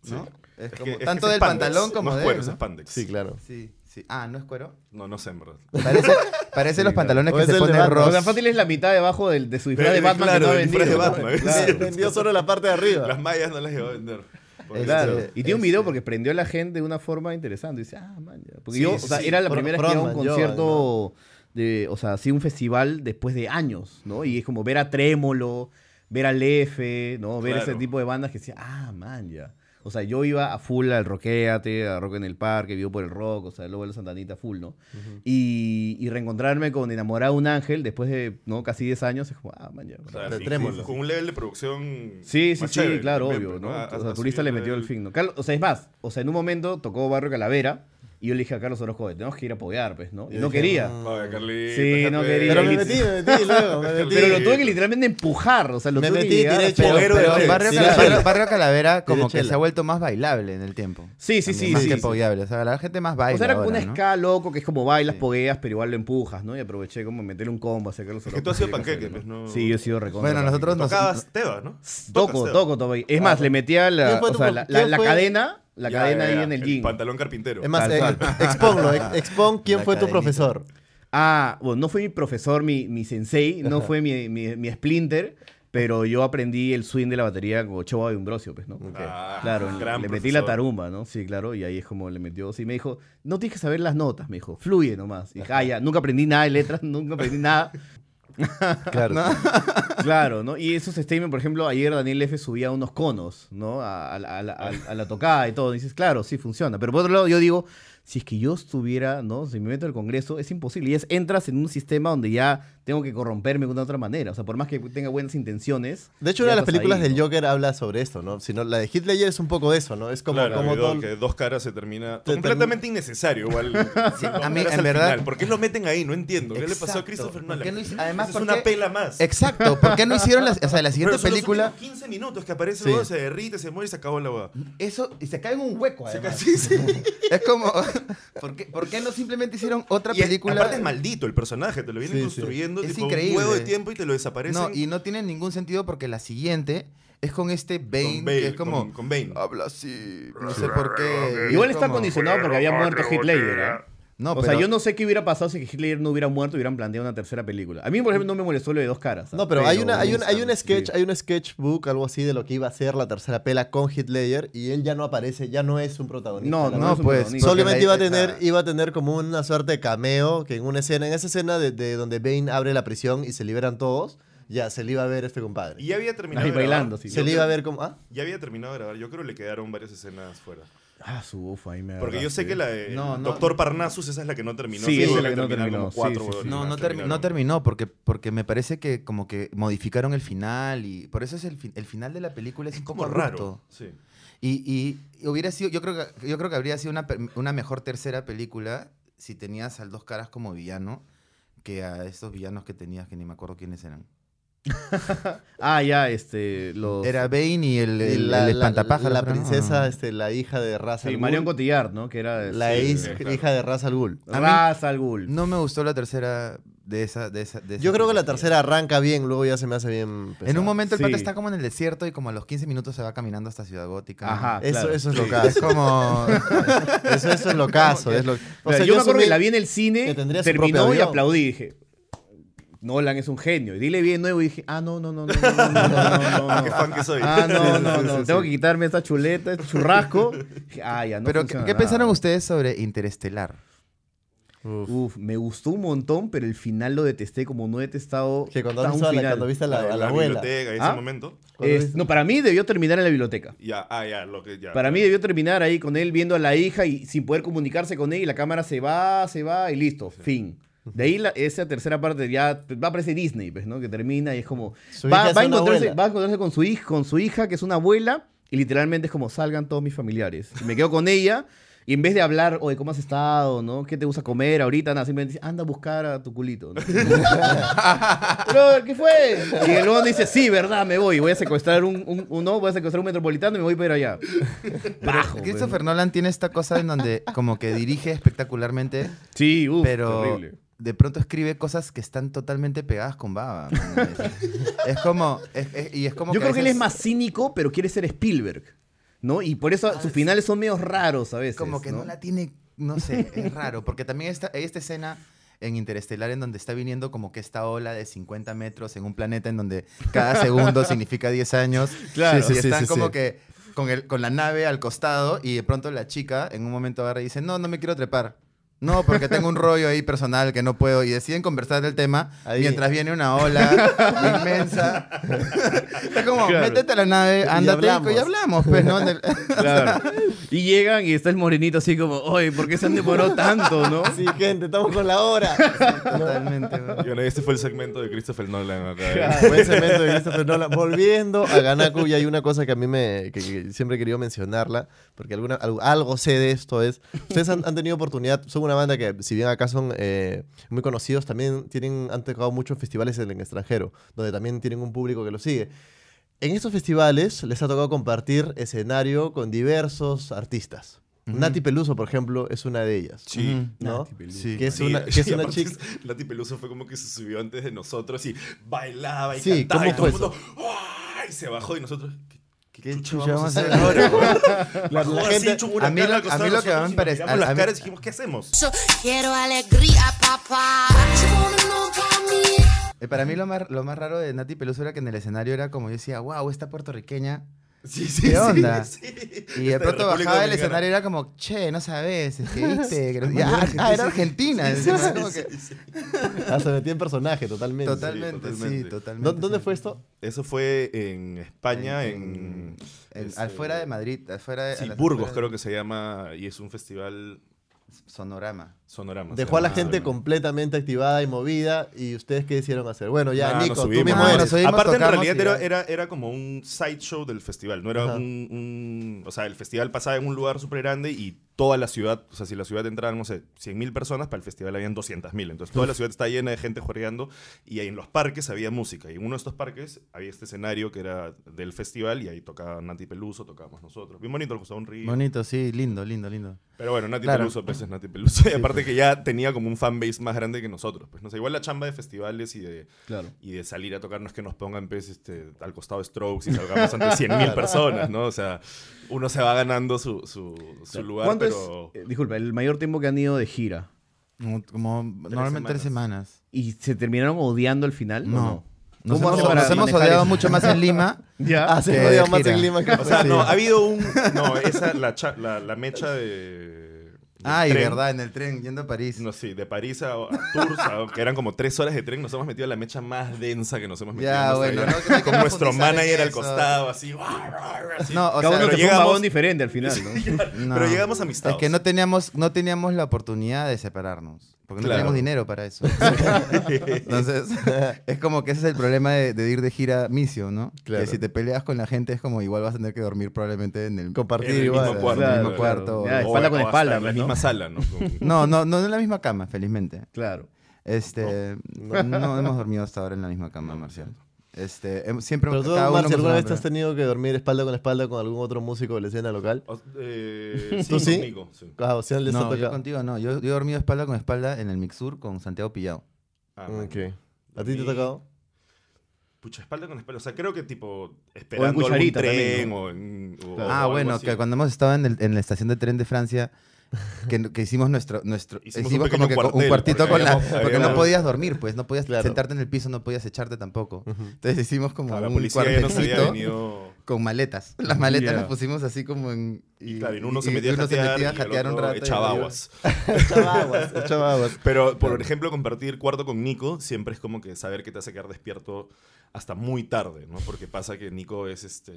S13: Sí.
S12: ¿No? Es
S13: que-
S12: como-
S13: es que
S12: tanto
S13: es
S12: del
S13: spandex,
S12: pantalón como
S13: no
S12: de
S13: es
S12: él,
S13: cuero, es
S12: ¿no?
S13: spandex.
S4: Sí, claro.
S12: Sí, sí. Ah, ¿no es cuero?
S13: No, no sé, en verdad.
S12: Parece, parece los pantalones que se pone
S3: Lo
S12: Ross.
S3: tan fácil es la mitad debajo del- de, su disfraz de
S13: Pero,
S3: Batman
S13: claro,
S3: que no ha
S13: el disfraz
S3: vendido.
S13: de
S3: ¿no?
S13: Batman.
S3: Claro.
S4: Vendió solo la parte de arriba.
S13: Las mallas no las llegó a vender. Porque-
S3: Claro.
S13: Sí.
S3: Este, Y tiene un
S4: Este.
S3: video porque prendió a la gente de una forma interesante. Dice, ah, man, ya. Porque
S13: Sí,
S3: yo, o
S13: sí,
S3: sea,
S13: sí.
S3: era la
S4: Fro-
S3: primera vez que iba a un
S4: frontman, yo,
S3: concierto de, o sea, así un festival después de años, ¿no? Y es como ver a Trémolo, ver al F, ¿no? Ver
S13: Claro.
S3: ese tipo de bandas que decía, ah, man, ya. O sea, yo iba a full al Roqueate, a Rock en el Parque, vivo por el rock, o sea, luego de los Santanita full, ¿no? y, y reencontrarme con Enamorado un Ángel después de, ¿no? Casi 10 años es como, ah, man, ya.
S13: O sea,
S4: De
S13: y-
S4: trémolo.
S13: Con un level de producción.
S3: Sí, sí,
S13: más
S3: sí,
S13: chévere,
S3: claro,
S13: también,
S3: obvio,
S13: pues,
S3: ¿no?
S13: A-
S3: O sea,
S13: a-
S3: turista
S13: así
S3: le
S13: un
S3: metió el
S13: level-
S3: fin, ¿no? Carlos- o sea, es más, o sea, en un momento tocó Barrio Calavera y yo le dije a Carlos Orozco, tenemos que ir a apoyar, pues, ¿no? Y
S4: Yo
S3: no
S4: dije,
S3: quería.
S4: "Ah".
S13: Oye, Carlitos,
S3: Sí, no
S13: déjate.
S3: quería.
S4: Pero me
S3: Y-
S4: metí, me metí luego, me metí.
S3: Pero lo tuve que literalmente empujar, o sea, lo
S4: Me
S3: tuve que
S4: metí
S3: llegar a-
S4: derecho.
S13: Poguero de
S12: Pero
S13: Chela.
S12: Barrio,
S4: Sí,
S12: Cala-
S4: Chela.
S12: Barrio- Barrio Calavera como que
S4: Chela.
S12: se ha vuelto más bailable en el tiempo.
S3: Sí, sí,
S12: También,
S3: sí,
S12: Más
S3: sí,
S12: que
S3: sí.
S12: pogueable. O sea, la gente más baila
S3: O sea, era como
S12: ahora,
S3: una
S12: ¿no?
S3: escala loco, que es como bailas, pogueas, pero igual lo empujas, ¿no? Y aproveché como meterle un combo hacia Carlos
S13: Es
S3: Orozco.
S13: que tú has sido
S3: Sí,
S13: panqueque,
S3: ¿no?
S13: pues, ¿no?
S3: Sí, yo he sido recontra.
S12: Bueno,
S3: panqueque.
S12: nosotros Ah, nos...
S13: Tocabas Teba, ¿no? Tocas
S3: Toco,
S13: Teba.
S3: toco, toco. Es más, le metí a
S4: ¿Quién
S3: la,
S4: fue
S3: o
S4: tu
S3: sea,
S4: pan-
S3: la, la-
S4: quién
S3: la
S4: fue?
S3: cadena, la
S13: Ya,
S3: cadena
S13: ya,
S3: ahí
S13: ya,
S3: en el
S13: El
S3: jean.
S13: pantalón carpintero.
S4: Es más,
S3: Tal
S4: eh,
S3: cual.
S4: exponlo, ex- expon quién
S12: La
S4: fue tu
S12: cadenita.
S4: profesor.
S3: Ah, bueno, no fue mi profesor, mi, mi sensei, no fue mi, mi, mi splinter, pero yo aprendí el swing de la batería con Ochoa de Umbrosio, pues, ¿no?
S13: Ah,
S3: claro, le
S13: gran
S3: metí la
S13: profesor.
S3: tarumba, ¿no? Sí, claro, y ahí es como le metió, sí, me dijo, no tienes que saber las notas, me dijo, fluye nomás. Y dije, ah, ya, nunca aprendí nada de letras, nunca aprendí nada.
S4: Claro.
S3: Claro, ¿no? Y esos statements, por ejemplo, ayer Daniel F. subía unos conos, ¿no? A, a la- a la- a la- a la tocada y todo. dices, claro, sí funciona. Pero por otro lado, yo digo, si es que yo estuviera, ¿no? Si me meto al Congreso, es imposible. Y es, entras en un sistema donde ya tengo que corromperme de una otra manera. O sea, por más que tenga buenas intenciones.
S4: De hecho,
S3: ya
S4: una de las
S3: estás
S4: películas
S3: ahí,
S4: del
S3: ¿no?
S4: Joker habla sobre esto, ¿no? Sino la de Hitler es un poco de eso, ¿no? Es como,
S13: Claro,
S4: como
S13: que, do-
S4: todo-
S13: que dos caras se termina.
S4: Te-
S13: completamente innecesario, igual.
S12: a mí, en
S13: en
S12: verdad-
S13: ¿Por qué lo meten ahí? No entiendo. ¿Qué le pasó a
S12: Exacto.
S13: Christopher
S12: ¿Por
S13: Nolan?
S12: qué no hice- además,
S13: Esa es
S12: ¿por
S13: una
S12: qué-
S13: pela más.
S12: Exacto. ¿Por qué no hicieron la, o sea, la
S13: Pero
S12: siguiente
S13: son los
S12: película?
S13: últimos 15 minutos que aparece el
S12: Sí.
S13: huevón, se derrite, se muere y se acabó la boda.
S12: Eso, y se cae en un hueco,
S13: Se
S12: además.
S13: cae- sí, sí.
S12: Es como... ¿por qué, por qué no simplemente hicieron otra
S13: Y es-
S12: película?
S13: Aparte es maldito el personaje, te lo vienen
S4: Sí, sí.
S13: construyendo.
S12: Es
S13: tipo,
S12: increíble.
S13: Un huevo de tiempo y te lo desaparecen.
S12: No, y no tiene ningún sentido porque la siguiente es con este Bane,
S13: con Bane,
S12: que es como...
S13: con, con Bane.
S12: Habla así, no sé por qué.
S3: Igual está
S12: como-
S3: condicionado porque había muerto Hitler, ¿ah?
S12: No,
S3: o sea, yo no sé qué hubiera pasado si Hitler no hubiera muerto y hubieran planteado una tercera película. A mí, por ejemplo, no me molestó lo de dos caras. ¿ah?
S4: No, pero, hay, una, hay, un,
S3: me
S4: hay un
S3: gusta,
S4: sketch,
S3: sí.
S4: hay un sketchbook, algo así de lo que iba a ser la tercera pela con Hitler y él ya no aparece, ya no es un protagonista.
S3: No,
S4: la
S3: no,
S4: verdad.
S12: No,
S3: es un
S12: pues...
S3: protagonista.
S4: Solamente
S12: porque
S4: iba a
S12: la-
S4: tener,
S12: la-
S4: iba a tener como una suerte de cameo que en una escena, en esa escena de, de donde Bane abre la prisión y se liberan todos, Ya, se le iba a ver este compadre.
S13: Y ya había terminado.
S4: Ahí
S13: de grabar.
S4: bailando, sí.
S13: Yo
S4: Se le iba a
S13: creo-
S4: ver como. ¿Ah?
S13: Ya había terminado de grabar. Yo creo que le quedaron varias escenas fuera.
S3: Ah, su ufa, ahí me
S13: Porque yo sé
S3: agarraste.
S13: que la de
S3: No, no.
S13: Doctor Parnassus, esa es la que no terminó.
S3: Sí, esa es
S13: seguro
S3: la que no
S13: terminaron
S3: terminó.
S13: como
S3: Sí,
S13: cuatro
S3: sí, sí.
S13: más
S12: No, no, termi-
S13: terminaron.
S12: no terminó porque, porque me parece que como que modificaron el final y por eso es el, fin- el final de la película es, un poco
S13: como raro,
S12: abrupto.
S13: sí.
S12: Y, y- y hubiera sido, yo creo que, yo creo que habría sido una, per- una mejor tercera película si tenías al dos caras como villano que a estos villanos que tenías que ni me acuerdo quiénes eran.
S3: Ah, ya, este. Los...
S12: Era Bane y el,
S4: Y
S12: el,
S4: la-
S12: el
S4: la-
S12: espantapaja.
S4: La,
S12: ¿no?
S4: princesa, este, la hija de Raza.
S3: Ah. Sí, Marion Cotillard, ¿no? Que era.
S4: La
S3: sí,
S4: hija,
S3: claro.
S4: hija de Raza al Ghul.
S12: A mí
S3: Ra's al Ghul.
S12: No me gustó la tercera de esa. De esa de esa
S4: Yo creo que la
S12: trilogía.
S4: tercera arranca bien, luego ya se me hace bien.
S12: En un momento el
S4: pato
S12: pata está como en el desierto y como a los 15 minutos se va caminando hasta Ciudad Gótica.
S4: Ajá, Eso- Ah, claro. eso es
S12: Sí.
S4: locazo.
S12: Es como...
S4: Eso- eso es locazo,
S12: Como que-
S4: es lo-
S3: O sea, yo, me acuerdo que la vi en el cine,
S4: que tendría su
S3: terminó
S4: propio
S3: y
S4: avión.
S3: aplaudí. Dije, Nolan es un genio. Y dile bien nuevo y dije, ah, no, no, no, no, no, no, no, no, no.
S13: Qué fan que soy.
S3: Ah, no, no,
S13: Sí,
S3: no.
S13: sí,
S3: Tengo
S13: sí.
S3: que quitarme esta chuleta, este churrasco. Dije, ah, ya no
S12: Pero, ¿qué,
S3: funciona
S12: qué
S3: nada.
S12: pensaron ustedes sobre Interestelar?
S3: Uf. me gustó un montón, pero el final lo detesté como no he detestado.
S4: Que cuando
S3: tan
S4: has visto a la-
S3: final.
S4: cuando viste a la- a la La abuela. ¿Ah? biblioteca,
S13: ese momento.
S3: Es-
S4: Eh,
S3: no, para mí debió terminar en la biblioteca.
S13: Ya, ah, ya, lo que ya.
S3: Para mí debió terminar ahí con él viendo a la hija y sin poder comunicarse con ella y la cámara se va, se va y listo, fin. De ahí la- esa tercera parte ya te- va a aparecer Disney, pues, ¿no? Que termina y es como
S4: Su
S3: va,
S4: hija es
S3: va a
S4: una
S3: encontrarse,
S4: abuela.
S3: va a encontrarse con su hija, con su hija que es una abuela y literalmente es como salgan todos mis familiares. Y me quedo con ella y en vez de hablar, oye, ¿cómo has estado? ¿No? ¿Qué te gusta comer ahorita? Nada, simplemente dice, anda a buscar a tu culito. ¿no? Pero, ¿qué fue? Y el luego dice, sí, verdad, me voy. Voy a secuestrar un, un- uno, voy a secuestrar un metropolitano y me voy para allá. Bajo. pues, ¿no?
S12: Christopher Nolan tiene esta cosa en donde como que dirige espectacularmente.
S3: Sí, uf,
S12: pero
S3: terrible.
S12: de pronto escribe cosas que están totalmente pegadas con baba. man. es como es- es- y es como
S3: Yo
S12: a
S3: creo que él
S12: veces
S3: es más cínico, pero quiere ser Spielberg, ¿no? Y por eso sus finales son medio raros a veces.
S12: Ah, como que no la tiene, no sé, es raro porque también esta esta escena en Interestelar en donde está viniendo como que esta ola de 50 metros en un planeta en donde cada segundo significa 10 años.
S4: Claro.
S12: y
S4: Sí, sí, sí,
S12: están
S4: sí,
S12: como
S4: sí.
S12: que con, el, con la nave al costado y de pronto la chica en un momento agarra y dice, no, no me quiero trepar. No, porque tengo un rollo ahí personal que no puedo. Y deciden conversar del tema
S4: Ahí.
S12: mientras viene una ola inmensa. es como,
S3: Claro.
S12: métete a la nave,
S3: Y
S12: ándate y
S3: hablamos.
S12: hablamos. pues, ¿no? En el-
S3: Claro. Y llegan y está el morenito así como, oye, ¿por qué se han demorado tanto, no?
S4: Sí, gente, estamos con la hora.
S12: Totalmente,
S13: Y bueno, este fue el segmento de Christopher Nolan acá. eh.
S4: Buen segmento de Christopher Nolan. Volviendo a Ganaku, y hay una cosa que a mí me que, que siempre he querido mencionarla, porque alguna, al- algo, sé de esto es. Ustedes han, han tenido oportunidad, son una banda que, si bien acá son eh, muy conocidos, también tienen, han tocado muchos festivales en el extranjero, donde también tienen un público que los sigue. En estos festivales les ha tocado compartir escenario con diversos artistas. Nati Peluso, por ejemplo, es una de ellas.
S13: Sí. Ujú.
S4: ¿no?
S13: Nati Peluso.
S4: Que es
S13: Sí,
S4: una, que es
S13: y
S4: una
S13: aparte
S4: chica.
S13: es- Nati Peluso fue como que se subió antes de nosotros y bailaba y
S4: Sí,
S13: cantaba y
S4: ¿cómo
S13: todo el
S4: fue
S13: mundo ¡guau! y se bajó y nosotros ¿qué, qué chucha
S12: chucha
S13: vamos a hacer
S12: vamos a hacer
S13: ahora?
S12: La-
S13: Bajó
S12: la
S13: así,
S12: gente-
S13: chupa una
S12: a mí
S13: cara
S12: lo-
S13: al costado
S12: a mí lo
S13: de
S12: que me
S13: nosotros y
S12: parece-
S13: miramos
S12: a-
S13: las
S12: a mí-
S13: caras y dijimos ¿qué hacemos?
S17: Yo quiero alegría, papá. She wanna know about me.
S12: Eh, Para mí lo más, lo más raro de Nati Peluso era que en el escenario era como yo decía, wow, esta puertorriqueña.
S13: Sí,
S12: ¿Qué onda?
S4: Ah. sí.
S12: Y de
S4: Esta
S12: pronto
S4: República
S12: bajaba el
S4: Dominicana.
S12: escenario y era como, che, no sabes, es que viste. que no-
S4: Sí,
S12: ah,
S4: sí,
S12: ah, era
S4: sí.
S12: Argentina.
S4: Sí, sí,
S12: encima,
S4: sí,
S12: como
S4: sí,
S12: que-
S4: sí. Ah, se metía en personaje, totalmente.
S12: Totalmente, sí, totalmente.
S4: ¿Dó- ¿Dónde fue esto?
S13: Eso fue en España en,
S12: En-
S13: este,
S12: Afuera de Madrid, afuera de.
S13: sí,
S12: a las
S13: Burgos
S12: afueras-
S13: creo que se llama y es un festival
S12: Sonorama.
S13: Sonorama. se
S4: Dejó a la
S13: llama.
S4: gente completamente activada y movida. ¿Y ustedes qué hicieron hacer? Bueno, ya,
S13: Nah, nos
S4: Nico, tú
S13: subimos.
S4: mismo
S13: Ah,
S4: eres.
S13: nos subimos, Aparte, en realidad era, era, era como un sideshow del festival. No era
S4: Ajá.
S13: un, un- O sea, el festival pasaba en un lugar súper grande y toda la ciudad. O sea, si la ciudad entraban, no sé, 100.000 personas, para el festival habían 200.000. Entonces, toda la ciudad está llena de gente jorreando y ahí en los parques había música. Y en uno de estos parques había este escenario que era del festival y ahí tocaba Nati Peluso, tocábamos nosotros. Bien bonito, el Gustavo Río.
S12: Bonito, sí, lindo, lindo, lindo.
S13: Pero bueno, Nati
S12: Claro.
S13: Peluso, pues es Nati Peluso. Y
S12: Sí,
S13: aparte
S12: pues.
S13: que ya tenía como un fanbase más grande que nosotros. Pues no sé, igual la chamba de festivales y de,
S3: Claro.
S13: y de salir a tocar no es que nos pongan pues, este, al costado Strokes y salgamos ante 100.000 personas, ¿no? O sea, uno se va ganando su, su, su lugar,
S3: ¿Cuánto
S13: pero...
S3: es, eh, disculpa, el mayor tiempo que han ido de gira?
S12: Como, normalmente tres semanas.
S3: ¿Y se terminaron odiando al final? o
S12: No.
S3: no?
S12: Nos
S3: ¿Cómo
S12: hemos,
S3: hace para
S12: nos hemos
S3: manejar
S12: odiado
S3: eso?
S12: mucho más en Lima.
S3: Ya.
S12: que de gira.
S13: O sea, no, ha habido un... No, esa, la, cha- la, la mecha de...
S12: Ay, Ah, verdad, en el tren, yendo a París.
S4: No, sí, de París a, a Tours, a- que eran como tres horas de tren, nos hemos metido a la mecha más densa que nos hemos metido. en
S12: Ya,
S4: nuestra
S12: bueno,
S4: vida.
S12: no, que no
S4: con
S12: quiero
S4: nuestro
S12: profundizar en
S4: manager al
S12: eso.
S4: costado, así. así.
S12: No,
S4: Cada
S12: o sea,
S4: uno se fue
S12: pero
S4: a un
S12: llegamos-
S4: vagón
S18: diferente al final, ¿no?
S4: Sí, ya.
S12: No.
S4: Pero llegamos amistados.
S12: Es que no teníamos, no teníamos la oportunidad de separarnos. Porque no
S4: Claro.
S12: teníamos dinero para eso. Entonces, es como que ese es el problema de, de ir de gira misio, ¿no?
S3: Claro.
S12: Que si te peleas con la gente es como igual vas a tener que dormir probablemente en el,
S3: Compartir
S12: en el
S3: igual.
S12: mismo cuarto.
S3: Claro,
S12: en el mismo
S3: claro.
S12: cuarto.
S3: Ya,
S12: O-
S3: espalda
S12: o
S3: con
S4: Oh,
S12: hasta
S3: espalda,
S12: en
S3: pues, ¿no? Con-
S12: No, no, no en la misma cama, felizmente.
S18: Claro.
S12: Este,
S3: No.
S12: no, hemos dormido hasta ahora en la misma cama, Marcial. Este, hem- siempre
S3: Pero tú,
S12: cada uno
S3: Marcia,
S12: con su
S3: ¿alguna vez
S12: nombre.
S3: te has tenido que dormir espalda con espalda con algún otro músico de la escena local?
S4: O- Oh, eh,
S3: ¿Tú
S4: sí,
S3: sí?
S4: conmigo, sí.
S3: Ah, o sea, les ha
S12: No, yo
S3: tocado.
S12: contigo no. Yo, yo he dormido espalda con espalda en el Mixur con Santiago Pillado.
S4: Ah,
S3: Ok. ¿A ti te ha
S4: Y-
S3: tocado?
S4: Pucha, espalda con espalda. O sea, creo que tipo esperando algún
S18: cucharita
S4: tren
S18: también, ¿no?
S4: o, en, o-
S18: Claro.
S4: o
S12: Ah,
S4: algo
S12: bueno,
S4: así.
S12: que cuando hemos estado en, el- en la estación de tren de Francia, que, que hicimos nuestro, nuestro
S3: Hicimos
S12: hicimos,
S3: un pequeño
S12: como que
S3: cuartel,
S12: un cuartito
S3: porque
S12: con la,
S3: habíamos-
S12: porque no
S3: habíamos-
S12: podías dormir, pues no podías
S3: Claro.
S12: sentarte en el piso, no podías echarte tampoco.
S3: Ujú.
S12: Entonces hicimos como
S3: Claro, la
S12: un
S3: policía ya nos había
S12: cuartelcito
S3: venido-
S12: con maletas. Las maletas
S3: Ya.
S12: las pusimos así como en y,
S4: Claro, y uno
S12: y-
S4: se
S12: y
S4: metía
S12: uno
S4: a
S12: se
S4: jatear,
S12: metía
S4: y
S12: a
S4: el
S12: jatear un
S4: otro
S12: rato. y
S4: Echaba
S12: luego-
S4: aguas.
S3: Echaba aguas, echaba aguas.
S4: Pero, por ejemplo, compartir cuarto con Nico siempre es como que saber que te hace quedar despierto hasta muy tarde, ¿no? Porque pasa que Nico es este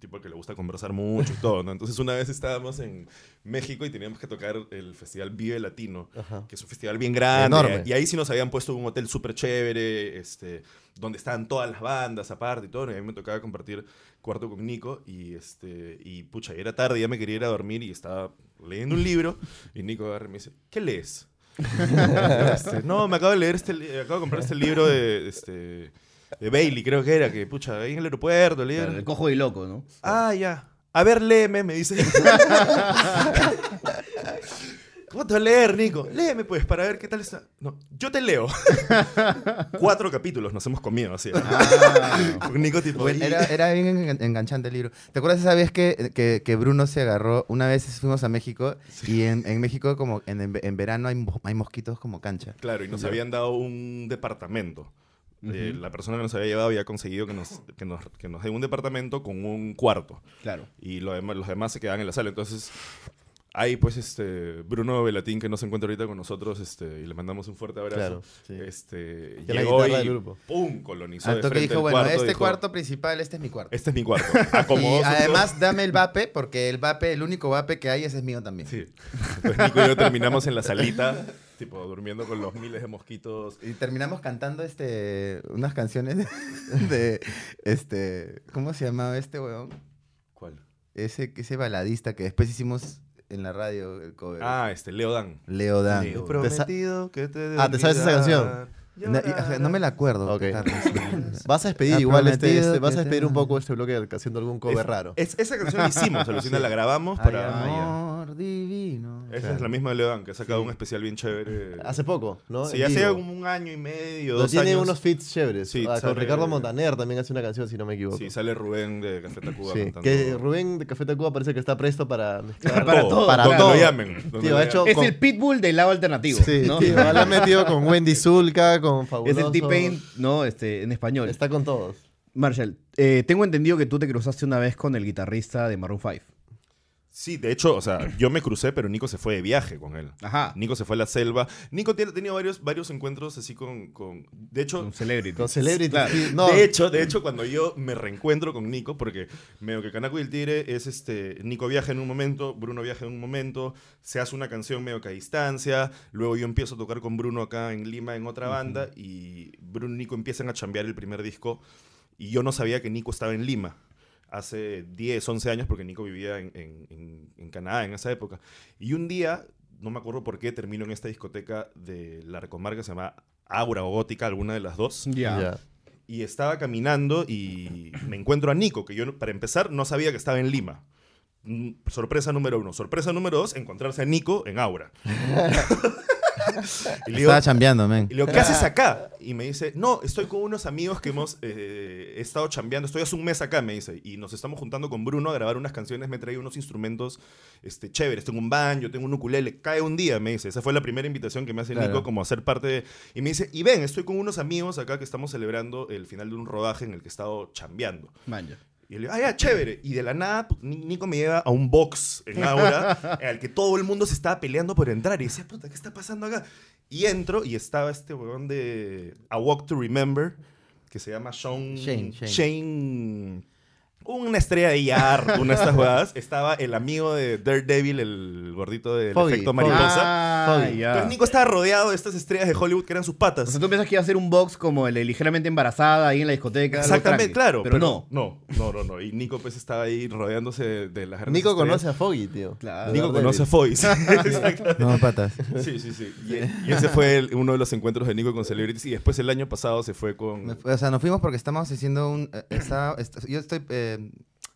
S4: tipo que le gusta conversar mucho y todo, ¿no? Entonces, una vez estábamos en México y teníamos que tocar el festival Vive Latino,
S3: Ajá.
S4: que es un festival bien grande.
S3: Enorme.
S4: Y ahí sí nos habían puesto un hotel súper chévere, este, donde estaban todas las bandas aparte y todo. ¿no? Y a mí me tocaba compartir cuarto con Nico y, este, y pucha, y era tarde, ya me quería ir a dormir y estaba leyendo un libro. Y Nico agarra y me dice, ¿qué lees? Este, no, me acabo de leer este, li- acabo de comprar este libro de, este, de Bailey, creo que era, que pucha, ahí en el aeropuerto, leí-
S18: Claro, el cojo y loco, ¿no?
S4: Ah, ya. A ver, léeme, me dice. ¿Cómo te va a leer, Nico? Léeme, pues, para ver qué tal está. No, yo te leo. Cuatro capítulos nos hemos comido, así. Con Nico, tipo.
S12: Ah. Bueno,
S4: "Oye".
S12: era, era bien engan- enganchante el libro. ¿Te acuerdas esa vez que, que- que Bruno se agarró? Una vez fuimos a México y en, en México como en, en- en verano hay, mo- hay mosquitos como cancha.
S4: Claro, y nos
S12: Ya.
S4: habían dado un departamento. Eh,
S12: Ujú.
S4: la persona que nos había llevado había conseguido que nos, que nos, que nos den un departamento con un cuarto.
S18: Claro.
S4: Y lo dem- los demás se quedaban en la sala. Entonces, ahí pues este Bruno Velatín, que no se encuentra ahorita con nosotros, este, y le mandamos un fuerte abrazo.
S3: Claro,
S4: este,
S3: Que la
S4: llegó y
S3: guitarra del grupo.
S4: ¡pum! colonizó.
S12: Al
S4: de
S12: toque
S4: frente
S12: dijo,
S4: el
S12: bueno,
S4: cuarto,
S12: este
S4: dijo,
S12: cuarto principal, este es mi cuarto.
S4: Este es mi cuarto. Acomodó
S12: Y
S4: sus-
S12: además dame el vape, porque el vape, el único vape que hay, ese es mío también.
S4: Sí. Entonces Nico y yo terminamos en la salita, tipo durmiendo con los miles de mosquitos.
S12: Y terminamos cantando este unas canciones de, de, este ¿cómo se llamaba este huevón?
S4: ¿Cuál?
S12: Ese ese baladista que después hicimos en la radio el cover.
S4: Ah, este, Leo Dan.
S12: Leo Dan.
S4: Leo.
S12: Te sa-
S4: Prometido que te
S3: Ah, ¿te sabes esa canción?
S12: No, y- ajá, no me la acuerdo.
S3: Ok.
S12: Carlos.
S3: Vas a despedir
S12: Ha
S3: igual este,
S12: prometido
S3: este-
S12: que
S3: vas a
S12: te
S3: despedir un
S12: amaré.
S3: poco este bloque haciendo algún cover
S4: Es-
S3: raro.
S4: es- esa canción la hicimos, alucina, la grabamos
S3: Ah,
S12: Ay,
S4: para-
S12: amor divino.
S4: Esa es la misma de Leodán, que ha sacado un especial bien chévere.
S3: Hace poco, ¿no?
S4: Sí,
S3: En
S4: hace
S3: vivo.
S4: como un año y medio,
S3: Pero
S4: dos
S3: tiene
S4: años.
S3: unos feats chéveres.
S4: Sí,
S3: Ah, con
S4: sale-
S3: Ricardo Montaner también hace una canción, si no me equivoco.
S4: Sí, sale Rubén de Café Tacuba
S3: Sí,
S4: cantando.
S3: que Rubén de Café Tacuba parece que está presto para mezclar
S4: Para todo,
S3: para
S4: donde
S3: todo.
S4: lo llamen, donde
S3: Tío,
S4: lo
S3: ha
S4: llamen.
S3: hecho
S18: Es
S3: con-
S18: el pitbull del lado alternativo.
S3: Sí,
S18: ¿no?
S3: tío, la ha metido con Wendy Zulka, con
S18: Es
S3: Fabuloso.
S18: el T-Pain, no, este, en español.
S3: Está con todos.
S18: Marshall, eh, tengo entendido que tú te cruzaste una vez con el guitarrista de Maroon 5.
S4: Sí, de hecho, o sea, yo me crucé, pero Nico se fue de viaje con él.
S18: Ajá.
S4: Nico se fue a la selva. Nico tiene- ha tenido varios, varios encuentros así con, con- De hecho...
S18: Con Celebrity.
S3: Con Celebrity, sí, no.
S4: De hecho, de hecho, cuando yo me reencuentro con Nico, porque medio que Canaco y el Tigre es este... Nico viaja en un momento, Bruno viaja en un momento, se hace una canción medio que a distancia, luego yo empiezo a tocar con Bruno acá en Lima en otra banda y Bruno y Nico empiezan a chambear el primer disco y yo no sabía que Nico estaba en Lima hace 10, 11 años, porque Nico vivía en, en- en- en Canadá en esa época. Y un día, no me acuerdo por qué, termino en esta discoteca de la Recomarca, se llama Aura o Gótica, alguna de las dos.
S18: Ya.
S3: Ya.
S4: Y estaba caminando y me encuentro a Nico, que yo, no- para empezar, no sabía que estaba en Lima. Mm, Sorpresa número uno. Sorpresa número dos, encontrarse a Nico en Aura. Y le digo-
S12: Estaba chambeando, men.
S4: y le digo, ¿qué haces acá? Y me dice, no, estoy con unos amigos que hemos eh, estado chambeando, estoy hace un mes acá, me dice, y nos estamos juntando con Bruno a grabar unas canciones, me he traído unos instrumentos este, chéveres, tengo un banjo, tengo un ukulele, cae un día, me dice, esa fue la primera invitación que me hace
S12: Claro.
S4: Nico como a ser parte de... Y me dice, y ven, estoy con unos amigos acá que estamos celebrando el final de un rodaje en el que he estado chambeando.
S18: Manja.
S4: Y yo le digo, ah, ya, chévere. Y de la nada, pu- Ni- Nico me lleva a un box en Aura, al que todo el mundo se estaba peleando por entrar. Y decía, puta, ¿qué está pasando acá? Y entro y estaba este huevón de A Walk to Remember, que se llama Sean...
S6: Shane, Shane.
S4: Shane- Una estrella de IAR, una de estas jugadas. Estaba el amigo de Daredevil, el gordito del
S3: Foggy,
S4: efecto
S3: Foggy.
S4: mariposa.
S3: Ah, ya.
S4: Entonces Nico estaba rodeado de estas estrellas de Hollywood que eran sus patas.
S3: O sea, tú piensas que iba a ser un box como el de ligeramente embarazada ahí en la discoteca. algo
S4: Exactamente,
S3: tranqui.
S4: claro.
S3: Pero, no.
S4: No, no, no, no. Y Nico pues estaba ahí rodeándose de, de las
S6: Nico conoce a Ah,
S4: Foy.
S6: Foggy, tío.
S4: Nico conoce a Foy. sí, exactamente.
S12: No, patas.
S4: Sí, sí, sí. Y, y ese fue el- uno de los encuentros de Nico con celebrities. Y después el año pasado se fue
S12: Me
S4: con...
S12: fu- O sea, nos fuimos porque estamos haciendo un... eh, está- est- yo estoy... eh,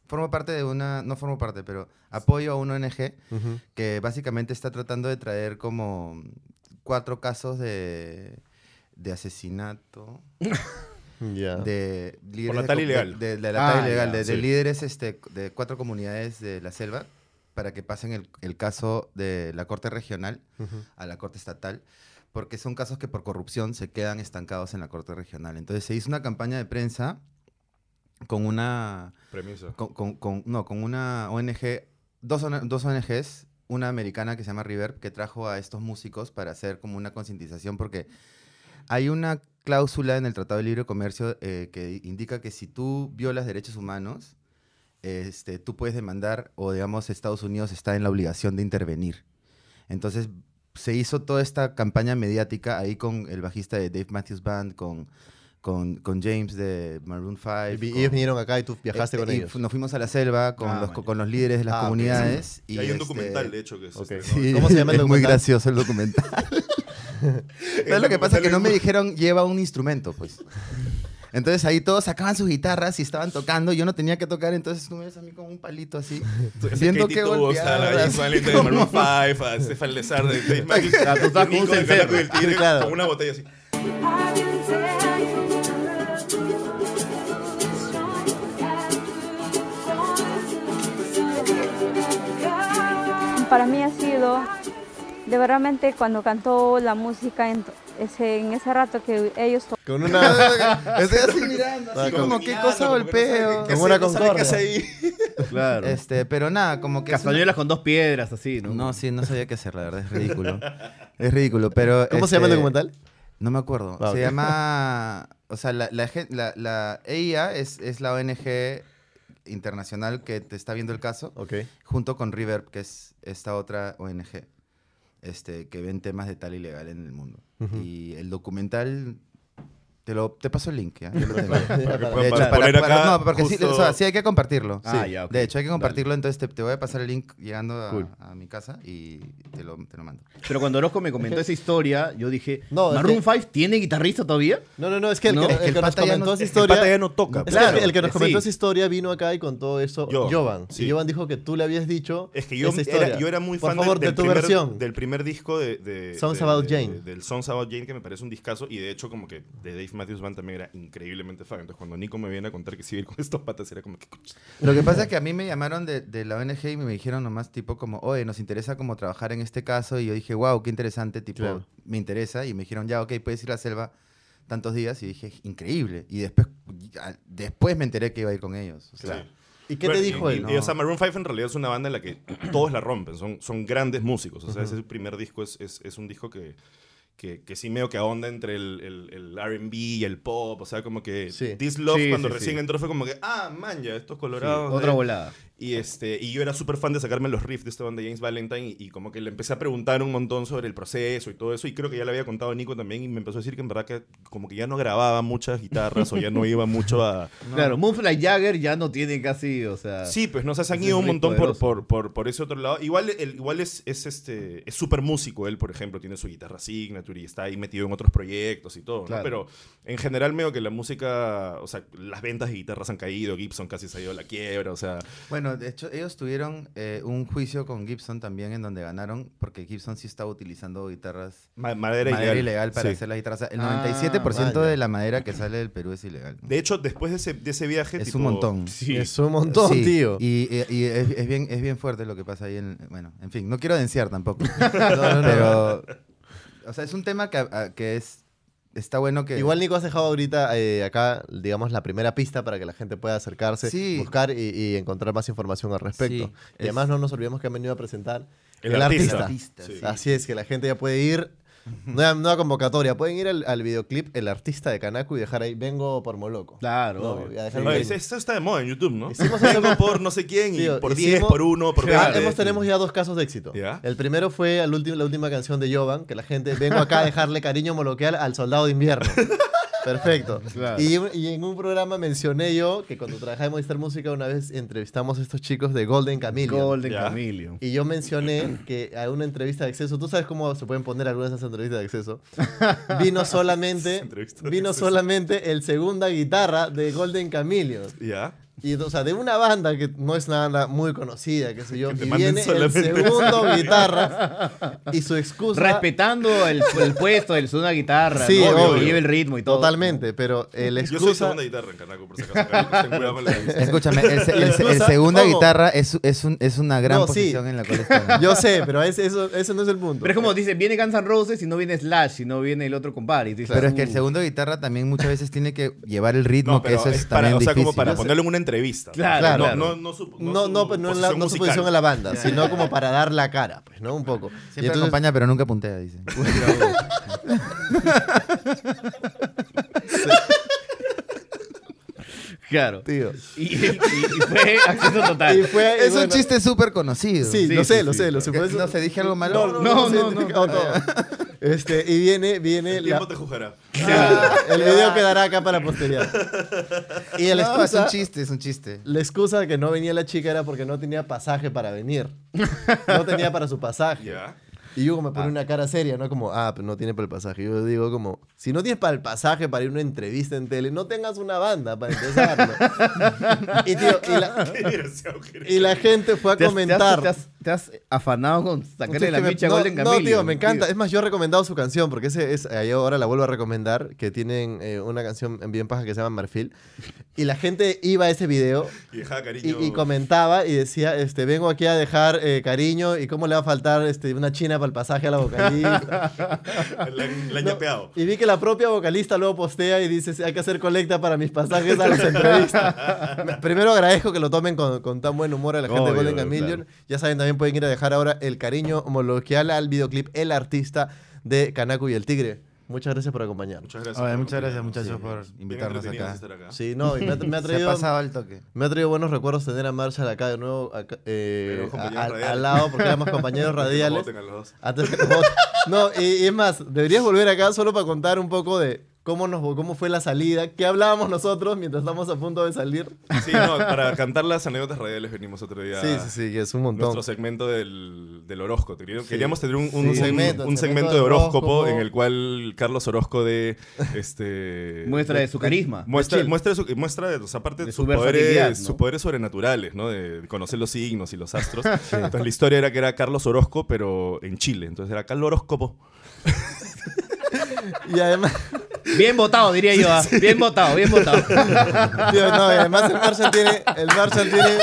S12: formo parte de una... No formo parte, pero apoyo a una ONG
S6: Ujú.
S12: que básicamente está tratando de traer como cuatro casos de, de asesinato.
S6: Ya.
S12: De líderes
S6: la
S12: de
S6: tal
S12: co-
S6: ilegal.
S12: De, de- de la tal
S6: Ah,
S12: ilegal,
S6: ya,
S12: de, de
S6: sí.
S12: líderes este, de cuatro comunidades de la selva para que pasen el, el caso de la corte regional
S6: Ujú.
S12: a la corte estatal, porque son casos que por corrupción se quedan estancados en la corte regional. Entonces se hizo una campaña de prensa con una...
S4: Premisa.
S12: Con, con- con- no, con una ONG, dos, ONG dos ONGs, una americana que se llama River, que trajo a estos músicos para hacer como una concientización, porque hay una cláusula en el Tratado de Libre Comercio eh, que indica que si tú violas derechos humanos, este, tú puedes demandar o digamos Estados Unidos está en la obligación de intervenir. Entonces se hizo toda esta campaña mediática ahí con el bajista de Dave Matthews Band, con, con, con James de Maroon 5.
S6: Y vi-
S12: con-
S6: ellos vinieron acá y tú viajaste con
S12: Este, y
S6: ellos.
S12: fu- Nos fuimos a la selva con,
S6: Ah,
S12: los,
S6: vale.
S12: con los líderes de las
S6: Ah, ok.
S12: comunidades.
S4: Y hay un
S12: este,
S4: documental, de hecho, que es
S6: Ok.
S4: este, ¿no?
S12: Sí,
S6: ¿Cómo se llama el
S12: Es muy
S6: documental?
S12: gracioso el documental. ¿Sabes lo que pasa? Que no me dijeron, lleva un instrumento, pues. Entonces ahí todos sacaban sus guitarras y estaban tocando. Yo no tenía que tocar, entonces tú me ves a mí con un palito así.
S4: Ese
S12: viendo
S4: este Katie
S12: que
S4: Tobos, a la
S12: golpeaba.
S4: James Valiente de Maroon
S12: Como-
S4: 5, a Stefan Lezard de Dave Matthews,
S12: Ah, tú estabas
S4: y
S12: con un
S4: Nico de
S12: cencerro.
S4: Caracol del Tigre,
S12: Sí, claro.
S4: con una botella así.
S19: Para mí ha sido, de verdaderamente cuando cantó la música en, ese, en ese rato que ellos to-
S6: Con una.
S12: Estoy así mirando, así
S6: Con-
S12: como qué cosa golpeo.
S6: qué Como una hacer, no sabe qué concordia. hacer ahí.
S3: Claro.
S12: Este, pero nada, como que. es una-
S3: Castañuelas con dos piedras, así, ¿no?
S12: No, sí, no sabía qué hacer, la verdad, es ridículo. Es ridículo, pero...
S6: ¿Cómo se llama el
S12: este,
S6: documental?
S12: No me acuerdo.
S6: Ah,
S12: se
S6: ok.
S12: llama... O sea, la, la, gen- la, la EIA es, es la ONG internacional que te está viendo el caso.
S6: Ok.
S12: Junto con Reverb, que es esta otra ONG. Este, que ven temas de tal ilegal en el mundo.
S6: Ujú.
S12: Y el documental... Te, lo, te paso el link. ¿ya?
S6: Yo lo tengo. Para
S12: De
S6: que puedan
S12: hecho,
S6: poner
S12: para-
S6: acá
S12: para- no, porque sí,
S6: justo-
S12: o sea, sí hay que compartirlo.
S6: Ah,
S12: Sí.
S6: ya, ok.
S12: De hecho, hay que
S6: Dale.
S12: compartirlo compartirlo, entonces te, te voy a pasar el link llegando a,
S3: Cool.
S12: a mi casa y te lo, te lo mando.
S3: Pero cuando Orozco me comentó esa historia, yo dije,
S12: No, es
S3: ¿Maroon
S12: que-
S3: 5 tiene guitarrista todavía?
S6: No, no, no, es que el,
S3: No,
S6: que,
S3: es que
S6: el
S3: el
S6: que nos
S3: pata ya no-
S6: comentó esa
S3: es que el
S6: historia.
S3: pata ya no toca,
S6: Es que
S3: claro.
S6: el que nos
S3: Sí.
S6: comentó esa historia vino acá y contó eso.
S4: Yo,
S6: Jovan.
S4: sí.
S6: Y Jovan dijo que tú le habías dicho.
S4: Es que yo
S6: esa historia.
S4: era, yo era muy
S6: Por
S4: fan
S6: favor,
S4: del,
S6: de tu
S4: primer,
S6: versión.
S4: del primer disco de, de-
S6: Songs
S4: de-
S6: About
S4: de-
S6: Jane.
S4: del Songs About Jane, que me parece un discazo. Y de hecho, como que de Dave Matthews Band también era increíblemente fan. Entonces, cuando Nico me viene a contar que sí ir con estos patas, era como que.
S12: Lo que pasa es que a mí me llamaron de, de la ONG y me dijeron nomás tipo como, oye, nos interesa como trabajar en este caso. Y yo dije, wow, qué interesante, tipo,
S6: Claro.
S12: me interesa. Y me dijeron, ya, ok, puedes ir a la selva tantos días. Y dije, increíble. Y después, ya- después me enteré que iba a ir con ellos. O sea,
S6: ¿Y qué te dijo
S4: y-
S6: él?
S4: y, o sea, Maroon 5 en realidad es una banda en la que todos la rompen. Son, son grandes músicos. O sea,
S6: Ujú.
S4: ese primer disco es, es- es un disco que, que, que sí medio que ahonda entre el, el- el R&B y el pop. O sea, como que
S6: Sí.
S4: This Love
S6: Sí,
S4: cuando
S6: sí,
S4: recién
S6: sí.
S4: entró fue como que, ah, man, ya, estos colorados.
S3: Sí, otra
S4: de-
S3: volada.
S4: Y, este, y yo era súper fan de sacarme los riffs de esta banda de James Valentine y, y como que le empecé a preguntar un montón sobre el proceso y todo eso. Y creo que ya le había contado a Nico también y me empezó a decir que en verdad que como que ya no grababa muchas guitarras o ya no iba mucho a...
S3: Claro, Moonfly Jagger ya no tiene casi, o sea...
S4: Sí, pues no, o sea, se han
S3: es
S4: ido un
S3: muy
S4: montón por,
S3: poderoso.
S4: por, por, por ese otro lado. Igual, el, igual es, es este es súper músico él, por ejemplo, tiene su guitarra signature y está ahí metido en otros proyectos y todo, ¿no?
S3: Claro.
S4: Pero en general veo que la música, o sea, las ventas de guitarras han caído, Gibson casi se ha ido a la quiebra, o sea...
S12: Bueno, de hecho, ellos tuvieron eh, un juicio con Gibson también en donde ganaron, porque Gibson sí estaba utilizando guitarras.
S4: Ma- madera ilegal.
S12: para
S4: Sí.
S12: hacer las guitarras. El
S4: Ah,
S12: 97%
S4: vaya.
S12: de la madera que sale del Perú es ilegal.
S4: De hecho, después de ese, de ese viaje...
S12: Es
S4: tipo-
S12: un montón.
S4: Sí.
S12: Sí, Y, y- y es, es bien, es bien fuerte lo que pasa ahí. En, bueno, en fin, no quiero denunciar tampoco.
S6: no, no.
S12: Pero. O sea, es un tema que, a- a- que es está bueno que...
S4: Igual Nico has dejado ahorita eh, acá, digamos, la primera pista para que la gente pueda acercarse,
S12: Sí.
S4: buscar y, y encontrar más información al respecto.
S12: Sí,
S4: y además no nos olvidemos que han venido a presentar
S13: El
S4: el,
S13: artista.
S4: artista.
S13: Artista, sí.
S4: Así es, que la gente ya puede ir. Nueva, nueva convocatoria. Pueden ir al, al videoclip El Artista de Kanaku y dejar ahí Vengo por Moloco.
S3: Claro.
S4: No, ya dejaron
S13: Oye,
S4: ahí.
S13: ese- Eso está de moda en YouTube, ¿no?
S4: Hicimos
S13: Vengo por no sé quién, y
S4: Tío,
S13: por
S4: hicimos-
S13: 10, por 1, por
S4: Ah,
S13: 20.
S4: hemos, tenemos ya dos casos de éxito.
S13: ¿Ya?
S4: El primero fue al último- la última canción de Jovan, que la gente, vengo acá a dejarle cariño moloquial al soldado de invierno. Perfecto.
S3: Claro.
S4: Y, y en un programa mencioné yo que cuando trabajaba en Movistar Música una vez entrevistamos a estos chicos de Golden Camillion.
S3: Golden Ya. Camillion.
S4: Y yo mencioné que a una entrevista de acceso, tú sabes cómo se pueden poner algunas de esas entrevistas de acceso, vino solamente,
S13: Entrevista de
S4: vino
S13: acceso.
S4: solamente el segunda guitarra de Golden Camillion.
S13: ¿Ya?
S4: Y, o sea, de una banda que no es una banda muy conocida, qué sé yo,
S13: te
S4: y
S13: manden
S4: viene el
S13: solamente
S4: segundo
S13: esa
S4: guitarra y su excusa...
S3: Respetando el, el puesto, el una guitarra,
S4: Sí,
S3: ¿no?
S4: obvio.
S3: que lleve el ritmo y todo.
S4: Totalmente, pero el
S13: Yo soy
S4: excusa...
S13: segunda guitarra en Canaco, por si acaso. Carlitos, ten cuidado con la entrevista.
S12: Escúchame, el, se- el se- el
S4: excusa-
S12: segunda
S4: ojo.
S12: guitarra es, es, un- es una gran
S4: No, sí.
S12: posición en la cual está.
S4: Yo sé, pero ese, eso, ese no es el punto.
S3: Pero es como dice, viene Guns N' Roses y no viene Slash, y no viene el otro compadre. Y tú dices,
S12: Pero es que el
S3: "Uh".
S12: segundo guitarra también muchas veces tiene que llevar el ritmo,
S13: No,
S12: que
S13: pero
S12: eso es,
S13: es para,
S12: también
S13: o sea,
S12: difícil.
S13: como para ponerlo en una entrevista.
S12: Claro,
S13: No,
S12: claro.
S13: no, no, su,
S4: No, no, pero no, en la- no su posición en la banda, sino como para dar la cara, pues, ¿no? Un poco. Y
S12: Siempre
S4: entonces-
S12: acompaña, pero nunca puntea, dice.
S3: Claro.
S4: Tío.
S3: Y, y- y fue acceso total.
S4: Y fue- y
S12: es un
S4: bueno.
S12: chiste súper conocido.
S4: Sí, lo sé, lo sé, lo sé.
S12: Que-
S4: por eso-
S12: No se dije algo malo.
S4: No, no, no. no, no, Este, y viene, viene
S13: El
S4: la-
S13: tiempo te juzgará.
S4: Ah, el video quedará acá para posteridad. Y el
S12: No,
S4: excusa,
S12: es un chiste, es un chiste.
S4: La excusa de que no venía la chica era porque no tenía pasaje para venir. No tenía para su pasaje.
S13: Ya. Ah.
S4: Y Hugo me pone una cara seria, ¿no? Como, ah, pero no tiene para el pasaje. Yo digo como, si no tienes para el pasaje para ir a una entrevista en tele, no tengas una banda para empezar. ¿no? y, tío, y la,
S13: Qué desgraciado que eres.
S4: y la gente fue a
S3: Te has- te has-
S4: comentar.
S3: Te has, te has afanado con sacarle
S4: Entonces,
S3: la
S4: que me-
S3: micha
S4: no,
S3: a Golden
S4: no,
S3: Camillion.
S4: tío, me encanta. Es más, yo he recomendado su canción porque ese es, ahí ahora la vuelvo a recomendar, que tienen eh, una canción en bien paja que se llama Marfil. Y la gente iba a ese video
S13: Y dejaba
S4: y,
S13: cariño.
S4: y comentaba y decía, este, vengo aquí a dejar eh, cariño y cómo le va a faltar este, una china para el pasaje a la vocalista.
S13: La, la han
S4: No,
S13: yapeado.
S4: y vi que la propia vocalista luego postea y dice, hay que hacer colecta para mis pasajes a las entrevistas. Me- Primero agradezco que lo tomen con, con tan buen humor a la gente
S3: Obvio,
S4: de Golden Camillion. Ya saben, también pueden ir a dejar ahora el cariño homologial al videoclip El Artista de Kanaku y el Tigre. Muchas gracias por acompañarnos.
S13: Muchas gracias.
S12: Oye,
S13: por
S12: muchas gracias,
S13: acompañarnos.
S12: muchachos,
S13: Sí.
S12: por
S13: Bien este
S12: invitarnos
S13: entretenidos
S12: acá.
S13: estar acá.
S4: Sí, no, y me, ha- me ha traído...
S12: Se ha pasado el toque.
S4: Me ha traído buenos recuerdos tener a Marshall acá de nuevo acá, eh,
S13: Éramos compañeros
S4: a- al-
S13: radiales.
S4: al lado porque éramos compañeros
S13: Antes que nos
S4: radiales.
S13: voten a los dos.
S4: Antes que nos voten. No, y, y es más, deberías volver acá solo para contar un poco de cómo, nos, cómo fue la salida, qué hablábamos nosotros mientras estamos a punto de salir.
S13: Sí, no, para cantar las anécdotas radiales venimos otro día.
S4: Sí, sí, sí, es un montón.
S13: Nuestro segmento del, del horóscopo. Queríamos-
S4: Sí.
S13: Queríamos tener un, un-
S4: Sí.
S13: un- un segmento,
S4: Segmento, el segmento
S13: de
S4: del
S13: horóscopo,
S4: horóscopo.
S13: en el cual Carlos Orozco de este
S3: Muestra de su carisma.
S13: Muestra,
S3: De chill.
S13: muestra, de su, muestra de, o sea, aparte
S3: De
S13: de
S3: su
S13: sus
S3: versatilidad,
S13: poderes,
S3: ¿no?
S13: sus poderes sobrenaturales, ¿no? De conocer los signos y los astros. Entonces la historia era que era Carlos Orozco, pero en Chile. Entonces era Carlos Horóscopo.
S4: Y además,
S3: Bien votado, diría yo. ah. Bien votado, bien votado.
S4: tío, no, y además el Marshall tiene... El Marshall tiene...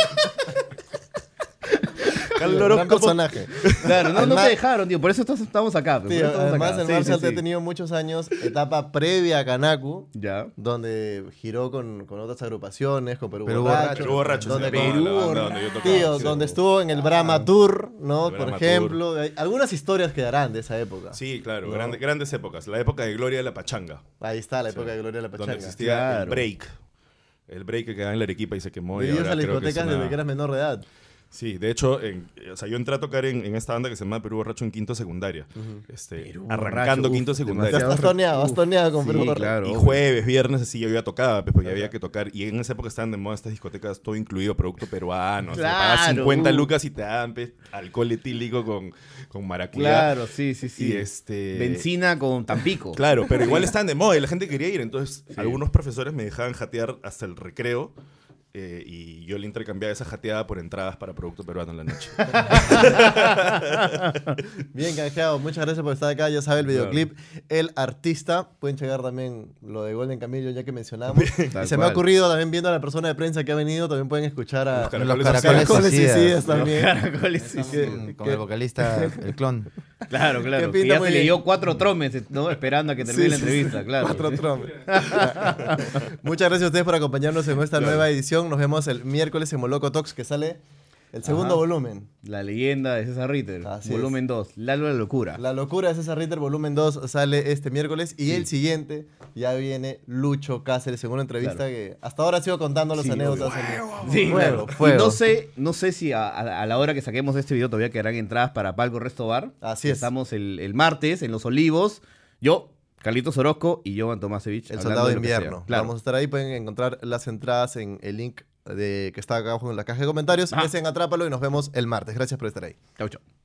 S13: Carlos
S4: gran
S13: Horóscopo.
S4: personaje.
S3: pues, Claro, no, no
S4: Además-
S3: te dejaron, tío. Por eso estás- estamos acá. pues, por
S4: Tío,
S3: eso estamos
S4: además
S3: acá.
S4: el
S3: Sí,
S4: Marshall
S3: sí,
S4: ha
S3: sí.
S4: tenido muchos años, etapa previa a Kanaku.
S3: Ya.
S4: donde giró con, con otras agrupaciones, con Perú,
S12: Perú
S4: Borracho,
S12: Borracho.
S13: Perú Borracho,
S4: donde
S13: se llamaba
S4: con-
S13: la banda donde yo tocaba.
S4: Tío,
S13: Sí. Ah.
S4: donde estuvo en el Brahma Tour, ¿no?
S13: El
S4: Por
S13: Brahma
S4: ejemplo, hay- algunas historias quedarán de esa época.
S13: Sí, claro,
S4: No.
S13: grande- grandes épocas. La época de gloria de la pachanga.
S4: Ahí está la época de Gloria de la
S13: Donde
S4: Pachanga.
S13: existía el
S3: Claro.
S13: break. El break que quedaba en la Arequipa y se quemó. y
S4: Vivías
S13: ahora
S4: a las
S13: creo que es
S4: discotecas
S13: una-
S4: desde que eras menor de edad.
S13: Sí, de hecho, en- o sea, yo entré a tocar en, en esta banda que se llama Perú Borracho en quinto secundaria. este, arrancando
S3: Borracho,
S13: quinto
S3: uf,
S13: secundaria.
S4: Has has toneado, has toneado con
S3: Sí,
S4: Perú Borracho.
S3: claro.
S13: Y
S3: obvio.
S13: jueves, viernes, así yo ya tocaba, pues, porque había que tocar. Y en esa época estaban de moda estas discotecas, todo incluido, producto peruano. Se pagas
S3: Claro,
S13: 50
S3: uh.
S13: lucas y te daban pues, alcohol etílico con, con maracuyá.
S3: Claro, sí, sí, sí.
S13: Y este...
S3: Benzina con Tampico.
S13: Claro, pero igual estaban de moda y la gente quería ir. Entonces, algunos profesores me dejaban jatear hasta el recreo. eh, y yo le intercambiaba esa jateada por entradas para Producto Peruano en la noche.
S4: Bien canjeado, muchas gracias por estar acá. Ya sabe el videoclip, el artista. Pueden checar también lo de Golden Camillo, ya que mencionamos.
S3: Tal
S4: Y se
S3: cual.
S4: me ha ocurrido también viendo a la persona de prensa que ha venido, también pueden escuchar a
S13: Los caracoles
S4: Los caracoles
S12: suicidas.
S4: suicidas
S12: Los
S4: también.
S3: caracoles
S4: Que-
S12: Con el vocalista, el clon.
S3: Claro, claro.
S12: Que
S3: Que
S12: pinta
S3: ya
S12: muy
S3: se le
S12: bien.
S3: dio cuatro tromes, ¿no? Esperando a que termine
S12: Sí,
S3: la
S12: sí,
S3: entrevista,
S12: sí.
S3: claro.
S12: Cuatro tromes. Muchas gracias a ustedes por acompañarnos en esta
S3: Claro.
S12: nueva edición. Nos vemos el miércoles en Moloco Talks, que sale el segundo
S3: Ajá.
S12: volumen.
S3: La leyenda de César Ritter,
S12: es.
S3: volumen 2, La Lua de la Locura.
S12: La locura de César Ritter, volumen 2, sale este miércoles. Y el siguiente ya viene Lucho Cáceres en una entrevista
S3: Claro.
S12: que hasta ahora sigo contando las
S3: Sí,
S12: anécdotas. en-
S3: Sí,
S12: Fuego,
S3: claro.
S12: fuego.
S3: Y no sé, no sé si a, a- a la hora que saquemos este video todavía quedarán entradas para Palco Resto Bar.
S12: Así es.
S3: Estamos el, el martes en Los Olivos. Yo, Carlitos Orozco y Jovan Tomasevich.
S12: El
S3: hablando
S12: soldado de
S3: lo que sea.
S12: invierno.
S3: Claro.
S12: Vamos a estar ahí, pueden encontrar las entradas en el link de, que está acá abajo en la caja de comentarios. Desen Atrápalo y nos vemos el martes. Gracias por estar ahí.
S3: Chau, chau.